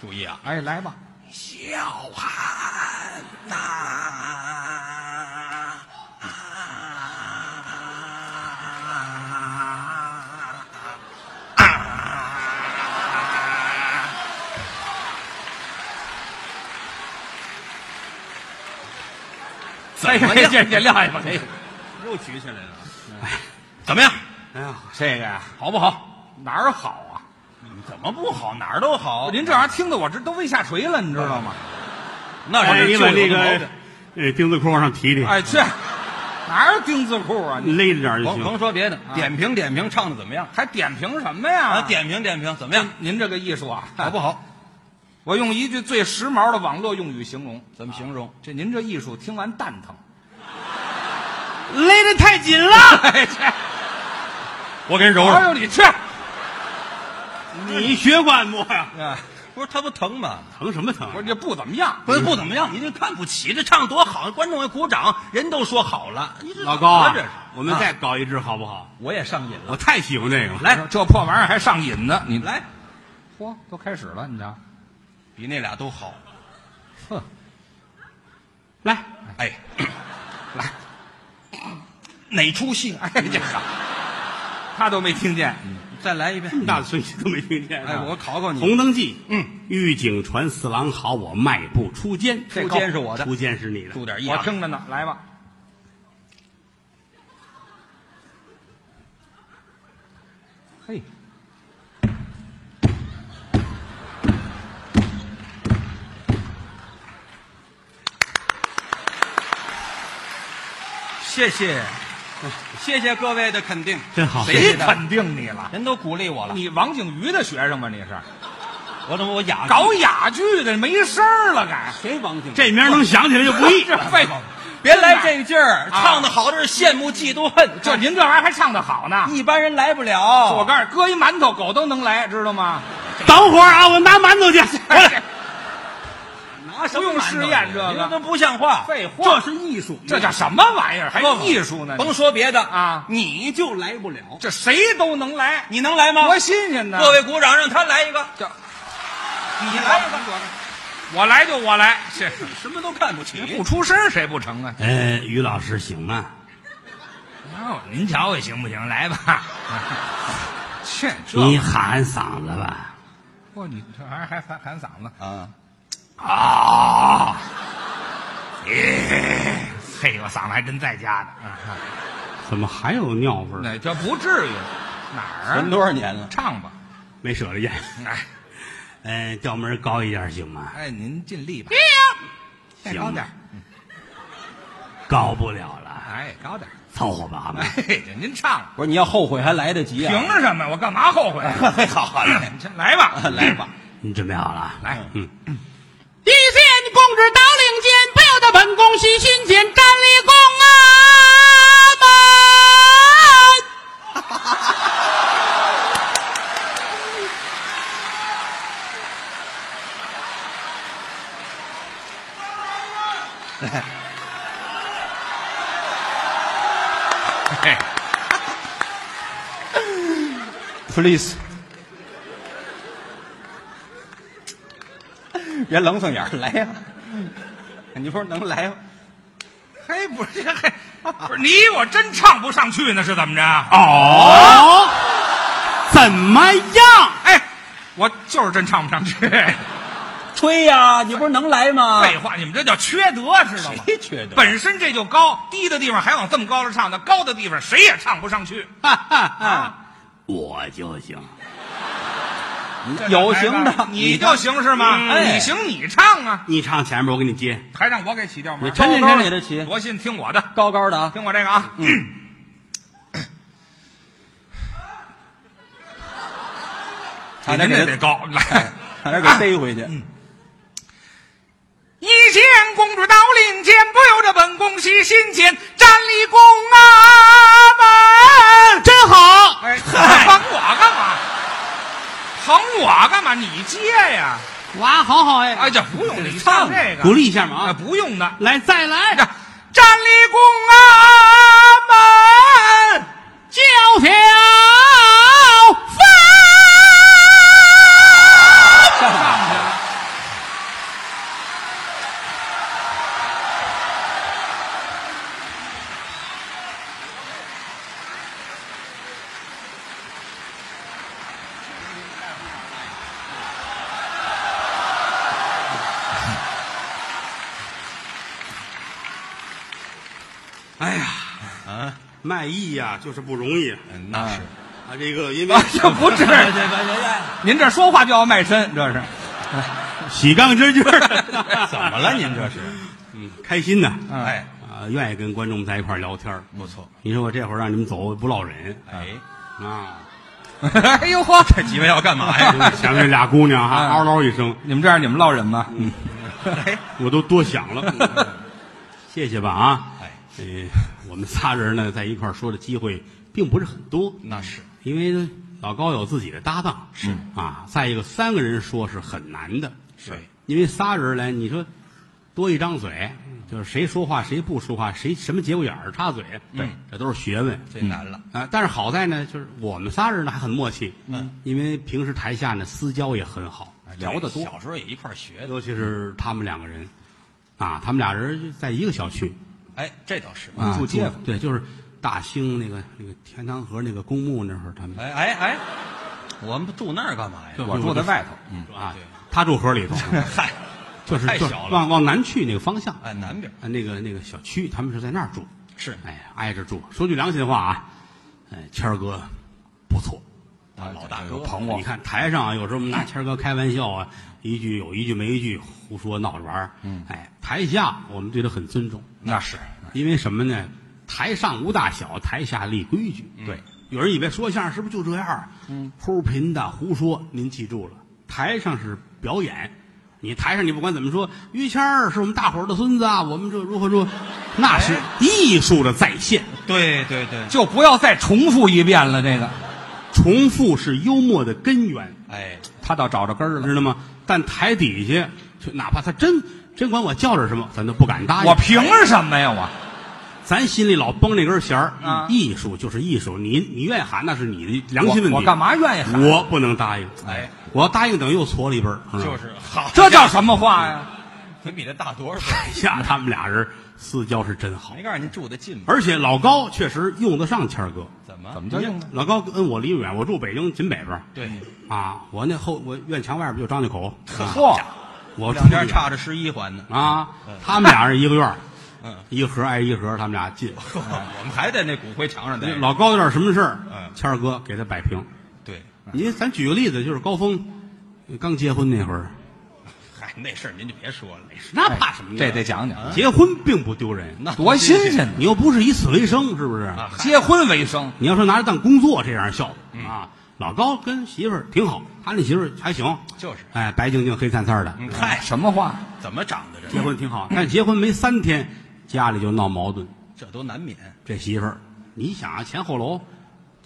[SPEAKER 4] 注意啊，
[SPEAKER 3] 哎，来吧，
[SPEAKER 4] 小汉呐、
[SPEAKER 3] 哎，
[SPEAKER 4] 怎
[SPEAKER 2] 哎
[SPEAKER 4] 么
[SPEAKER 3] 这
[SPEAKER 4] 样？
[SPEAKER 3] 这这撂下吧，这
[SPEAKER 4] 又举起来了，怎么样？
[SPEAKER 2] 哎呀，
[SPEAKER 3] 这个呀，好不好？哪儿好啊？
[SPEAKER 4] 怎么不好？哪儿都好。
[SPEAKER 3] 您这玩意儿听得我这都胃下垂了，你知道吗？
[SPEAKER 4] 那我
[SPEAKER 2] 哎，
[SPEAKER 4] 这
[SPEAKER 2] 你
[SPEAKER 4] 就
[SPEAKER 2] 把
[SPEAKER 4] 有
[SPEAKER 2] 那
[SPEAKER 4] 毛
[SPEAKER 2] 个
[SPEAKER 4] 病
[SPEAKER 2] 呃钉子裤往上提提，
[SPEAKER 3] 哎，去，哪有钉子裤啊？你
[SPEAKER 2] 勒着点儿就
[SPEAKER 4] 甭
[SPEAKER 2] 行
[SPEAKER 4] 甭。说别的，点评点评唱的怎么样？
[SPEAKER 3] 还点评什么呀？
[SPEAKER 4] 啊，点评点评怎么样？
[SPEAKER 3] 您这个艺术啊，
[SPEAKER 4] 好不好？
[SPEAKER 3] 我用一句最时髦的网络用语形容，
[SPEAKER 4] 怎么形容？
[SPEAKER 3] 这您这艺术听完蛋疼。
[SPEAKER 2] 勒得太紧了，
[SPEAKER 3] 哎，去，
[SPEAKER 4] 我给你揉
[SPEAKER 3] 哎呦，你去，
[SPEAKER 2] 你学过按摩呀？
[SPEAKER 3] 啊，
[SPEAKER 4] 不是他不疼吗？
[SPEAKER 2] 疼什么疼啊
[SPEAKER 3] 我？这不怎么样。
[SPEAKER 4] 不是不怎么样，你这看不起，这唱多好，观众也鼓掌，人都说好了。你这
[SPEAKER 2] 老高啊
[SPEAKER 4] 这是，
[SPEAKER 2] 我们
[SPEAKER 4] 啊
[SPEAKER 2] 再搞一支好不好？
[SPEAKER 4] 我也上瘾了，
[SPEAKER 2] 我太喜欢这个了。
[SPEAKER 4] 来
[SPEAKER 3] 这破玩意儿还上瘾呢，你，
[SPEAKER 4] 来，
[SPEAKER 3] 嚯，都开始了，你瞧，
[SPEAKER 4] 比那俩都好。
[SPEAKER 3] 哼，
[SPEAKER 2] 来，
[SPEAKER 4] 哎， 来， 哪出戏？哎呀，
[SPEAKER 3] 他都没听见。
[SPEAKER 4] 再来一遍
[SPEAKER 2] 这。么大的声音都没听见。
[SPEAKER 4] 嗯
[SPEAKER 2] 啊
[SPEAKER 3] 啊
[SPEAKER 4] 哎，我考考你，
[SPEAKER 2] 红灯记，
[SPEAKER 4] 嗯，
[SPEAKER 2] 狱警传四郎好，我迈步出监，
[SPEAKER 4] 出监是我的
[SPEAKER 2] 出监是你的
[SPEAKER 4] 注。点意
[SPEAKER 3] 我
[SPEAKER 4] 啊。
[SPEAKER 3] 听着呢，来吧。嘿，
[SPEAKER 4] 谢谢，谢谢各位的肯定，
[SPEAKER 2] 真好
[SPEAKER 4] 谁
[SPEAKER 3] 谁
[SPEAKER 4] 的肯
[SPEAKER 3] 肯定你了？
[SPEAKER 4] 人都鼓励我 了。
[SPEAKER 3] 你王景瑜的学生吗？你是
[SPEAKER 4] 我怎么我哑
[SPEAKER 3] 啊搞哑剧的，没声儿了该。
[SPEAKER 4] 谁王静？
[SPEAKER 2] 这名儿能想起来就不 易。
[SPEAKER 3] 这废话，
[SPEAKER 4] 别来这劲
[SPEAKER 3] 啊
[SPEAKER 4] 儿，唱的好的是羡慕嫉妒恨，
[SPEAKER 3] 这哎您这玩意儿还唱得好呢。
[SPEAKER 4] 一般人来不了。
[SPEAKER 3] 我告诉你，搁一馒头狗都能来，知道吗？
[SPEAKER 2] 等会儿啊，我拿馒头 去。回
[SPEAKER 3] 哎
[SPEAKER 2] 来，
[SPEAKER 4] 拿
[SPEAKER 3] 不用试验这个
[SPEAKER 4] 你都不像话。
[SPEAKER 3] 废话，
[SPEAKER 2] 是艺术，
[SPEAKER 3] 这叫什么玩意儿？还
[SPEAKER 4] 不不
[SPEAKER 3] 艺术呢？
[SPEAKER 4] 甭说别的
[SPEAKER 3] 啊
[SPEAKER 4] 你就来不了。
[SPEAKER 3] 这谁都能来，
[SPEAKER 4] 你能来吗？
[SPEAKER 3] 多新鲜呢！
[SPEAKER 4] 各位鼓掌，让他来一个。
[SPEAKER 3] 这
[SPEAKER 4] 你来一个，
[SPEAKER 3] 我来就我来，这
[SPEAKER 4] 什么都看不起
[SPEAKER 3] 不。出声谁不成啊？
[SPEAKER 2] 呃，于老师行吗？
[SPEAKER 3] 您瞧我行不行？来吧， 切这
[SPEAKER 2] 你喊嗓子吧。
[SPEAKER 3] 不你这玩意儿还喊喊嗓子
[SPEAKER 4] 啊，
[SPEAKER 3] 啊！ 嘿，我嗓子还真在家呢。啊
[SPEAKER 2] 怎么还有尿味儿？
[SPEAKER 3] 那这不至于，哪儿
[SPEAKER 4] 存
[SPEAKER 3] 啊？
[SPEAKER 4] 多少年了？
[SPEAKER 3] 唱吧，
[SPEAKER 2] 没舍得咽。
[SPEAKER 3] 哎
[SPEAKER 2] 嗯，调门儿高一点行吗？
[SPEAKER 3] 哎，您尽力吧，再
[SPEAKER 2] 行啊
[SPEAKER 3] 高点儿，
[SPEAKER 2] 高不了了，
[SPEAKER 3] 哎，高点儿。
[SPEAKER 2] 凑合吧。
[SPEAKER 3] 哎，这您唱
[SPEAKER 4] 不是你要后悔还来得及啊
[SPEAKER 3] 凭什么？我干嘛后悔？
[SPEAKER 4] 嘿， 好好嘞，
[SPEAKER 3] 你先 来吧，
[SPEAKER 4] 来吧。
[SPEAKER 2] 你准备好了？
[SPEAKER 3] 来
[SPEAKER 2] 嗯。
[SPEAKER 5] 一线公子到领间，不由得本宫喜心间，站立宫啊门。
[SPEAKER 3] 嘿
[SPEAKER 4] Please，人冷松眼儿来呀、你说能来吗？
[SPEAKER 3] 嘿，不是嘿，哦不是你我真唱不上去呢，是怎么着？
[SPEAKER 2] 哦， 怎么样？
[SPEAKER 3] 哎，我就是真唱不上去。
[SPEAKER 4] 吹呀、你不是能来吗？
[SPEAKER 3] 废话，你们这叫缺德，知道吗？
[SPEAKER 4] 谁缺德
[SPEAKER 3] 本身这就高，低的地方还往这么高了唱，那高的地方谁也唱不上去。
[SPEAKER 2] 哈哈哈，
[SPEAKER 4] 啊
[SPEAKER 2] 我就行。
[SPEAKER 4] 嗯有形的，
[SPEAKER 3] 啊你就行是吗？
[SPEAKER 4] 哎
[SPEAKER 3] 你行你唱啊，
[SPEAKER 2] 你唱前面，我给你接。
[SPEAKER 3] 还让我给起调吗
[SPEAKER 2] 你？真认
[SPEAKER 4] 高
[SPEAKER 2] 真
[SPEAKER 4] 高你的起，
[SPEAKER 3] 罗信听我的，
[SPEAKER 4] 高高的啊，
[SPEAKER 3] 听我这个啊。
[SPEAKER 4] 差
[SPEAKER 3] 您
[SPEAKER 4] 点
[SPEAKER 3] 这
[SPEAKER 4] 给
[SPEAKER 3] 得
[SPEAKER 4] 他
[SPEAKER 3] 高来。啊
[SPEAKER 4] 差点给逮回去。
[SPEAKER 3] 一见公主到令间，不由得本宫喜心间，站立宫啊门。
[SPEAKER 2] 哎真好，
[SPEAKER 3] 哎，捧我干嘛？捧我干嘛？你接呀！
[SPEAKER 2] 哇，好好哎，
[SPEAKER 3] 哎，这不用你唱这个，
[SPEAKER 2] 鼓励一下嘛
[SPEAKER 3] 啊，
[SPEAKER 2] 啊！
[SPEAKER 3] 不用的。
[SPEAKER 2] 来，再来，
[SPEAKER 3] 站立宫啊门，
[SPEAKER 2] 教条风。哎呀，卖艺呀、就是不容易啊！
[SPEAKER 4] 哎那是，哎
[SPEAKER 2] 这个因为
[SPEAKER 3] 啊，这不至于。您这说话就要卖身，这是
[SPEAKER 2] 喜杠真劲儿，
[SPEAKER 4] 怎么了？您这是？
[SPEAKER 2] 嗯，开心呐！
[SPEAKER 4] 哎，
[SPEAKER 2] 啊，愿意跟观众们在一块儿聊天儿
[SPEAKER 4] 不错。
[SPEAKER 2] 你说我这会儿让你们走不落忍
[SPEAKER 4] 哎，
[SPEAKER 2] 啊！
[SPEAKER 3] 嗯 哎呦呵，
[SPEAKER 4] 这几位要干嘛呀？
[SPEAKER 2] 前面这俩姑娘哈，
[SPEAKER 3] 嗯
[SPEAKER 2] 嗷嗷一声，
[SPEAKER 3] 你们这样你们落忍吗？嗯，
[SPEAKER 4] 哎
[SPEAKER 2] 我都多想了。 谢谢吧啊！
[SPEAKER 4] 哎，
[SPEAKER 2] 呃，我们仨人呢在一块儿说的机会并不是很多，
[SPEAKER 4] 那是
[SPEAKER 2] 因为老高有自己的搭档是啊。再一个，三个人说是很难的，
[SPEAKER 4] 是
[SPEAKER 2] 因为仨人来，你说多一张嘴，就是谁说话谁不说话，谁什么节骨眼儿插嘴，对，这都是学问。
[SPEAKER 4] 这难了。
[SPEAKER 2] 啊，但是好在呢，就是我们仨人呢还很默契，
[SPEAKER 4] 嗯，
[SPEAKER 2] 因为平时台下呢私交也很好，哎聊得多，
[SPEAKER 4] 小时候也一块儿学的。
[SPEAKER 2] 尤其是他们两个人，啊，他们俩人就在一个小区
[SPEAKER 3] 嗯
[SPEAKER 4] 哎，这倒是。
[SPEAKER 2] 啊，
[SPEAKER 4] 住街坊。
[SPEAKER 2] 对，就是大兴那个那个天堂河那个公墓那会儿，他们
[SPEAKER 4] 哎哎哎，我们住那儿干嘛呀？
[SPEAKER 2] 对
[SPEAKER 3] 我住在外头，嗯，
[SPEAKER 2] 啊，他住河里 头，
[SPEAKER 4] 嗨，
[SPEAKER 2] 就是
[SPEAKER 4] 太
[SPEAKER 2] 就
[SPEAKER 4] 小了。
[SPEAKER 2] 往往南去那个方向，
[SPEAKER 4] 哎，南边
[SPEAKER 2] 啊，那个那个小区，他们是在那儿住，
[SPEAKER 4] 是
[SPEAKER 2] 哎呀，挨着住。说句良心话啊，哎，谦儿哥不错，哎
[SPEAKER 4] 啊，老大哥
[SPEAKER 3] 哎有捧我
[SPEAKER 2] 你，看台上啊，有时候我们拿谦儿哥开玩笑啊，一句有一句没一句胡说闹着玩儿。嗯，哎，台下我们对他很尊重，
[SPEAKER 4] 那是
[SPEAKER 2] 因为什么呢？台上无大小，台下立规矩。
[SPEAKER 3] 嗯
[SPEAKER 4] 对，
[SPEAKER 2] 有人以为说相声是不是就这样儿？嗯，齁贫的胡说。您记住了，台上是表演，你台上你不管怎么说，于谦儿是我们大伙儿的孙子啊，我们这如何 如何，那是艺术的再现，
[SPEAKER 4] 对对对，
[SPEAKER 3] 就不要再重复一遍了。这个
[SPEAKER 2] 重复是幽默的根源。
[SPEAKER 4] 哎，
[SPEAKER 3] 他倒找着根儿了。
[SPEAKER 2] 知道吗？但台底下，就哪怕他真真管我叫点什么，咱都不敢答应。
[SPEAKER 3] 我凭什么呀？我
[SPEAKER 2] 咱心里老绷那根弦儿、
[SPEAKER 3] 啊
[SPEAKER 2] 艺术就是艺术，你你愿意喊那是你的良心问题。
[SPEAKER 3] 我我干？嘛愿意喊？
[SPEAKER 2] 我不能答应。
[SPEAKER 4] 哎，
[SPEAKER 2] 我要答应等于又矬了一辈儿。嗯
[SPEAKER 4] 就是是好，
[SPEAKER 3] 这叫什么话呀？
[SPEAKER 4] 你比他大多少倍？
[SPEAKER 2] 台下哎他们俩人私交是真好
[SPEAKER 4] 没，告诉你住的近吗？
[SPEAKER 2] 而且老高确实用得上谦儿哥。
[SPEAKER 4] 怎么
[SPEAKER 3] 怎么叫用呢？
[SPEAKER 2] 老高跟我离远，我住北京紧北边儿
[SPEAKER 4] 对，
[SPEAKER 2] 啊，我那后我院墙外边就张家 口。啊，
[SPEAKER 3] 嚯，
[SPEAKER 2] 我住
[SPEAKER 4] 两边
[SPEAKER 2] 远
[SPEAKER 4] 差着十一环呢。
[SPEAKER 2] 啊，他们俩是一个院儿，
[SPEAKER 4] 嗯，
[SPEAKER 2] 一盒挨一盒，他们俩近。
[SPEAKER 4] 我们还在那骨灰墙上待着。
[SPEAKER 2] 老高有点什么事儿，
[SPEAKER 4] 嗯
[SPEAKER 2] 谦儿哥给他摆平。
[SPEAKER 4] 对，
[SPEAKER 2] 您啊咱举个例子，就是高峰刚结婚那会儿，
[SPEAKER 4] 嗨，那事儿您就别说了，没事。
[SPEAKER 2] 哎那怕什么呀？
[SPEAKER 3] 这得讲讲，
[SPEAKER 2] 结婚并不丢人，
[SPEAKER 4] 那
[SPEAKER 3] 多新鲜呢！
[SPEAKER 2] 你又不是以此为生，是不是？
[SPEAKER 4] 啊
[SPEAKER 3] 结婚为生，
[SPEAKER 2] 你要说拿着当工作这样笑啊，老高跟媳妇儿挺好，他那媳妇儿还行，
[SPEAKER 4] 就是
[SPEAKER 2] 哎，白净净、黑灿灿的，
[SPEAKER 4] 嗯嗨，
[SPEAKER 3] 什么话？
[SPEAKER 4] 怎么长的
[SPEAKER 2] 结
[SPEAKER 4] 这？
[SPEAKER 2] 婚挺好。但结婚没三天，家里就闹矛盾，
[SPEAKER 4] 这都难免
[SPEAKER 2] 这媳妇儿，你想啊，前后楼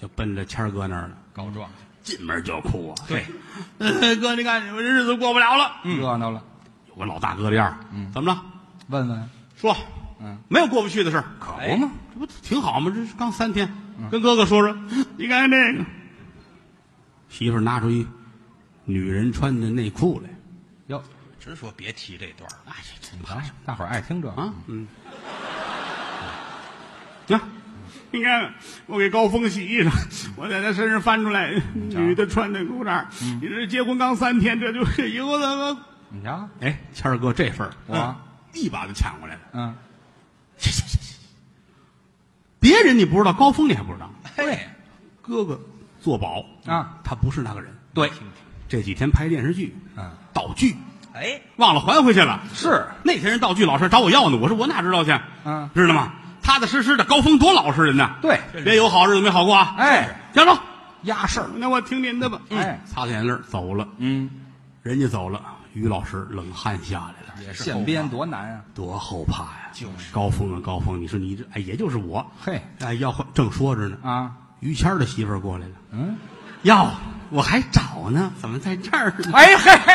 [SPEAKER 2] 就奔着谦儿哥那儿了。
[SPEAKER 4] 告状。
[SPEAKER 2] 进门就哭啊！
[SPEAKER 4] 对，
[SPEAKER 2] 呃哥，你看我这日子过不了了。
[SPEAKER 3] 热闹了，
[SPEAKER 2] 有个老大哥的样儿，怎么了？
[SPEAKER 3] 问问
[SPEAKER 2] 说，
[SPEAKER 3] 嗯，
[SPEAKER 2] 没有过不去的事儿，哎
[SPEAKER 3] 可不嘛？
[SPEAKER 2] 这不嗯挺好吗？这是刚三天，跟哥哥说说，你看这个。媳妇儿拿出一女人穿的内裤来，
[SPEAKER 3] 哟，
[SPEAKER 4] 直说别提这段儿
[SPEAKER 2] 哎，这真
[SPEAKER 3] 啊大伙儿爱听这个
[SPEAKER 2] 啊，嗯，行、
[SPEAKER 6] 你看，我给高峰洗衣裳，我在他身上翻出来
[SPEAKER 2] 嗯
[SPEAKER 6] 女的穿的裤衩。你这结婚刚三天，这就是以后怎么？
[SPEAKER 3] 你瞧，
[SPEAKER 2] 哎，谦儿哥这份儿
[SPEAKER 3] 我
[SPEAKER 2] 一把就抢过来了。
[SPEAKER 3] 嗯，
[SPEAKER 2] 行行行行， 别人你不知道，高峰你还不知道，
[SPEAKER 3] 对
[SPEAKER 2] 哥哥做保
[SPEAKER 3] 啊，
[SPEAKER 2] 他不是那个人。
[SPEAKER 3] 对，
[SPEAKER 2] 这几天拍电视剧，
[SPEAKER 3] 嗯，
[SPEAKER 2] 道具
[SPEAKER 4] 哎，
[SPEAKER 2] 忘了还回去了。
[SPEAKER 3] 是
[SPEAKER 2] 那天人道具老师找我要呢，我说我哪知道去？
[SPEAKER 3] 嗯
[SPEAKER 2] 知道吗？踏踏实实的，高峰多老实人呐。
[SPEAKER 3] 对
[SPEAKER 2] 别有好日子没好过啊。
[SPEAKER 3] 哎，
[SPEAKER 2] 江州，
[SPEAKER 3] 压事儿，
[SPEAKER 6] 那我听您的吧。
[SPEAKER 3] 哎，
[SPEAKER 2] 擦擦眼泪儿走了。
[SPEAKER 3] 嗯，
[SPEAKER 2] 人家走了，于老师冷汗下来了，
[SPEAKER 3] 现编多难啊，
[SPEAKER 2] 多后怕呀！就是高峰啊，高峰，你说你这哎，也就是我，
[SPEAKER 3] 嘿，
[SPEAKER 2] 哎，要换正说着呢，
[SPEAKER 3] 啊，
[SPEAKER 2] 于谦儿的媳妇儿过来了，
[SPEAKER 3] 嗯，
[SPEAKER 2] 哟，我还找呢，怎么在这儿呢？
[SPEAKER 3] 哎嘿 嘿，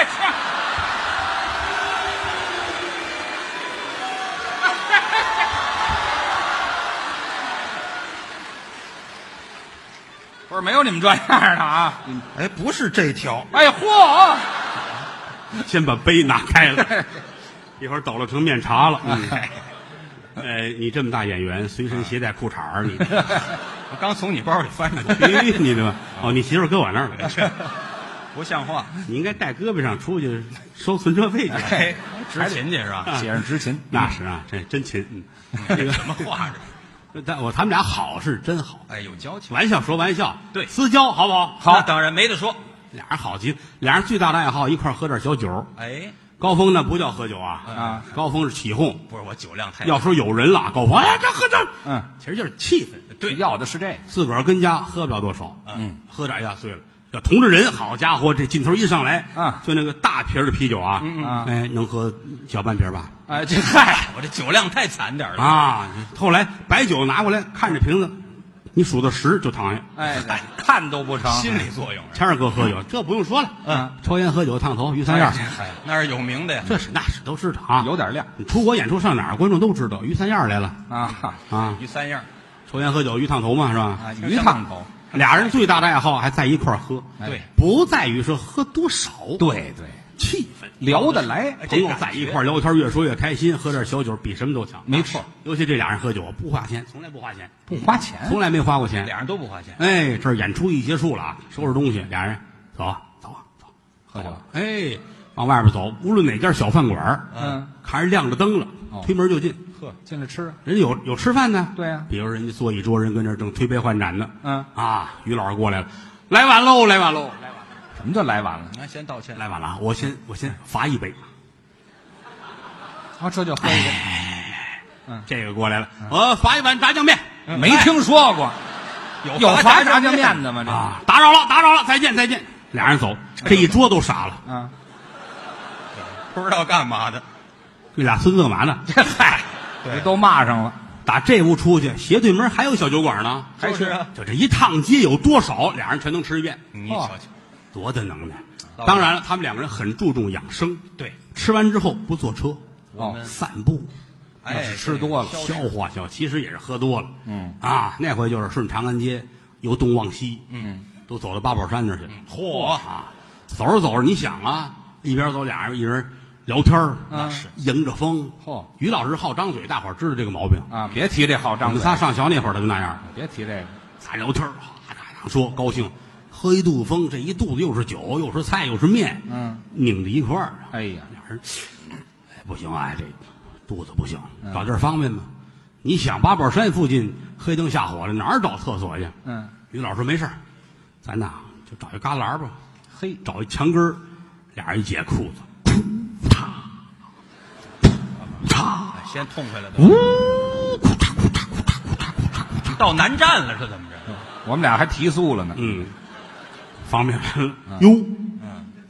[SPEAKER 3] 不是没有你们这样的啊！
[SPEAKER 4] 哎，不是这 条，
[SPEAKER 3] 哎嚯，
[SPEAKER 2] 先把杯拿开了，一会儿抖了成面茶了。嗯哎，你这么大演员，随身携带裤衩儿，你
[SPEAKER 4] 我刚从你包里翻出来，
[SPEAKER 2] 你你对吧？哦，你媳妇儿搁我那儿了，
[SPEAKER 4] 不像话。
[SPEAKER 2] 你应该带胳膊上出去收存车费去。
[SPEAKER 4] 哎，执勤去是吧？
[SPEAKER 3] 写上执勤，
[SPEAKER 2] 那是啊，这真勤。嗯这个
[SPEAKER 4] 什么话 这？
[SPEAKER 2] 但我他们俩好是真好，
[SPEAKER 4] 哎，有交情。
[SPEAKER 2] 玩笑说玩笑，
[SPEAKER 4] 对
[SPEAKER 2] 私交好不好？
[SPEAKER 4] 那，当然没得说。
[SPEAKER 2] 俩人好极了，俩人最大的爱好一块儿喝点小酒。
[SPEAKER 4] 哎，
[SPEAKER 2] 高峰那不叫喝酒啊，
[SPEAKER 3] 啊，
[SPEAKER 2] 高峰是起哄。
[SPEAKER 4] 不是我酒量太
[SPEAKER 2] 要说有人了，高峰哎，这喝这，
[SPEAKER 3] 嗯，
[SPEAKER 2] 其实就是气氛。
[SPEAKER 4] 对
[SPEAKER 3] 要的是这个，
[SPEAKER 2] 自个儿跟家喝不了多少，
[SPEAKER 4] 嗯，
[SPEAKER 2] 喝点儿呀碎了。要同着人，好家伙，这劲头一上来，
[SPEAKER 3] 啊
[SPEAKER 2] 就那个大瓶儿的啤酒啊，
[SPEAKER 3] 嗯
[SPEAKER 2] 哎，能喝小半瓶儿吧？
[SPEAKER 3] 哎，这嗨，
[SPEAKER 4] 我这酒量太惨点儿了。
[SPEAKER 2] 啊，后来白酒拿过来，看着瓶子，你数到十就躺下。
[SPEAKER 3] 哎，
[SPEAKER 4] 看都不成，心理作用。
[SPEAKER 2] 谦儿哥喝酒，这不用说了，
[SPEAKER 3] 嗯，
[SPEAKER 2] 抽烟喝酒烫头，于三样，
[SPEAKER 4] 嗨，那是有名的呀。
[SPEAKER 2] 这是那是都知道啊。
[SPEAKER 3] 有点亮
[SPEAKER 2] 你出国演出上哪儿，观众都知道于三样来了
[SPEAKER 3] 啊，
[SPEAKER 2] 啊，
[SPEAKER 4] 于三样
[SPEAKER 2] 抽烟喝酒于烫头嘛，是吧？
[SPEAKER 3] 啊鱼烫头，
[SPEAKER 2] 俩人最大的爱好还在一块儿喝，
[SPEAKER 3] 哎
[SPEAKER 4] 对，
[SPEAKER 2] 不在于说喝多少，
[SPEAKER 3] 对对，
[SPEAKER 2] 气氛。
[SPEAKER 3] 聊得来，
[SPEAKER 2] 朋友在一块儿聊天，越说越开心，喝点小酒比什么都强。啊
[SPEAKER 3] 没错，
[SPEAKER 2] 尤其这俩人喝酒不花钱，从来不花钱，
[SPEAKER 3] 不花钱，
[SPEAKER 2] 从来没花过钱。
[SPEAKER 4] 俩人都不花钱。
[SPEAKER 2] 哎，这儿演出一结束了啊，收拾东西，俩人走啊走啊走，
[SPEAKER 3] 喝
[SPEAKER 4] 哦
[SPEAKER 3] 酒，
[SPEAKER 2] 哎，往外边走，无论哪家小饭馆儿，
[SPEAKER 3] 嗯，
[SPEAKER 2] 看人亮着灯了
[SPEAKER 3] 哦，
[SPEAKER 2] 推门就进，
[SPEAKER 3] 呵，进来吃，
[SPEAKER 2] 人有有吃饭呢，
[SPEAKER 3] 对呀
[SPEAKER 2] 比如人家坐一桌人跟那儿正推杯换盏呢，
[SPEAKER 3] 嗯
[SPEAKER 2] 啊，于老师过来了，来晚喽，来晚喽，
[SPEAKER 3] 什么叫来晚了？
[SPEAKER 4] 你看，先道歉。
[SPEAKER 2] 来晚了啊，我先我先罚一杯，
[SPEAKER 3] 啊，这就喝一个，
[SPEAKER 2] 这个过来了，我罚一碗炸酱面
[SPEAKER 3] 嗯
[SPEAKER 4] 哎
[SPEAKER 2] 哎
[SPEAKER 3] 没听说过，有
[SPEAKER 4] 华
[SPEAKER 3] 华炸酱面的吗？这，哎
[SPEAKER 2] 啊，打扰了打扰了，再见再见，俩人走，这一桌都傻了，
[SPEAKER 3] 嗯，
[SPEAKER 4] 不知道干嘛的。
[SPEAKER 2] 这俩孙子干嘛呢？
[SPEAKER 3] 这 嗨，这都骂上了，
[SPEAKER 2] 打这屋出去，斜对门还有小酒馆呢。
[SPEAKER 3] 还
[SPEAKER 4] 就是啊，
[SPEAKER 2] 就这一趟街有多少，俩人全能吃一遍，
[SPEAKER 4] 你瞧
[SPEAKER 3] 哦
[SPEAKER 4] 瞧，
[SPEAKER 2] 多大能耐！
[SPEAKER 4] 老板
[SPEAKER 2] 当然了，他们两个人很注重养生，
[SPEAKER 4] 对，
[SPEAKER 2] 吃完之后不坐车，
[SPEAKER 3] 哦，
[SPEAKER 2] 散步，
[SPEAKER 4] 哎，
[SPEAKER 3] 吃多了
[SPEAKER 4] 这个
[SPEAKER 2] 消
[SPEAKER 4] 消
[SPEAKER 2] 化消，其实也是喝多了。
[SPEAKER 3] 嗯
[SPEAKER 2] 啊，那回就是顺长安街由东往西，嗯，都走到八宝山那儿去了。
[SPEAKER 4] 嚯，
[SPEAKER 2] 啊，走着走着，你想啊，一边走俩人一人聊天儿，
[SPEAKER 3] 那是
[SPEAKER 2] 迎着风。
[SPEAKER 3] 嚯
[SPEAKER 2] 于老师好张嘴，大伙儿知道这个毛病。
[SPEAKER 3] 啊，别提这好
[SPEAKER 2] 我
[SPEAKER 3] 张
[SPEAKER 2] 们
[SPEAKER 3] 嘴，
[SPEAKER 2] 仨上学那会儿他就那样儿。
[SPEAKER 3] 别提这个，
[SPEAKER 2] 咱聊天儿，啊哈哈哈说高兴，喝一肚子风，这一肚子又是酒，又是菜，又是面，
[SPEAKER 3] 嗯，
[SPEAKER 2] 拧在一块儿，啊
[SPEAKER 3] 哎呀，
[SPEAKER 2] 俩人，哎，不行啊，这肚子不行，
[SPEAKER 3] 嗯
[SPEAKER 2] 找地儿方便吗？你想八宝山附近黑灯瞎火的，哪儿找厕所去？
[SPEAKER 3] 嗯，
[SPEAKER 2] 于老师说没事儿咱呐就找一旮旯吧，
[SPEAKER 3] 嘿，
[SPEAKER 2] 找一墙根儿，俩人一解裤子，
[SPEAKER 4] 哎先痛快了都。
[SPEAKER 2] 呜，
[SPEAKER 4] 到南站了是怎么着？
[SPEAKER 3] 我们俩还提速了呢，
[SPEAKER 2] 嗯，方便完
[SPEAKER 3] 嗯
[SPEAKER 2] 了，哟，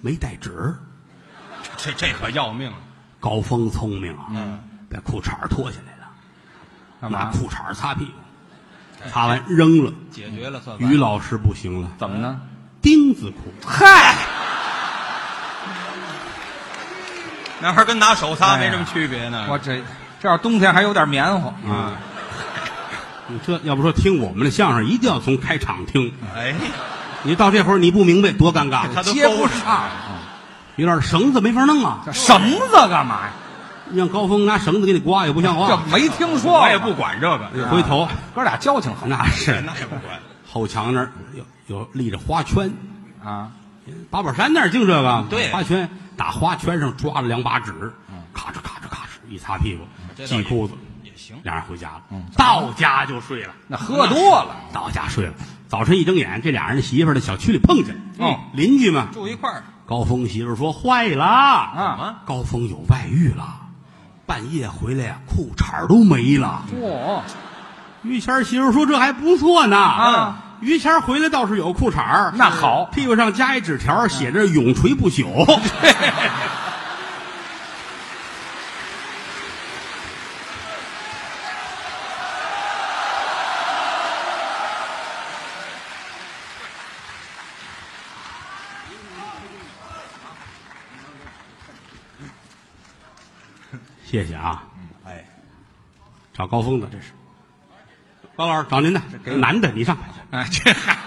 [SPEAKER 2] 没带纸，
[SPEAKER 4] 这这可要命啊了。
[SPEAKER 2] 高峰聪明啊，
[SPEAKER 4] 嗯
[SPEAKER 2] 把裤衩儿脱下来了。
[SPEAKER 3] 嗯干
[SPEAKER 2] 拿
[SPEAKER 3] 嘛？
[SPEAKER 2] 裤衩儿擦屁股，擦完扔了。
[SPEAKER 4] 解决了嗯算完
[SPEAKER 2] 于老师不行了，
[SPEAKER 3] 怎么呢？
[SPEAKER 2] 钉子裤，
[SPEAKER 3] 嗨，
[SPEAKER 4] 那玩意儿跟拿手擦
[SPEAKER 3] 哎
[SPEAKER 4] 没
[SPEAKER 3] 呀
[SPEAKER 4] 什么区别呢。嗯
[SPEAKER 3] 我这这要冬天还有点棉花，
[SPEAKER 2] 啊，你这要不说听我们的相声，一定要从开场听。
[SPEAKER 4] 哎，
[SPEAKER 2] 你到这会儿你不明白多尴尬，
[SPEAKER 4] 他都
[SPEAKER 3] 接不
[SPEAKER 4] 勾着
[SPEAKER 3] 上，
[SPEAKER 2] 有点绳子没法弄啊，
[SPEAKER 3] 这绳子干嘛呀？
[SPEAKER 2] 让高峰拿绳子给你刮也不像
[SPEAKER 3] 这
[SPEAKER 2] 话。
[SPEAKER 3] 没听说，
[SPEAKER 4] 啊我也不啊管这个，
[SPEAKER 2] 回头
[SPEAKER 3] 哥俩交情好
[SPEAKER 2] 那是
[SPEAKER 3] 哎
[SPEAKER 4] 那也不管。
[SPEAKER 2] 后墙那儿有有立着花圈，
[SPEAKER 3] 啊，
[SPEAKER 2] 八宝山那儿净这个，
[SPEAKER 4] 对嗯
[SPEAKER 2] 花圈打花圈上抓了两把纸，咔哧咔哧咔哧一擦屁股，
[SPEAKER 4] 这倒
[SPEAKER 2] 系
[SPEAKER 4] 也
[SPEAKER 2] 裤子，
[SPEAKER 4] 也行，嗯
[SPEAKER 2] 俩人回家了，到家就睡了。
[SPEAKER 3] 那喝多
[SPEAKER 4] 哦
[SPEAKER 3] 了，
[SPEAKER 2] 到家睡了，早晨一睁眼，这俩人的媳妇儿在小区里碰见，
[SPEAKER 3] 嗯，
[SPEAKER 2] 邻居嘛。
[SPEAKER 4] 住一块儿
[SPEAKER 2] 高峰媳妇儿说：“坏了啊
[SPEAKER 3] 啊，
[SPEAKER 2] 高峰有外遇了，半夜回来呀、啊裤衩儿都没了。
[SPEAKER 3] 嚯，
[SPEAKER 2] 于谦儿媳妇儿说：“这还不错呢
[SPEAKER 3] 啊。”
[SPEAKER 2] 于谦儿回来倒是有裤衩儿
[SPEAKER 3] 那好嗯
[SPEAKER 2] 屁股上加一纸条儿，写着“永垂不朽”。谢谢啊，
[SPEAKER 4] 哎，
[SPEAKER 2] 找高峰的这是，高老师找您的，男的你上。
[SPEAKER 3] 哎，这还，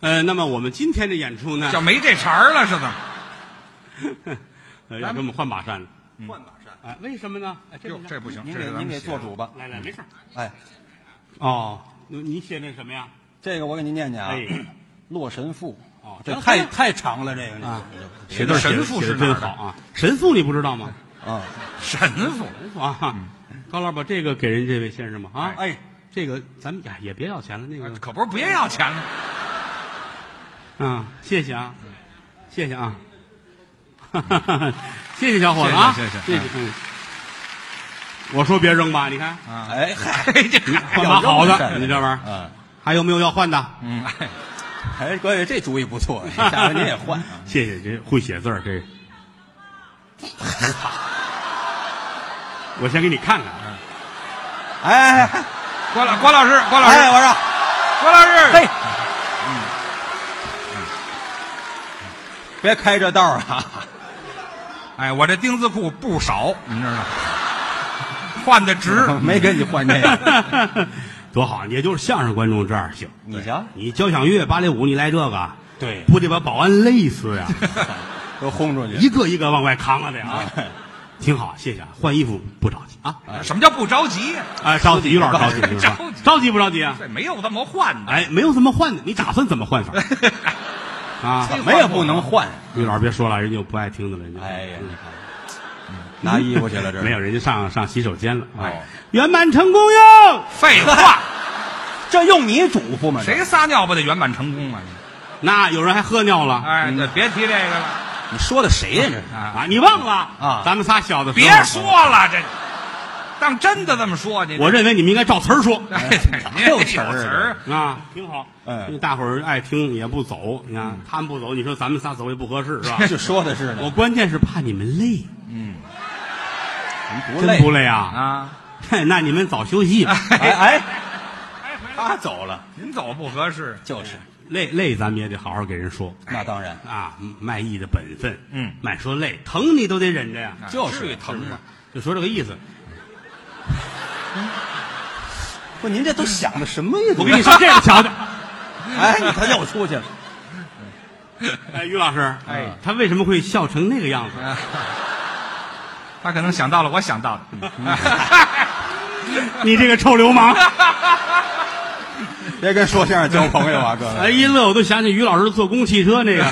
[SPEAKER 2] 呃，那么我们今天的演出呢，
[SPEAKER 3] 就没这茬儿了是怎么？
[SPEAKER 2] 呃，要给我们换马扇了。
[SPEAKER 3] 嗯
[SPEAKER 4] 换马扇。
[SPEAKER 2] 哎，为什么呢？哎，这
[SPEAKER 3] 哟，这不行，
[SPEAKER 4] 您
[SPEAKER 3] 这
[SPEAKER 4] 给
[SPEAKER 3] 是咱
[SPEAKER 4] 您
[SPEAKER 3] 们
[SPEAKER 4] 给
[SPEAKER 3] 写的
[SPEAKER 4] 做主吧。
[SPEAKER 2] 来来，没事儿。
[SPEAKER 4] 哎，
[SPEAKER 2] 哦，你你写那什么呀？
[SPEAKER 4] 这个我给您念念啊，
[SPEAKER 2] 哎
[SPEAKER 4] 《洛神赋》
[SPEAKER 2] 哦
[SPEAKER 4] 这
[SPEAKER 2] 行
[SPEAKER 4] 太
[SPEAKER 2] 行
[SPEAKER 4] 太长了，这个
[SPEAKER 2] 啊
[SPEAKER 4] 这
[SPEAKER 2] 写字儿写
[SPEAKER 3] 神
[SPEAKER 2] 的
[SPEAKER 3] 父
[SPEAKER 2] 写的
[SPEAKER 3] 是
[SPEAKER 2] 真
[SPEAKER 3] 哪儿
[SPEAKER 2] 好
[SPEAKER 3] 的
[SPEAKER 2] 啊！神父你不知道吗？
[SPEAKER 4] 个啊，
[SPEAKER 3] 神父，
[SPEAKER 2] 神父啊，高老师把这个给人这位先生吧啊！
[SPEAKER 4] 哎，
[SPEAKER 2] 这个咱们呀哎也别要钱了，那个
[SPEAKER 3] 可不是别要钱了，
[SPEAKER 2] 啊，谢谢啊，谢谢啊，
[SPEAKER 4] 嗯
[SPEAKER 2] 谢谢小伙子啊，
[SPEAKER 3] 谢谢
[SPEAKER 2] 谢
[SPEAKER 3] 谢谢
[SPEAKER 2] 谢。嗯我说别扔吧，你看
[SPEAKER 3] 啊，
[SPEAKER 4] 哎 嗨，
[SPEAKER 3] 嘿这
[SPEAKER 2] 你
[SPEAKER 3] 还
[SPEAKER 2] 换把好
[SPEAKER 4] 要扔
[SPEAKER 2] 的，
[SPEAKER 4] 是
[SPEAKER 2] 你这玩意儿
[SPEAKER 4] 嗯，
[SPEAKER 2] 还有没有要换的？
[SPEAKER 3] 嗯，哎，
[SPEAKER 4] 哎，关羽这主意不 错，下回您也换啊。
[SPEAKER 2] 谢谢，这会写字儿，这。 我先给你看看啊，
[SPEAKER 4] 哎哎
[SPEAKER 3] 郭老郭老师，郭老
[SPEAKER 4] 哎，
[SPEAKER 3] 师，
[SPEAKER 4] 我说，
[SPEAKER 3] 郭老师，
[SPEAKER 4] 嘿，嗯，嗯别开这道儿啊！
[SPEAKER 3] 哎，我这钉子裤不少，你知道吗？换的 值，
[SPEAKER 4] 没跟你换这个，
[SPEAKER 2] 啊 多好！也就是相声观众这样行。
[SPEAKER 4] 你瞧，
[SPEAKER 2] 你交响乐、芭蕾舞，你来这个，
[SPEAKER 4] 对
[SPEAKER 2] 不得把保安累死 呀？
[SPEAKER 4] 都轰出去。
[SPEAKER 2] 一个一个往外扛啊，得 啊，挺好，谢谢。啊。换衣服不着急啊，
[SPEAKER 3] 什么叫不着急呀？
[SPEAKER 2] 啊，着急，于老师着急，于老师
[SPEAKER 3] 着急
[SPEAKER 2] 着急不着急啊？
[SPEAKER 3] 这没有这么换的，
[SPEAKER 2] 哎，没有怎么换的，你打算怎么换 法啊？
[SPEAKER 4] 怎么也不能换，
[SPEAKER 2] 于老师别说了，人家又不爱听的了，人家。
[SPEAKER 4] 哎呀
[SPEAKER 2] 嗯
[SPEAKER 4] 拿衣服去了这是
[SPEAKER 2] 没有，，人家上上洗手间了。哎
[SPEAKER 4] 哦，
[SPEAKER 2] 圆满成功哟！
[SPEAKER 3] 废话，
[SPEAKER 4] 这用你嘱咐吗？这
[SPEAKER 3] 谁撒尿不得圆满成功啊？
[SPEAKER 2] 那有人还喝尿了
[SPEAKER 3] 哎，对，别提这个了，
[SPEAKER 4] 你说的谁呀？这是
[SPEAKER 3] 啊
[SPEAKER 2] 啊？你忘了
[SPEAKER 4] 哎啊
[SPEAKER 2] 咱们仨小的时候
[SPEAKER 3] 别说，了，这当真的这么说你，
[SPEAKER 2] 我认为你们应该照词儿说
[SPEAKER 3] 哎，对你也得有词
[SPEAKER 4] 哪有词
[SPEAKER 3] 儿
[SPEAKER 4] 儿，
[SPEAKER 2] 啊，挺好。
[SPEAKER 4] 嗯
[SPEAKER 2] 因为大伙儿爱听也不走，你看他们不走，你说咱们仨走也不合适，是 吧？
[SPEAKER 4] 就说的是呢，
[SPEAKER 2] 我关键是怕你们累，
[SPEAKER 4] 我
[SPEAKER 2] 真
[SPEAKER 4] 累
[SPEAKER 2] 不累啊？
[SPEAKER 3] 啊，
[SPEAKER 2] 那你们早休 息吧，
[SPEAKER 4] 哎哎，他走了，
[SPEAKER 3] 您走不合适，
[SPEAKER 4] 就是
[SPEAKER 2] 累累咱们也得好好给人说
[SPEAKER 4] 那当然，
[SPEAKER 2] 啊，卖艺的本分。
[SPEAKER 3] 嗯，
[SPEAKER 2] 卖说累，疼你都得忍着呀。
[SPEAKER 4] 就是
[SPEAKER 3] 至于疼吗？
[SPEAKER 2] 就说这个意思。
[SPEAKER 4] 不，您这都想的什么意思？
[SPEAKER 2] 我给你，上这个瞧瞧。
[SPEAKER 4] 哎，你他又出去了，
[SPEAKER 2] 哎，于老师，
[SPEAKER 3] 哎，
[SPEAKER 2] 他为什么会笑成那个样子？
[SPEAKER 3] 他可能想到了我想到的，
[SPEAKER 2] 你这个臭流 氓！
[SPEAKER 4] 别跟说相声交朋友啊，各位。
[SPEAKER 2] 哎，一乐我都想起于老师坐公汽车那 个。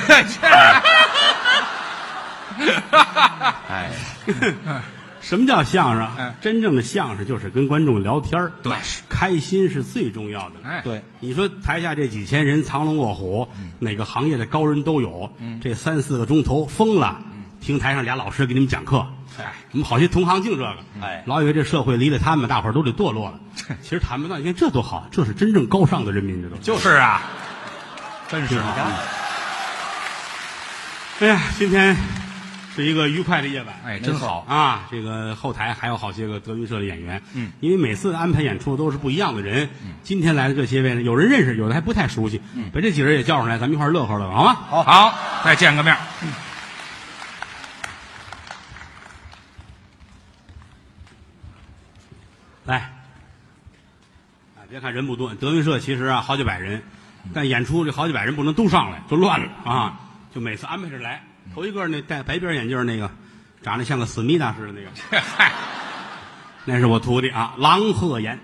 [SPEAKER 4] 哎，
[SPEAKER 2] 什么叫相声啊
[SPEAKER 3] 哎？
[SPEAKER 2] 真正的相声就是跟观众聊天儿
[SPEAKER 3] 对
[SPEAKER 2] 开心是最重要的。
[SPEAKER 3] 哎，
[SPEAKER 4] 对，
[SPEAKER 2] 你说台下这几千人藏龙卧虎，哪个行业的高人都有。这三四个钟头疯了，听台上俩老师给你们讲课。
[SPEAKER 3] 哎，
[SPEAKER 2] 我们好些同行净这个，
[SPEAKER 4] 哎
[SPEAKER 2] 老以为这社会离了他们，大伙儿都得堕落了。其实谈不到，你看这多好，这是真正高尚的人民，这都是。
[SPEAKER 3] 就是啊，真是
[SPEAKER 2] 你
[SPEAKER 3] 啊，
[SPEAKER 2] 看哎呀，今天是一个愉快的夜晚。
[SPEAKER 3] 哎，真好，
[SPEAKER 2] 啊，这个后台还有好些个德云社的演员，嗯，因为每次安排演出都是不一样的人，
[SPEAKER 3] 嗯
[SPEAKER 2] 今天来的这些位呢，有人认识，有的还不太熟悉，嗯，把这几个人也叫上来，咱们一块儿乐呵乐呵，好吗？
[SPEAKER 3] 好，好，再见个面儿。
[SPEAKER 2] 来，啊，别看人不多，德云社其实啊好几百人，
[SPEAKER 3] 嗯
[SPEAKER 2] 但演出这好几百人不能都上来，就乱了啊！就每次安排着来。头一个那戴白边眼镜那个，长得像个死密达似的那个，
[SPEAKER 3] 嗨，
[SPEAKER 2] 那是我徒弟啊，郎鹤炎。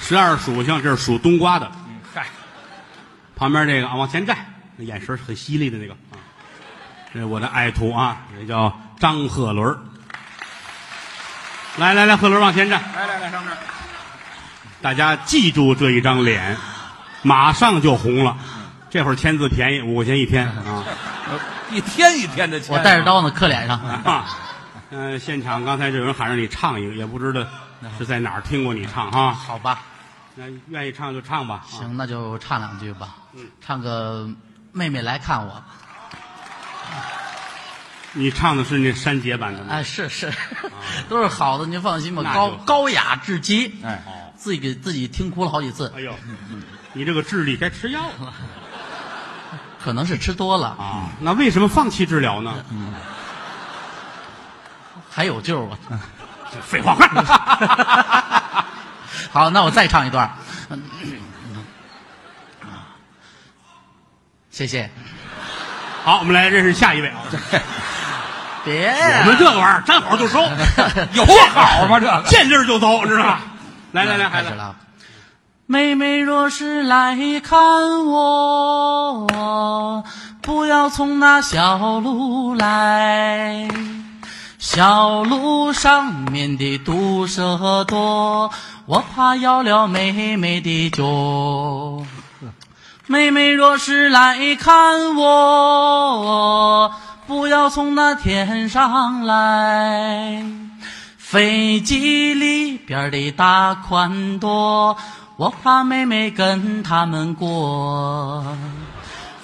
[SPEAKER 2] 十二属相，这是属冬瓜的。
[SPEAKER 3] 嗯嗨，
[SPEAKER 2] 旁边这个啊，往前站，那眼神很犀利的那个啊，这是我的爱徒啊，也叫张鹤伦儿。来来来，鹤伦儿往前站，
[SPEAKER 3] 来来来，上这儿。
[SPEAKER 2] 大家记住这一张脸，马上就红了。这会儿签字便宜，五块钱一天啊。
[SPEAKER 4] 呃
[SPEAKER 3] 一天一天的钱，
[SPEAKER 5] 我带着刀呢刻脸上，
[SPEAKER 2] 啊，嗯、现场刚才就有人喊着你唱一个，也不知道是在哪儿听过你唱哈。
[SPEAKER 5] 好吧，
[SPEAKER 2] 那愿意唱就唱吧。啊、
[SPEAKER 5] 行，那就唱两句吧，
[SPEAKER 2] 嗯
[SPEAKER 5] 唱个妹妹来看我，
[SPEAKER 2] 你唱的是那删节版的吗？
[SPEAKER 5] 哎，是是， 都是好的，您放心吧，
[SPEAKER 2] 啊那
[SPEAKER 5] 高
[SPEAKER 2] 就好哦
[SPEAKER 5] 高雅至极，
[SPEAKER 3] 哎，
[SPEAKER 5] 自己给自己听哭了好几次，
[SPEAKER 2] 哎呦，你这个智力该吃药了
[SPEAKER 5] 可能是吃多了，
[SPEAKER 2] 啊！那为什么放弃治疗呢？
[SPEAKER 5] 还有救 啊！
[SPEAKER 2] 废话 快！
[SPEAKER 5] 好，那我再唱一 段儿。嗯啊谢谢，
[SPEAKER 2] 好，我们来认识下一位啊。
[SPEAKER 5] 别
[SPEAKER 2] 我们这玩意儿沾好就 收，
[SPEAKER 3] 有好吗？这个
[SPEAKER 2] 见地儿就走，知道吧？来来来，
[SPEAKER 5] 开
[SPEAKER 2] 孩
[SPEAKER 5] 始
[SPEAKER 2] 子，
[SPEAKER 5] 了啊。妹妹若是来看我，不要从那小路来。小路上面的毒蛇多，我怕咬了妹妹的脚。妹妹若是来看我，不要从那天上来。飞机里边的大款多，我怕妹妹跟他们过。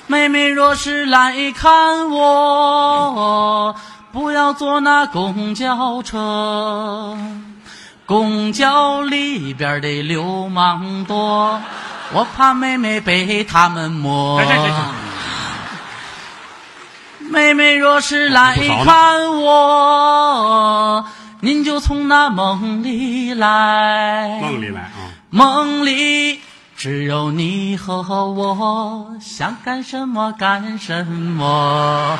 [SPEAKER 5] 妹妹若是来看我，不要坐那公交车。公交里边的流氓多，我怕妹妹被他们摸。妹妹若是来看我，您就从那梦里来。
[SPEAKER 2] 梦里来啊！
[SPEAKER 5] 梦里只有你和我，想干什么干什么。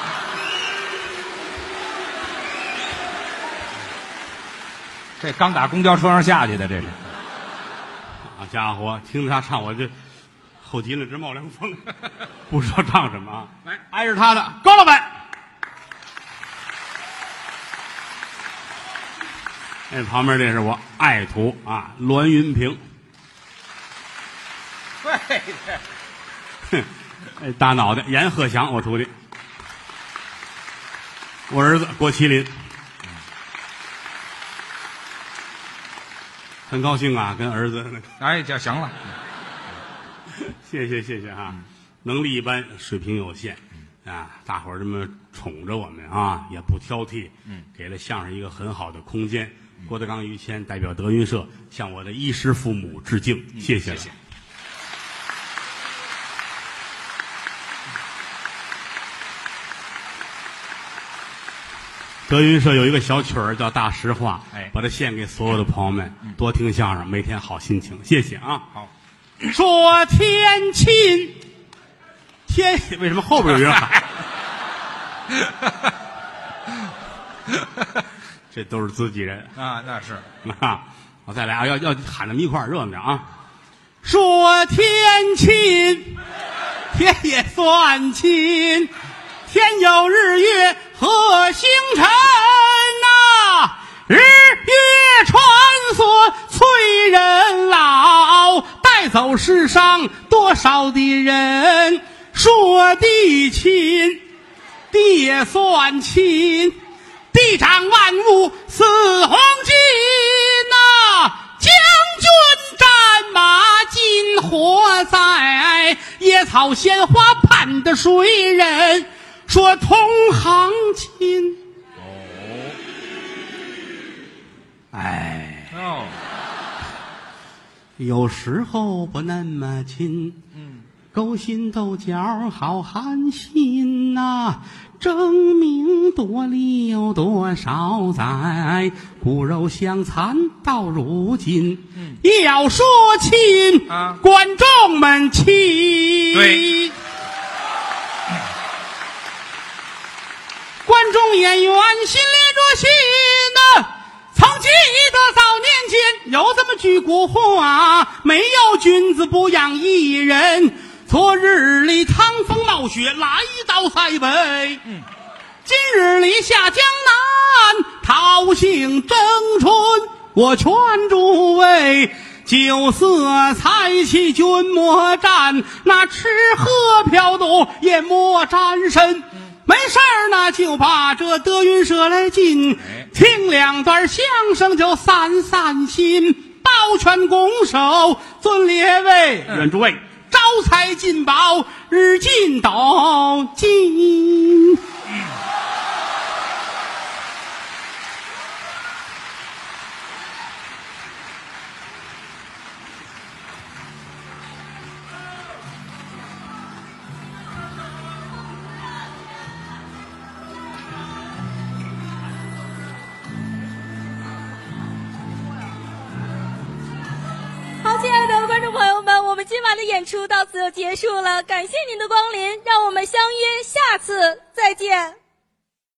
[SPEAKER 3] 这刚打公交车上下去的，这是
[SPEAKER 2] 好啊家伙，听着他唱，我这后脊梁直冒凉风，不知道唱什么啊！来，挨着他的高老板。那哎旁边这是我爱徒啊，栾云平。
[SPEAKER 3] 对，
[SPEAKER 2] 哼， 哎大脑袋阎鹤祥，我徒弟，我儿子郭麒麟，很高兴啊，跟儿子，
[SPEAKER 3] 哎，就行了，
[SPEAKER 2] 谢谢谢谢啊，能力一般，水平有限，啊，大伙儿这么宠着我们啊，也不挑剔，嗯，给了相声一个很好的空间。郭德纲、于谦代表德云社向我的衣食父母致敬，谢谢了。
[SPEAKER 3] 谢谢
[SPEAKER 2] 德云社有一个小曲儿叫《大实话》，
[SPEAKER 3] 哎
[SPEAKER 2] 把它献给所有的朋友们，多听相声，每天好心情。谢谢啊！
[SPEAKER 3] 好，
[SPEAKER 2] 说天亲，天为什么后边有人喊？这都是自己人
[SPEAKER 3] 啊，那是
[SPEAKER 2] 啊！我再来啊，要要喊那么一块儿热闹点啊！说天亲，天也算亲，天有日月和星辰呐、日月穿梭催人老，带走世上多少的人。说地亲，地也算亲，地长万物似黄金呐、将军战马金火在，野草鲜花盼的谁人？说同行亲。哎，
[SPEAKER 3] 哦，
[SPEAKER 2] 有时候不那么亲，嗯，勾心斗角好寒心呐、争名夺利有多少载？骨肉相残到如今，要说亲，
[SPEAKER 3] 嗯啊
[SPEAKER 2] 观众们亲。
[SPEAKER 3] 对
[SPEAKER 2] 观众演员心里着心呐、曾记得早年间有这么句古话：没有君子不养艺人。昨日里趟风冒雪来到塞北，今日里下江南，桃杏争春。我劝诸位，酒色财气均莫沾，那吃喝嫖赌也莫沾身。没事儿呢，就把这德云社来进，
[SPEAKER 6] 哎
[SPEAKER 2] 听两段相声就散散心。抱拳拱手，尊列位，
[SPEAKER 6] 愿诸位
[SPEAKER 2] 招财进宝，日进斗金。
[SPEAKER 1] 好，亲爱的观众朋友们，我们今晚的演出到此就结束了，感谢您的光临，让我们相约下次再见。